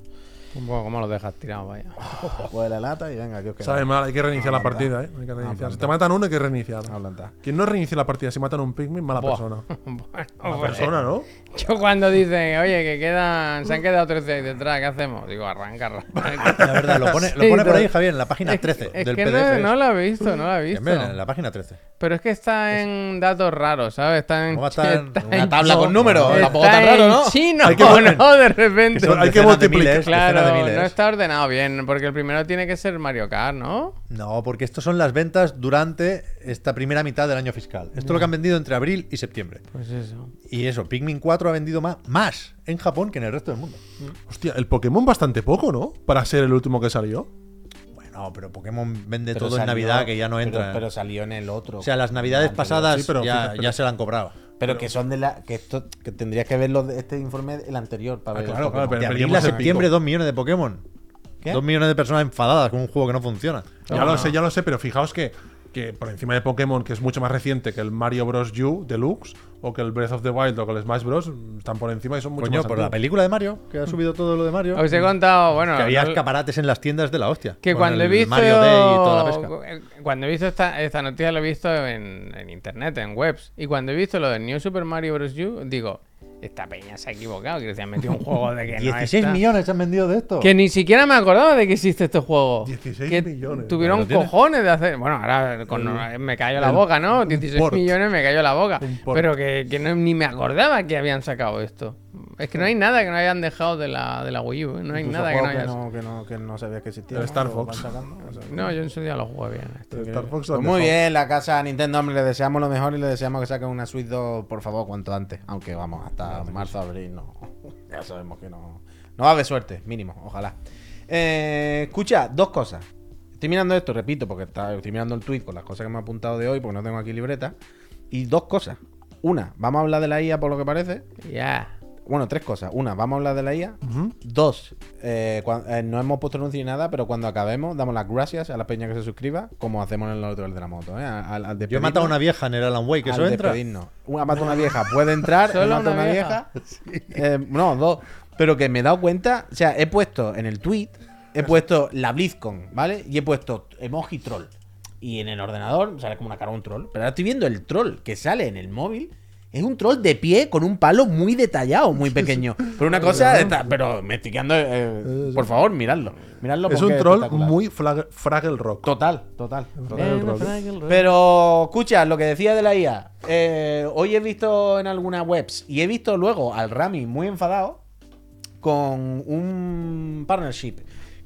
Speaker 2: Un poco como los dejas tirados, vaya.
Speaker 3: Ah,
Speaker 1: Coge la lata y venga, que os
Speaker 4: Sabe mal, hay que reiniciar la partida, ¿eh? Hay que reiniciar. Si te matan uno, hay que reiniciar.
Speaker 1: Hablanta.
Speaker 4: Quien no reinicie la partida si matan a un Pikmin, mala
Speaker 2: Buah.
Speaker 4: persona.
Speaker 2: Bueno,
Speaker 4: Mala
Speaker 2: pues,
Speaker 4: persona, ¿no?
Speaker 2: yo cuando dicen, oye, que quedan, se han quedado 13 ahí detrás, ¿qué hacemos? Digo, arranca, arranca.
Speaker 3: La verdad, lo pone, lo
Speaker 2: Sí,
Speaker 3: pone por
Speaker 2: pero-
Speaker 3: ahí, Javier, en la página 13
Speaker 2: Es
Speaker 3: del
Speaker 2: que
Speaker 3: PDF.
Speaker 2: no, no lo he visto, no lo he visto.
Speaker 3: Hombre, en la página 13.
Speaker 2: Pero es que está en datos raros, ¿sabes? Está en,
Speaker 3: ¿Cómo va a estar en
Speaker 2: está
Speaker 3: una
Speaker 2: en
Speaker 1: tabla con
Speaker 2: chi-
Speaker 1: números?
Speaker 2: está
Speaker 1: Tampoco tan raro,
Speaker 2: en
Speaker 1: ¿no?
Speaker 2: chino,
Speaker 4: Hay que
Speaker 2: ¿o
Speaker 4: poner-
Speaker 2: no? De repente.
Speaker 4: son- hay que
Speaker 3: decenas de
Speaker 4: multiplicar,
Speaker 3: miles, decenas de
Speaker 2: claro,
Speaker 3: miles.
Speaker 2: no está ordenado bien, porque el primero tiene que ser Mario Kart, ¿no?
Speaker 3: No, porque estos son las ventas durante esta primera mitad del año fiscal. Esto es lo que han vendido entre abril y septiembre.
Speaker 2: Pues eso.
Speaker 3: Y eso, Pikmin 4 ha vendido más, más en Japón que en el resto del mundo.
Speaker 4: Hostia, el Pokémon bastante poco, ¿no? Para ser el último que salió.
Speaker 3: Bueno, pero Pokémon vende
Speaker 1: Pero
Speaker 3: todo en
Speaker 1: salió-
Speaker 3: Navidad que ya no
Speaker 1: pero-
Speaker 3: entra.
Speaker 1: Pero, salió en el otro.
Speaker 3: o sea, las Navidades
Speaker 1: Anterior.
Speaker 3: pasadas
Speaker 4: Sí, pero
Speaker 3: ya,
Speaker 4: fíjate, pero-
Speaker 3: ya se la han cobrado.
Speaker 1: Pero que son de la. Que esto. Que tendrías que ver los de- este informe, el anterior, para
Speaker 3: Ah,
Speaker 1: ver. los
Speaker 3: claro, claro,
Speaker 1: Pokémon.
Speaker 3: de
Speaker 4: pero
Speaker 3: abril
Speaker 4: perdimos
Speaker 3: a
Speaker 4: el pico.
Speaker 3: septiembre, 2 millones de Pokémon.
Speaker 1: ¿Qué?
Speaker 3: 2 millones de personas enfadadas con un juego que no funciona.
Speaker 4: Ya lo sé, ya lo sé, pero fijaos que, que por encima de Pokémon, que es mucho más reciente que el Mario Bros. U Deluxe, o que el Breath of the Wild o que el Smash Bros. están por encima y son mucho
Speaker 3: Coño,
Speaker 4: más
Speaker 3: por la
Speaker 4: antiguos.
Speaker 3: película de Mario, que ha subido todo lo de Mario.
Speaker 2: Os he contado, bueno.
Speaker 3: que había
Speaker 2: no-
Speaker 3: escaparates en las tiendas de la hostia.
Speaker 2: Que
Speaker 3: con
Speaker 2: cuando he
Speaker 3: el
Speaker 2: visto.
Speaker 3: Mario Day y toda la pesca.
Speaker 2: cu- Cuando he visto esta, esta noticia, lo he visto en, en internet, en webs. Y cuando he visto lo de New Super Mario Bros. U, digo, esta peña se ha equivocado, que se han metido un juego de que no
Speaker 3: 16
Speaker 2: está.
Speaker 3: millones han vendido de esto.
Speaker 2: Que ni siquiera me acordaba de que existe este juego.
Speaker 4: 16
Speaker 2: Que
Speaker 4: millones.
Speaker 2: Tuvieron
Speaker 3: Lo tiene.
Speaker 2: cojones de hacer. Bueno, ahora con- eh, me cayó la boca, ¿no? 16
Speaker 4: port.
Speaker 2: millones me cayó la boca.
Speaker 4: Un port.
Speaker 2: Pero que, que no- ni me acordaba que habían sacado esto. Es que no hay nada que no hayan dejado de la, de la Wii U. ¿eh? No hay
Speaker 1: Incluso
Speaker 2: nada que no
Speaker 1: juegos
Speaker 2: hayas. No.
Speaker 1: que no, que no, que no sabías que existía.
Speaker 4: El
Speaker 1: ¿no?
Speaker 4: Star
Speaker 1: Lo van
Speaker 4: Fox.
Speaker 1: sacando, o sea.
Speaker 2: yo en su día lo jugué bien. este, esto.
Speaker 4: El Star Fox
Speaker 1: Pues
Speaker 4: donde
Speaker 1: muy
Speaker 4: son.
Speaker 1: bien, la casa Nintendo, hombre, le deseamos lo mejor y le deseamos que saquen una Switch 2, por favor, cuanto antes. Aunque vamos, hasta marzo, abril, no. Ya sabemos que no. No va a haber suerte, mínimo, ojalá. Eh, escucha, dos cosas. Estoy mirando esto, repito, porque está- estoy mirando el tweet con las cosas que me ha apuntado de hoy, porque no tengo aquí libreta. Y dos cosas. Una, vamos a hablar de la IA por lo que parece.
Speaker 2: Ya.
Speaker 1: Bueno, tres cosas. Una, vamos a hablar de la IA. Dos, eh, cua- eh, no hemos puesto anuncio ni nada, pero cuando acabemos, damos las gracias a la peña que se suscriba, como hacemos en el hotel de la moto. ¿eh? Al, al
Speaker 3: Yo he
Speaker 1: despedirnos-
Speaker 3: matado a una vieja en el Alan Wake, que
Speaker 1: al
Speaker 3: eso entra.
Speaker 1: despedirnos. Una mata a una vieja puede entrar,
Speaker 2: Solo
Speaker 1: he matado a
Speaker 2: una
Speaker 1: una
Speaker 2: vieja.
Speaker 1: vieja. Eh, no, dos. Pero que me he dado cuenta, o sea, he puesto en el tweet, he puesto la BlizzCon, ¿vale? Y he puesto emoji troll. Y en el ordenador sale como una cara de un troll. Pero ahora estoy viendo el troll que sale en el móvil. Es un troll de pie con un palo muy detallado, muy pequeño. Pero una cosa, está- pero me estoy quedando. eh, por favor, miradlo. Miradlo
Speaker 4: Es
Speaker 1: porque
Speaker 4: un troll
Speaker 1: espectacular.
Speaker 4: muy frag- Fraggle Rock.
Speaker 1: Total, total. total.
Speaker 4: Fraggle Rock.
Speaker 1: Pero escucha, lo que decía de la IA. eh, hoy he visto en algunas webs y he visto luego al Rami muy enfadado con un partnership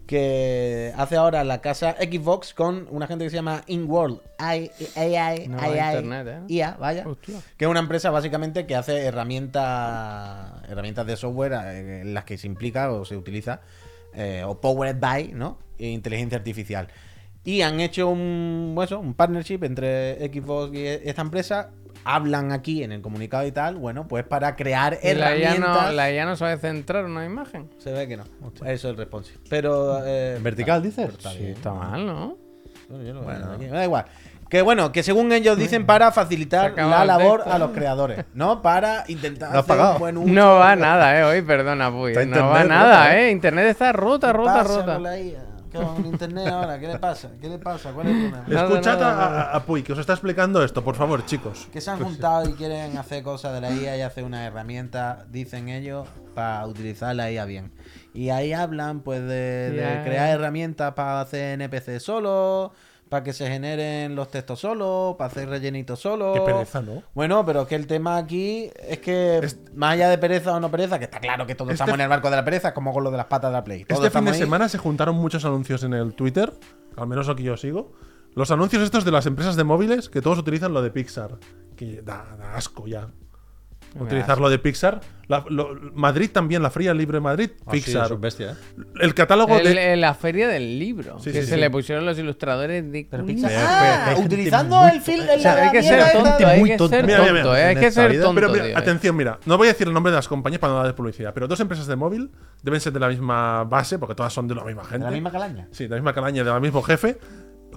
Speaker 1: que hace ahora la casa Xbox con una gente que se llama InWorld AI, AI,
Speaker 2: No,
Speaker 1: AI,
Speaker 2: internet, ¿eh?
Speaker 1: IA, vaya,
Speaker 2: Hostia.
Speaker 1: que es una empresa básicamente que hace herramientas herramientas de software eh, en las que se implica o se utiliza eh, o powered by, ¿no? E Inteligencia artificial. Y han hecho un, bueno, eso, un partnership entre Xbox y e-, esta empresa. Hablan aquí en el comunicado y tal, bueno, pues para crear
Speaker 2: Y La IA,
Speaker 1: herramientas.
Speaker 2: no, la IA no sabe centrar una imagen.
Speaker 1: Se ve que no. Eso es el responsive. Pero. eh,
Speaker 3: ¿En vertical, dices?
Speaker 1: pero está
Speaker 3: Sí,
Speaker 1: bien.
Speaker 2: Está mal, ¿no?
Speaker 1: Bueno, yo lo- aquí- Da igual. Que bueno, que según ellos dicen para
Speaker 2: Se
Speaker 1: facilitar
Speaker 2: acaba
Speaker 1: la
Speaker 2: el
Speaker 1: labor
Speaker 2: texto.
Speaker 1: a los creadores, ¿no? Para intentar
Speaker 3: Lo has pagado.
Speaker 1: buen uso.
Speaker 2: No va nada, eh, hoy, perdona, Puy. No
Speaker 3: Está internet
Speaker 2: va
Speaker 3: rota,
Speaker 2: nada,
Speaker 3: ¿eh?
Speaker 2: eh. Internet está rota,
Speaker 1: ¿Qué
Speaker 2: rota,
Speaker 1: pasa
Speaker 2: rota.
Speaker 1: con la IA? eh, Con internet ahora, ¿qué le pasa? ¿Qué le pasa? ¿Cuál es el problema?
Speaker 2: Nada,
Speaker 4: Escuchad
Speaker 2: nada,
Speaker 4: a- a, a Puy, que os está explicando esto, por favor, chicos.
Speaker 1: Que se han juntado y quieren hacer cosas de la IA y hacer una herramienta, dicen ellos, para utilizar la IA bien. Y ahí hablan, pues, de, de
Speaker 2: Ya.
Speaker 1: crear herramientas para hacer NPC solo, para que se generen los textos solos, para hacer rellenitos solo.
Speaker 4: Qué pereza, ¿no?
Speaker 1: Bueno, pero es que el tema aquí es que,
Speaker 4: Es-
Speaker 1: más allá de pereza o no pereza, que está claro que todos
Speaker 4: Este-
Speaker 1: estamos en el barco de la pereza, es como con lo de las patas de la Play. Todos
Speaker 4: Este fin
Speaker 1: estamos
Speaker 4: de
Speaker 1: ahí.
Speaker 4: semana se juntaron muchos anuncios en el Twitter, al menos aquí yo sigo. Los anuncios estos de las empresas de móviles que todos utilizan lo de Pixar, que da, da asco ya. Utilizar lo de Pixar. La- lo- Madrid también, la Fría Libre Madrid, Pixar.
Speaker 3: bestia, ¿eh?
Speaker 4: el catálogo
Speaker 2: Ah, El-
Speaker 4: de.
Speaker 2: en la feria del libro,
Speaker 4: Sí,
Speaker 2: que
Speaker 4: sí,
Speaker 2: se
Speaker 4: sí.
Speaker 2: le pusieron los ilustradores de
Speaker 1: Pero
Speaker 2: un-
Speaker 1: Pixar-
Speaker 3: Pero-
Speaker 1: Ah,
Speaker 3: pero hay gente
Speaker 1: utilizando
Speaker 3: muy
Speaker 1: el film. el-
Speaker 3: O sea,
Speaker 1: la
Speaker 2: hay que
Speaker 1: mierda
Speaker 2: ser
Speaker 1: esta
Speaker 2: tonto,
Speaker 1: de-
Speaker 2: hay
Speaker 3: muy
Speaker 2: que
Speaker 3: tonto.
Speaker 2: ser
Speaker 4: Mira, mira,
Speaker 2: tonto,
Speaker 3: mira.
Speaker 2: eh, hay que
Speaker 3: En esta
Speaker 2: ser
Speaker 3: vida.
Speaker 2: tonto.
Speaker 4: Pero mira,
Speaker 2: tío.
Speaker 4: atención, mira, no voy a decir el nombre de las compañías para no dar publicidad, pero dos empresas de móvil deben ser de la misma base, porque todas son de la misma gente.
Speaker 1: de la misma calaña.
Speaker 4: Sí, de la misma calaña, del mismo jefe,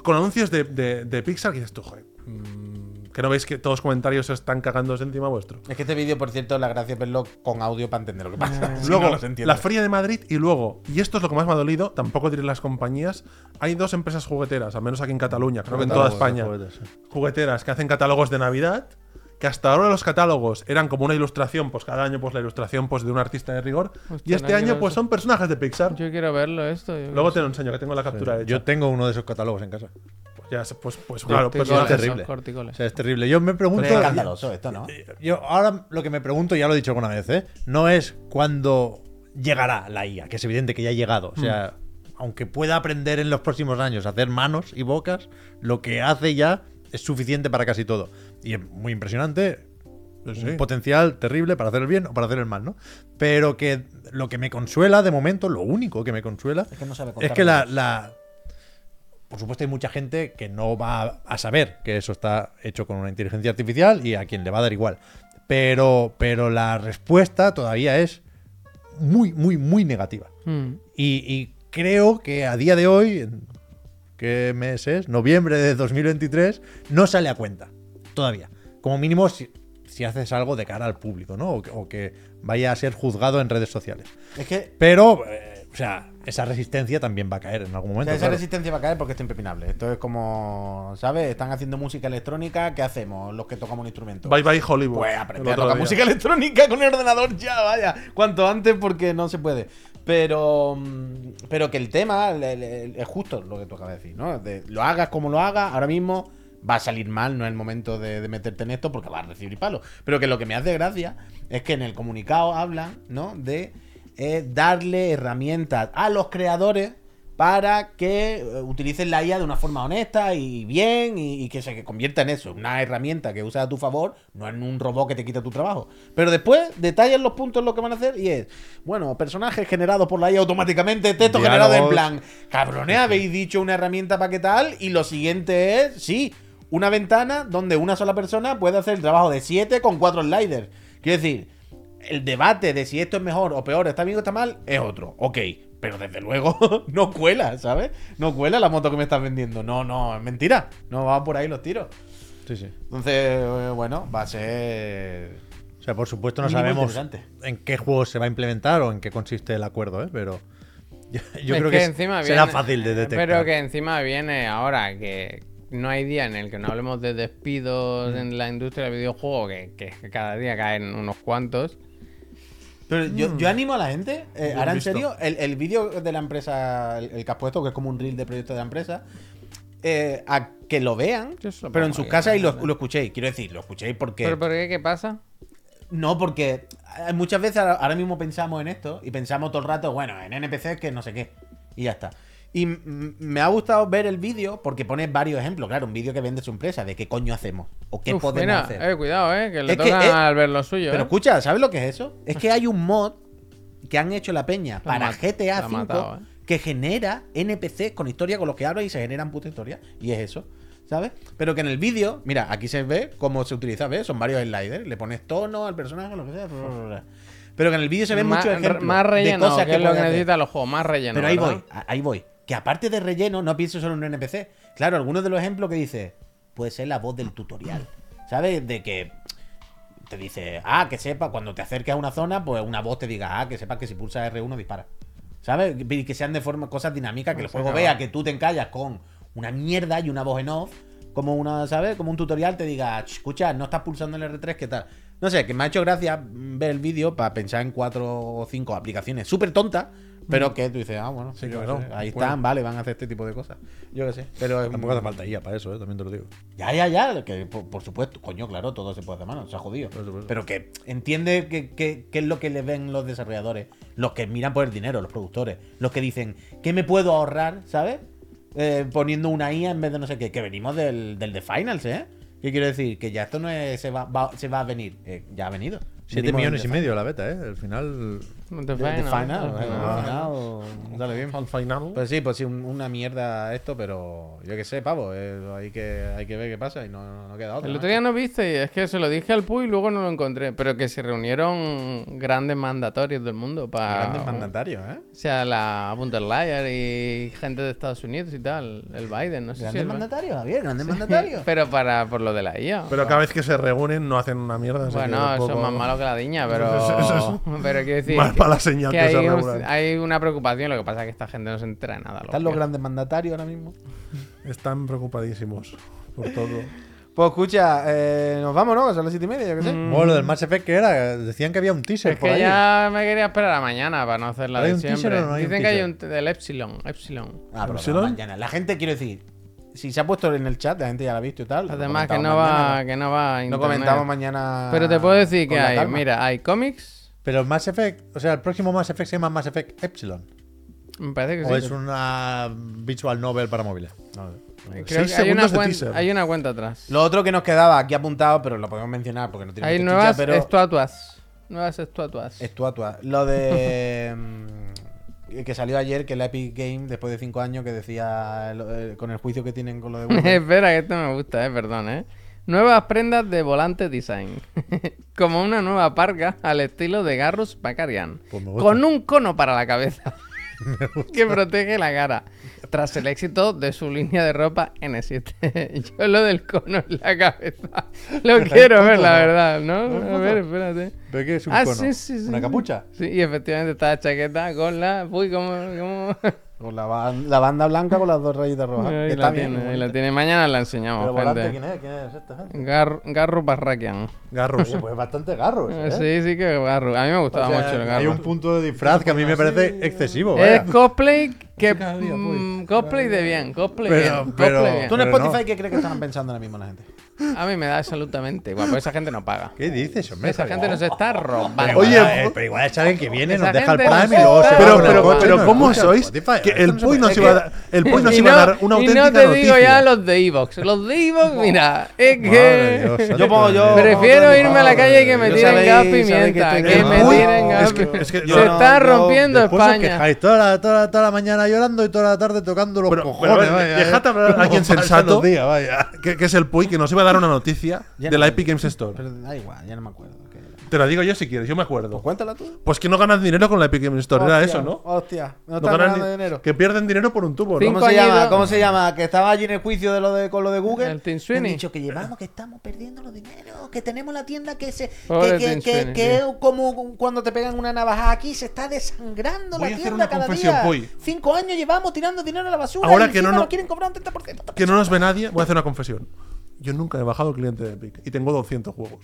Speaker 4: con anuncios de, de- de Pixar que dices tú, joder, mm, que no veis que todos los comentarios están cagándose encima vuestro.
Speaker 1: Es que este vídeo, por cierto, la gracia es verlo con audio para entender lo que pasa. Si
Speaker 4: Luego,
Speaker 1: no los entiendes.
Speaker 4: la Feria de Madrid y luego, y esto es lo que más me ha dolido, tampoco diré las compañías, hay dos empresas jugueteras, al menos aquí en Cataluña, creo que en toda
Speaker 3: Catálogos de
Speaker 4: España,
Speaker 3: juguetes, sí.
Speaker 4: jugueteras que hacen catálogos de Navidad, que hasta ahora los catálogos eran como una ilustración, pues cada año pues la ilustración pues de un artista de rigor, y
Speaker 2: Hostia,
Speaker 4: este
Speaker 2: no quiero
Speaker 4: año pues
Speaker 2: eso.
Speaker 4: son personajes de Pixar.
Speaker 2: Yo quiero verlo esto. yo
Speaker 4: Luego te lo enseño, que tengo la captura hecha.
Speaker 3: Yo tengo uno de esos catálogos en casa.
Speaker 4: Pues ya, pues, pues claro,
Speaker 2: quiero-
Speaker 4: personajes.
Speaker 2: son
Speaker 3: terrible.
Speaker 2: corticoles.
Speaker 3: O sea, es terrible. Yo me pregunto.
Speaker 1: Es escandaloso esto, ¿no?
Speaker 3: Yo ahora lo que me pregunto, ya lo he dicho alguna vez, ¿eh? no es cuándo llegará la IA, que es evidente que ya ha llegado. O sea, aunque pueda aprender en los próximos años a hacer manos y bocas, lo que hace ya es suficiente para casi todo. Y es muy impresionante,
Speaker 4: Sí.
Speaker 3: un potencial terrible para hacer el bien o para hacer el mal, ¿no? Pero que lo que me consuela de momento, lo único que me consuela,
Speaker 1: Es que no sabe
Speaker 3: es
Speaker 1: contar
Speaker 3: que la,
Speaker 1: números.
Speaker 3: la- Por supuesto hay mucha gente que no va a saber que eso está hecho con una inteligencia artificial y a quien le va a dar igual. Pero, pero la respuesta todavía es muy, muy, muy negativa.
Speaker 2: Hmm.
Speaker 3: Y, y creo que a día de hoy, en- ¿qué mes es? Noviembre de 2023, no sale a cuenta. Todavía. Como mínimo si, si haces algo de cara al público, ¿no? O que- o que vaya a ser juzgado en redes sociales.
Speaker 1: Es que
Speaker 3: Pero, eh, o sea, esa resistencia también va a caer en algún
Speaker 1: o
Speaker 3: momento.
Speaker 1: sea, esa
Speaker 3: claro.
Speaker 1: resistencia va a caer porque está impepinable. Esto es como, ¿sabes? Están haciendo música electrónica. ¿Qué hacemos los que tocamos un instrumento?
Speaker 4: Bye bye Hollywood.
Speaker 1: Pues
Speaker 4: El
Speaker 1: aprender a
Speaker 4: otro
Speaker 1: tocar
Speaker 4: día.
Speaker 1: música electrónica con el ordenador ya, vaya. Cuanto antes porque no se puede. Pero, mm, pero que el tema el- el- el- es justo lo que tú acabas de decir, ¿no? De, lo hagas como lo hagas, ahora mismo va a salir mal, no es el momento de, de meterte en esto porque vas a recibir palos. Pero que lo que me hace gracia es que en el comunicado hablan, ¿no? De eh, darle herramientas a los creadores para que eh, utilicen la IA de una forma honesta y bien y, y que se convierta en eso, una herramienta que usas a tu favor, no en un robot que te quita tu trabajo. Pero después detallan los puntos lo que van a hacer y es, bueno, personajes generados por la IA automáticamente, texto generado en
Speaker 3: Diálogos.
Speaker 1: plan, cabrones, habéis dicho una herramienta para qué tal y lo siguiente es, sí, una ventana donde una sola persona puede hacer el trabajo de 7 con 4 sliders. Quiero decir, el debate de si esto es mejor o peor, está bien o está mal, es otro. Ok, pero desde luego no cuela, ¿sabes? No cuela la moto que me estás vendiendo. No, no, es mentira. No van por ahí los tiros.
Speaker 3: Sí, sí.
Speaker 1: Entonces, eh, bueno, va a ser.
Speaker 3: O sea, por supuesto no
Speaker 1: Mínimo
Speaker 3: sabemos
Speaker 1: interesante.
Speaker 3: en qué juegos se va a implementar o en qué consiste el acuerdo, ¿eh? Pero yo, yo
Speaker 2: Es
Speaker 3: creo que, es-
Speaker 2: encima
Speaker 3: será
Speaker 2: viene-
Speaker 3: fácil de detectar.
Speaker 2: Pero que encima viene ahora que no hay día en el que no hablemos de despidos en la industria del videojuego, que, que cada día caen unos cuantos.
Speaker 1: Pero yo, yo animo a la gente, eh, ahora en
Speaker 4: visto.
Speaker 1: serio, el, el vídeo de la empresa, el, el que has puesto, que es como un reel de proyecto de la empresa, eh, a que lo vean,
Speaker 2: Yo se lo
Speaker 1: pero en
Speaker 2: pongo
Speaker 1: sus
Speaker 2: ahí,
Speaker 1: casas y
Speaker 2: ¿no?
Speaker 1: lo, lo escuchéis. Quiero decir, lo escuchéis porque.
Speaker 2: ¿Pero por qué? ¿Qué pasa?
Speaker 1: No, porque eh, muchas veces ahora- ahora mismo pensamos en esto y pensamos todo el rato, bueno, en NPC que no sé qué. Y ya está. Y m- m- me ha gustado ver el vídeo porque pone varios ejemplos. Claro, un vídeo que vende su empresa, de qué coño hacemos o qué
Speaker 2: Uf,
Speaker 1: podemos
Speaker 2: mira,
Speaker 1: hacer.
Speaker 2: eh, cuidado, eh, que le
Speaker 1: Es que,
Speaker 2: tocan
Speaker 1: eh,
Speaker 2: al ver lo suyo.
Speaker 1: Pero
Speaker 2: eh.
Speaker 1: escucha, ¿sabes lo que es eso? Es que hay un mod que han hecho la peña
Speaker 2: Lo
Speaker 1: para
Speaker 2: ma-
Speaker 1: GTA
Speaker 2: lo ha
Speaker 1: V
Speaker 2: matado, eh.
Speaker 1: que genera NPCs con historia con los que hablas y se generan puta historia. Y es eso, ¿sabes? Pero que en el vídeo, mira, aquí se ve cómo se utiliza, ¿ves? Son varios sliders. Le pones tono al personaje, lo que sea. bla, bla, bla, bla. Pero que en el vídeo se ven
Speaker 2: Más-
Speaker 1: muchos ejemplos.
Speaker 2: Más
Speaker 1: de
Speaker 2: relleno,
Speaker 1: cosas
Speaker 2: que es lo que
Speaker 1: puedes hacer.
Speaker 2: necesitan los juegos, más relleno.
Speaker 1: Pero ahí
Speaker 2: ¿verdad?
Speaker 1: voy, a- ahí voy. Que aparte de relleno, no pienso solo en un NPC. Claro, algunos de los ejemplos que dice, puede ser la voz del tutorial. ¿Sabes? De que te dice, ah, que sepa, cuando te acerques a una zona, pues una voz te diga, ah, que sepa que si pulsas R1 dispara. ¿Sabes? Y que sean de forma cosas dinámicas, que el juego vea que tú te encallas con una mierda y una voz en off, como una, ¿sabes? Como un tutorial te diga, "Ch, escucha, no estás pulsando el R3, ¿qué tal? No sé, que me ha hecho gracia ver el vídeo para pensar en cuatro o cinco aplicaciones súper tontas, pero que tú dices, ah, bueno,
Speaker 4: Mm. Sí,
Speaker 1: yo qué
Speaker 4: claro,
Speaker 1: sé, ahí
Speaker 4: bueno.
Speaker 1: están, vale, van a hacer este tipo de cosas. Yo qué sé, pero es un-
Speaker 6: Tampoco hace falta guía para eso, eh, también te lo digo.
Speaker 1: ya, ya, ya, que por, por supuesto, coño, claro, todo se puede hacer a mano, se ha jodido. Pero que entiende que, que- que es lo que le ven los desarrolladores, los que miran por el dinero, los productores, los que dicen, ¿qué me puedo ahorrar, sabes? Eh, poniendo una IA en vez de no sé qué, que venimos del, del The Finals, ¿eh? ¿Qué quiero decir? Que ya esto no es, se, va, va- se va a venir, Eh, ya ha venido.
Speaker 6: 7 millones y medio la beta, ¿eh? Al final.
Speaker 2: No te
Speaker 1: The,
Speaker 2: fai, ¿no?
Speaker 1: Final,
Speaker 2: No te fai, ¿no?
Speaker 1: dale bien.
Speaker 4: Al final.
Speaker 1: Pues sí, pues sí, un- una mierda esto, pero yo qué sé, pavo, eh, hay, que, hay que ver qué pasa y no, no queda otra.
Speaker 2: El
Speaker 1: ¿no?
Speaker 2: otro día no viste, y es que se lo dije al Puy y luego no lo encontré. Pero que se reunieron grandes mandatorios del mundo para.
Speaker 1: Grandes mandatarios, ¿eh?
Speaker 2: O sea, la von der Leyen y gente de Estados Unidos y tal. El Biden, no sé si.
Speaker 1: Grandes
Speaker 2: el-
Speaker 1: mandatarios, Javier, grandes mandatarios.
Speaker 2: Pero para por lo de la IA.
Speaker 4: Pero cada vez que se reúnen no hacen una mierda. así que
Speaker 2: Bueno, eso es
Speaker 4: tampoco-
Speaker 2: más malo que la diña, pero.
Speaker 4: Eso es- eso
Speaker 2: pero quiero decir.
Speaker 4: más
Speaker 2: que-
Speaker 4: mala señal
Speaker 2: que
Speaker 4: que se
Speaker 2: hay, un-
Speaker 4: reúnan.
Speaker 2: hay una preocupación, lo que pasa es que esta gente no se entera de nada.
Speaker 1: Están
Speaker 2: lo
Speaker 1: los
Speaker 2: que-
Speaker 1: grandes mandatarios ahora mismo.
Speaker 4: Están preocupadísimos por todo.
Speaker 5: Pues escucha, eh, nos vamos, ¿no? Son las siete y media, yo qué sé.
Speaker 1: Mm. Ah,
Speaker 6: Bueno, lo del Mass Effect que era, decían que había un teaser
Speaker 2: Es
Speaker 6: por
Speaker 2: que
Speaker 6: ahí.
Speaker 2: ya me quería esperar a mañana para no hacer la
Speaker 6: ¿Hay
Speaker 2: de
Speaker 6: un teaser
Speaker 2: siempre.
Speaker 6: o no hay un
Speaker 2: Dicen que hay
Speaker 6: teaser?
Speaker 2: un t- del Epsilon. Epsilon.
Speaker 1: Ah, pero
Speaker 4: ¿Epsilon?
Speaker 1: mañana. La gente, quiero decir, si se ha puesto en el chat, la gente ya la ha visto y tal. lo
Speaker 2: Además, que
Speaker 1: comentamos
Speaker 2: no va,
Speaker 1: mañana.
Speaker 2: que no va. a
Speaker 5: Lo
Speaker 2: internet.
Speaker 5: comentamos mañana.
Speaker 2: Pero te puedo decir que
Speaker 5: con la
Speaker 2: hay,
Speaker 5: calma.
Speaker 2: mira, hay cómics.
Speaker 6: Pero el Mass Effect, o sea, el próximo Mass Effect se llama Mass Effect Epsilon.
Speaker 2: Me parece que
Speaker 6: O
Speaker 2: sí.
Speaker 6: es una visual novel para móviles.
Speaker 2: Creo
Speaker 4: Seis
Speaker 2: que hay una,
Speaker 4: segundos de
Speaker 2: cuenta,
Speaker 4: teaser.
Speaker 2: hay una cuenta atrás.
Speaker 1: Lo otro que nos quedaba aquí apuntado, pero lo podemos mencionar porque no tiene
Speaker 2: Hay
Speaker 1: mucha
Speaker 2: nuevas
Speaker 1: chicha, pero
Speaker 2: estatuas. Nuevas estatuas.
Speaker 1: Estuatua. Lo de. mm, que salió ayer, que la Epic Game, después de cinco años, que decía lo- eh, con el juicio que tienen con lo de Google.
Speaker 2: Espera, que esto me gusta, eh, perdón, eh. Nuevas prendas de volante design. Como una nueva parga al estilo de Garrus Bakarian.
Speaker 6: Pues me gusta.
Speaker 2: con un cono para la cabeza. que protege la cara. Tras el éxito de su línea de ropa N7. Yo lo del cono en la cabeza. Lo quiero ver, la verdad, ¿no? A ver, espérate.
Speaker 6: ¿Pero qué es un
Speaker 2: ah,
Speaker 6: cono?
Speaker 2: sí, sí, sí.
Speaker 6: ¿Una
Speaker 2: sí.
Speaker 6: capucha?
Speaker 2: Sí, y efectivamente está la chaqueta con la. Uy, ¿cómo.? cómo...
Speaker 1: Con la, ba- la banda blanca con las dos rayitas rojas. que
Speaker 2: Ahí
Speaker 1: está
Speaker 2: la
Speaker 1: bien.
Speaker 2: tiene,
Speaker 1: muy
Speaker 2: ahí la
Speaker 1: bonita.
Speaker 2: tiene. Mañana la enseñamos, gente.
Speaker 6: es? ¿Quién es esta gente?
Speaker 2: Gar- Garru Barrakian.
Speaker 4: Garros.
Speaker 6: Pues bastante garro. ese, ¿eh?
Speaker 2: Sí, sí que Garru. A mí me gustaba
Speaker 6: O sea,
Speaker 2: mucho el
Speaker 6: Hay
Speaker 2: Garru.
Speaker 6: un punto de disfraz que a mí
Speaker 2: Ah,
Speaker 6: me parece excesivo. vaya.
Speaker 2: Es cosplay que.
Speaker 6: Cada día, pues.
Speaker 2: mm, cosplay de bien, cosplay
Speaker 6: Pero-
Speaker 2: bien.
Speaker 6: pero-
Speaker 2: cosplay bien.
Speaker 1: ¿Tú en
Speaker 6: Pero no.
Speaker 1: Spotify qué crees que están pensando ahora mismo la gente?
Speaker 2: A mí me da absolutamente igual, porque esa gente no paga.
Speaker 6: ¿Qué dices, hombre?
Speaker 2: Esa gente nos está robando.
Speaker 6: Pero igual, eh, pero igual es alguien que viene,
Speaker 2: Esa
Speaker 6: nos deja el
Speaker 2: gente
Speaker 6: prime
Speaker 2: nos
Speaker 6: y luego se
Speaker 2: está-
Speaker 6: va
Speaker 4: Pero,
Speaker 6: con el
Speaker 4: pero,
Speaker 6: coche y
Speaker 4: pero,
Speaker 6: nos
Speaker 4: ¿cómo
Speaker 6: escucha
Speaker 4: sois?
Speaker 6: Spotify?
Speaker 4: Que
Speaker 6: Esto
Speaker 4: el
Speaker 6: no
Speaker 4: Puy
Speaker 6: se puede.
Speaker 4: nos iba a dar, el Puy nos
Speaker 2: Y
Speaker 4: iba
Speaker 2: no-
Speaker 4: a dar una
Speaker 2: y
Speaker 4: auténtica
Speaker 2: no te digo ya
Speaker 4: noticia.
Speaker 2: los de Evox. Los de Evox, mira, es
Speaker 6: Madre
Speaker 2: que.
Speaker 6: de Dios,
Speaker 5: Yo pongo- yo-
Speaker 2: Prefiero
Speaker 5: Madre
Speaker 2: irme a la
Speaker 5: mía.
Speaker 2: calle y que me
Speaker 5: Yo
Speaker 2: tiren
Speaker 5: sabéis-
Speaker 2: gas
Speaker 5: sabéis que
Speaker 2: pimienta. Que,
Speaker 5: estoy
Speaker 2: me
Speaker 5: quemado.
Speaker 2: tiren gas
Speaker 4: Es que-
Speaker 2: pimienta.
Speaker 4: es que
Speaker 2: Se
Speaker 4: yo no-
Speaker 2: está
Speaker 6: yo-
Speaker 2: rompiendo
Speaker 6: de cosas
Speaker 2: España.
Speaker 6: quejáis toda la, toda, la- toda la mañana llorando y toda la tarde tocando los
Speaker 4: Pero- pero,
Speaker 6: cojones.
Speaker 4: a ver,
Speaker 6: vaya,
Speaker 4: dejad
Speaker 6: eh.
Speaker 4: hablar a alguien
Speaker 6: Como pasan
Speaker 4: sensato.
Speaker 6: los días, vaya.
Speaker 4: Que, que es el Puy que nos iba a dar una noticia
Speaker 1: Ya
Speaker 4: de la
Speaker 1: no-
Speaker 4: Epic Games Store.
Speaker 1: Pero da igual, ya no me acuerdo. qué era.
Speaker 4: Te la digo yo si quieres, yo me acuerdo.
Speaker 1: Cuéntala tú.
Speaker 4: Pues que no ganan dinero con la Epic Games Store, era eso, ¿no?
Speaker 1: Hostia, Oh, no,
Speaker 4: No
Speaker 1: están
Speaker 4: ganan
Speaker 1: ganando
Speaker 4: ni-
Speaker 1: dinero.
Speaker 4: Que pierden dinero por un tubo, ¿no?
Speaker 2: Cinco
Speaker 1: ¿Cómo se,
Speaker 2: añitos.
Speaker 1: llama? ¿Cómo se llama? Que estaba allí en el juicio de lo de, con lo de Google.
Speaker 2: El Tim
Speaker 1: Me Han
Speaker 2: Sweeney.
Speaker 1: dicho que llevamos, que estamos perdiendo los dineros, que tenemos la tienda que se. Que,
Speaker 2: Pobre
Speaker 1: que,
Speaker 2: Tim
Speaker 1: que-
Speaker 2: Sweeney,
Speaker 1: que
Speaker 2: sí.
Speaker 1: como cuando te pegan una navaja aquí, se está desangrando
Speaker 4: Voy a
Speaker 1: la
Speaker 4: hacer
Speaker 1: tienda
Speaker 4: una
Speaker 1: cada
Speaker 4: confesión,
Speaker 1: día.
Speaker 4: voy.
Speaker 1: Cinco años llevamos tirando dinero a la basura.
Speaker 4: Ahora
Speaker 1: y
Speaker 4: que no,
Speaker 1: encima
Speaker 4: no-
Speaker 1: lo quieren cobrar un 30%.
Speaker 4: Que no nos ve nadie, voy a hacer una confesión. Yo nunca he bajado cliente de Epic y tengo 200 juegos.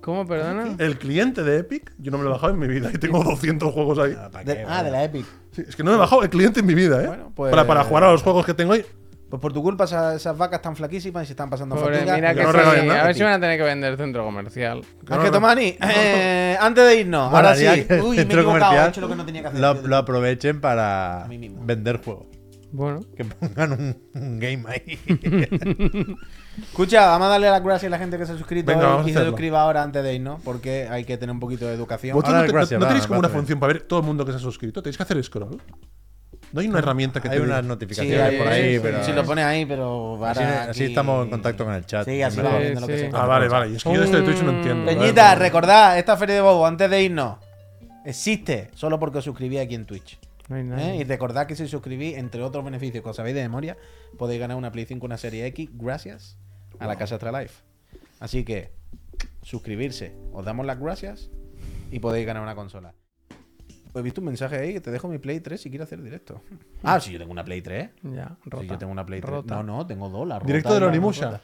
Speaker 2: ¿Cómo, perdona?
Speaker 4: El cliente de Epic, yo no me lo he bajado en mi vida y tengo 200 juegos ahí.
Speaker 1: De- ah, de la Epic.
Speaker 4: Sí, es que no me he bajado el cliente en mi vida, ¿eh?
Speaker 1: Bueno, pues-
Speaker 4: para, para jugar a los juegos que tengo ahí.
Speaker 1: Pues por tu culpa esa- esas vacas tan flaquísimas y se están pasando
Speaker 2: Pobre,
Speaker 1: fatiga.
Speaker 2: mira
Speaker 4: Yo
Speaker 2: que
Speaker 4: no
Speaker 2: sí,
Speaker 4: regalo nada,
Speaker 2: A ver si
Speaker 4: tío.
Speaker 2: van a tener que vender centro comercial.
Speaker 1: Ángel Tomani, eh, antes de irnos, ahora sí.
Speaker 3: Molaría que el
Speaker 1: Uy, me he
Speaker 3: centro
Speaker 1: equivocado,
Speaker 3: comercial
Speaker 1: he hecho lo que no tenía que hacer.
Speaker 3: Lo, lo aprovechen para
Speaker 1: mí mismo.
Speaker 3: vender juego.
Speaker 2: Bueno.
Speaker 3: Que pongan un, un game ahí.
Speaker 1: Escucha, vamos a darle las gracias a la gente que se ha suscrito
Speaker 4: Venga,
Speaker 1: hoy
Speaker 4: vamos a
Speaker 1: y se
Speaker 4: hacerlo.
Speaker 1: suscriba ahora antes de irnos, porque hay que tener un poquito de educación.
Speaker 4: Vosotros
Speaker 3: Ahora,
Speaker 4: no, te-
Speaker 3: gracias,
Speaker 4: no
Speaker 3: va,
Speaker 4: tenéis como
Speaker 3: va,
Speaker 4: una
Speaker 3: va.
Speaker 4: función para ver todo el mundo que se ha suscrito. Tenéis que hacer scroll. No hay una herramienta que
Speaker 3: Hay
Speaker 4: te
Speaker 3: unas
Speaker 4: diga.
Speaker 1: Sí,
Speaker 3: notificaciones
Speaker 1: hay-
Speaker 3: por ahí,
Speaker 1: sí,
Speaker 3: pero.
Speaker 1: sí, lo pones ahí, pero
Speaker 3: así,
Speaker 1: ahora
Speaker 3: así
Speaker 1: aquí-
Speaker 3: estamos en contacto con el chat.
Speaker 1: Sí, así
Speaker 3: en
Speaker 1: vamos
Speaker 3: verdad.
Speaker 2: Sí,
Speaker 1: viendo lo que
Speaker 2: sí.
Speaker 1: se
Speaker 4: Ah, vale, vale. Y es que yo esto de Twitch no entiendo.
Speaker 1: Peñita,
Speaker 4: Vale, vale.
Speaker 1: recordad, esta Feria de Bobo, antes de irnos, existe solo porque os suscribí aquí en Twitch.
Speaker 2: No hay nada.
Speaker 1: ¿eh? Y recordad que si os suscribís, entre otros beneficios que os sabéis de memoria, podéis ganar una Play 5, una Serie X, gracias a la Casa Astralife. Así que, suscribirse, os damos las gracias y podéis ganar una consola. Pues He visto un mensaje ahí que te dejo mi Play 3 si quieres hacer directo. Ah, sí, yo tengo una Play 3.
Speaker 2: Ya, rota.
Speaker 1: Sí, yo tengo una Play 3.
Speaker 2: Rota.
Speaker 1: No, no, tengo dólar.
Speaker 4: Directo
Speaker 1: rota,
Speaker 4: de la
Speaker 1: no,
Speaker 4: Onimusha.
Speaker 1: rota.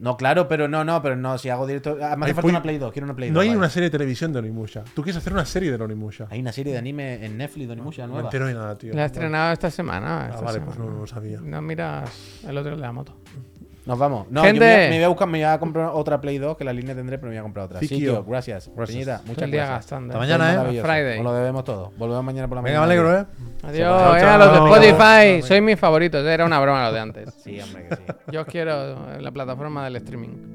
Speaker 1: No, claro, pero no, no, pero no, si hago directo. ah, Me hace
Speaker 4: Hay
Speaker 1: falta
Speaker 4: pui-
Speaker 1: una Play 2, quiero una Play 2.
Speaker 4: No hay
Speaker 1: vale.
Speaker 4: una serie de televisión de Onimusha. Tú quieres hacer una serie de Onimusha.
Speaker 1: Hay una serie de anime en Netflix de Onimusha
Speaker 4: No me
Speaker 1: nueva.
Speaker 4: entero de nada, tío.
Speaker 2: La he estrenado esta semana.
Speaker 4: Ah,
Speaker 2: esta
Speaker 4: vale, pues no,
Speaker 2: semana.
Speaker 4: no lo sabía.
Speaker 2: No miras el otro de la moto.
Speaker 1: Nos vamos. No,
Speaker 2: Gente.
Speaker 1: yo me, voy a- me voy a buscar, me voy a comprar otra Play 2, que la línea tendré, pero me voy a comprar otra. Sí,
Speaker 4: Fikio.
Speaker 1: tío, gracias. Peñita,
Speaker 2: Todo
Speaker 1: muchas
Speaker 2: el día
Speaker 1: gracias.
Speaker 2: gastando.
Speaker 3: Hasta mañana,
Speaker 1: Sois
Speaker 3: ¿eh?
Speaker 1: maravillosos.
Speaker 2: Friday.
Speaker 1: Os lo debemos todo. Volvemos mañana por la
Speaker 3: Venga, me
Speaker 1: mañana.
Speaker 3: alegro, ¿eh?
Speaker 2: Adiós, eh, a
Speaker 4: chao.
Speaker 2: los de Spotify.
Speaker 4: Chao.
Speaker 2: Sois mis favoritos. Era una broma los de antes.
Speaker 1: Sí, hombre, que sí.
Speaker 2: Yo os quiero la eh, plataforma del streaming.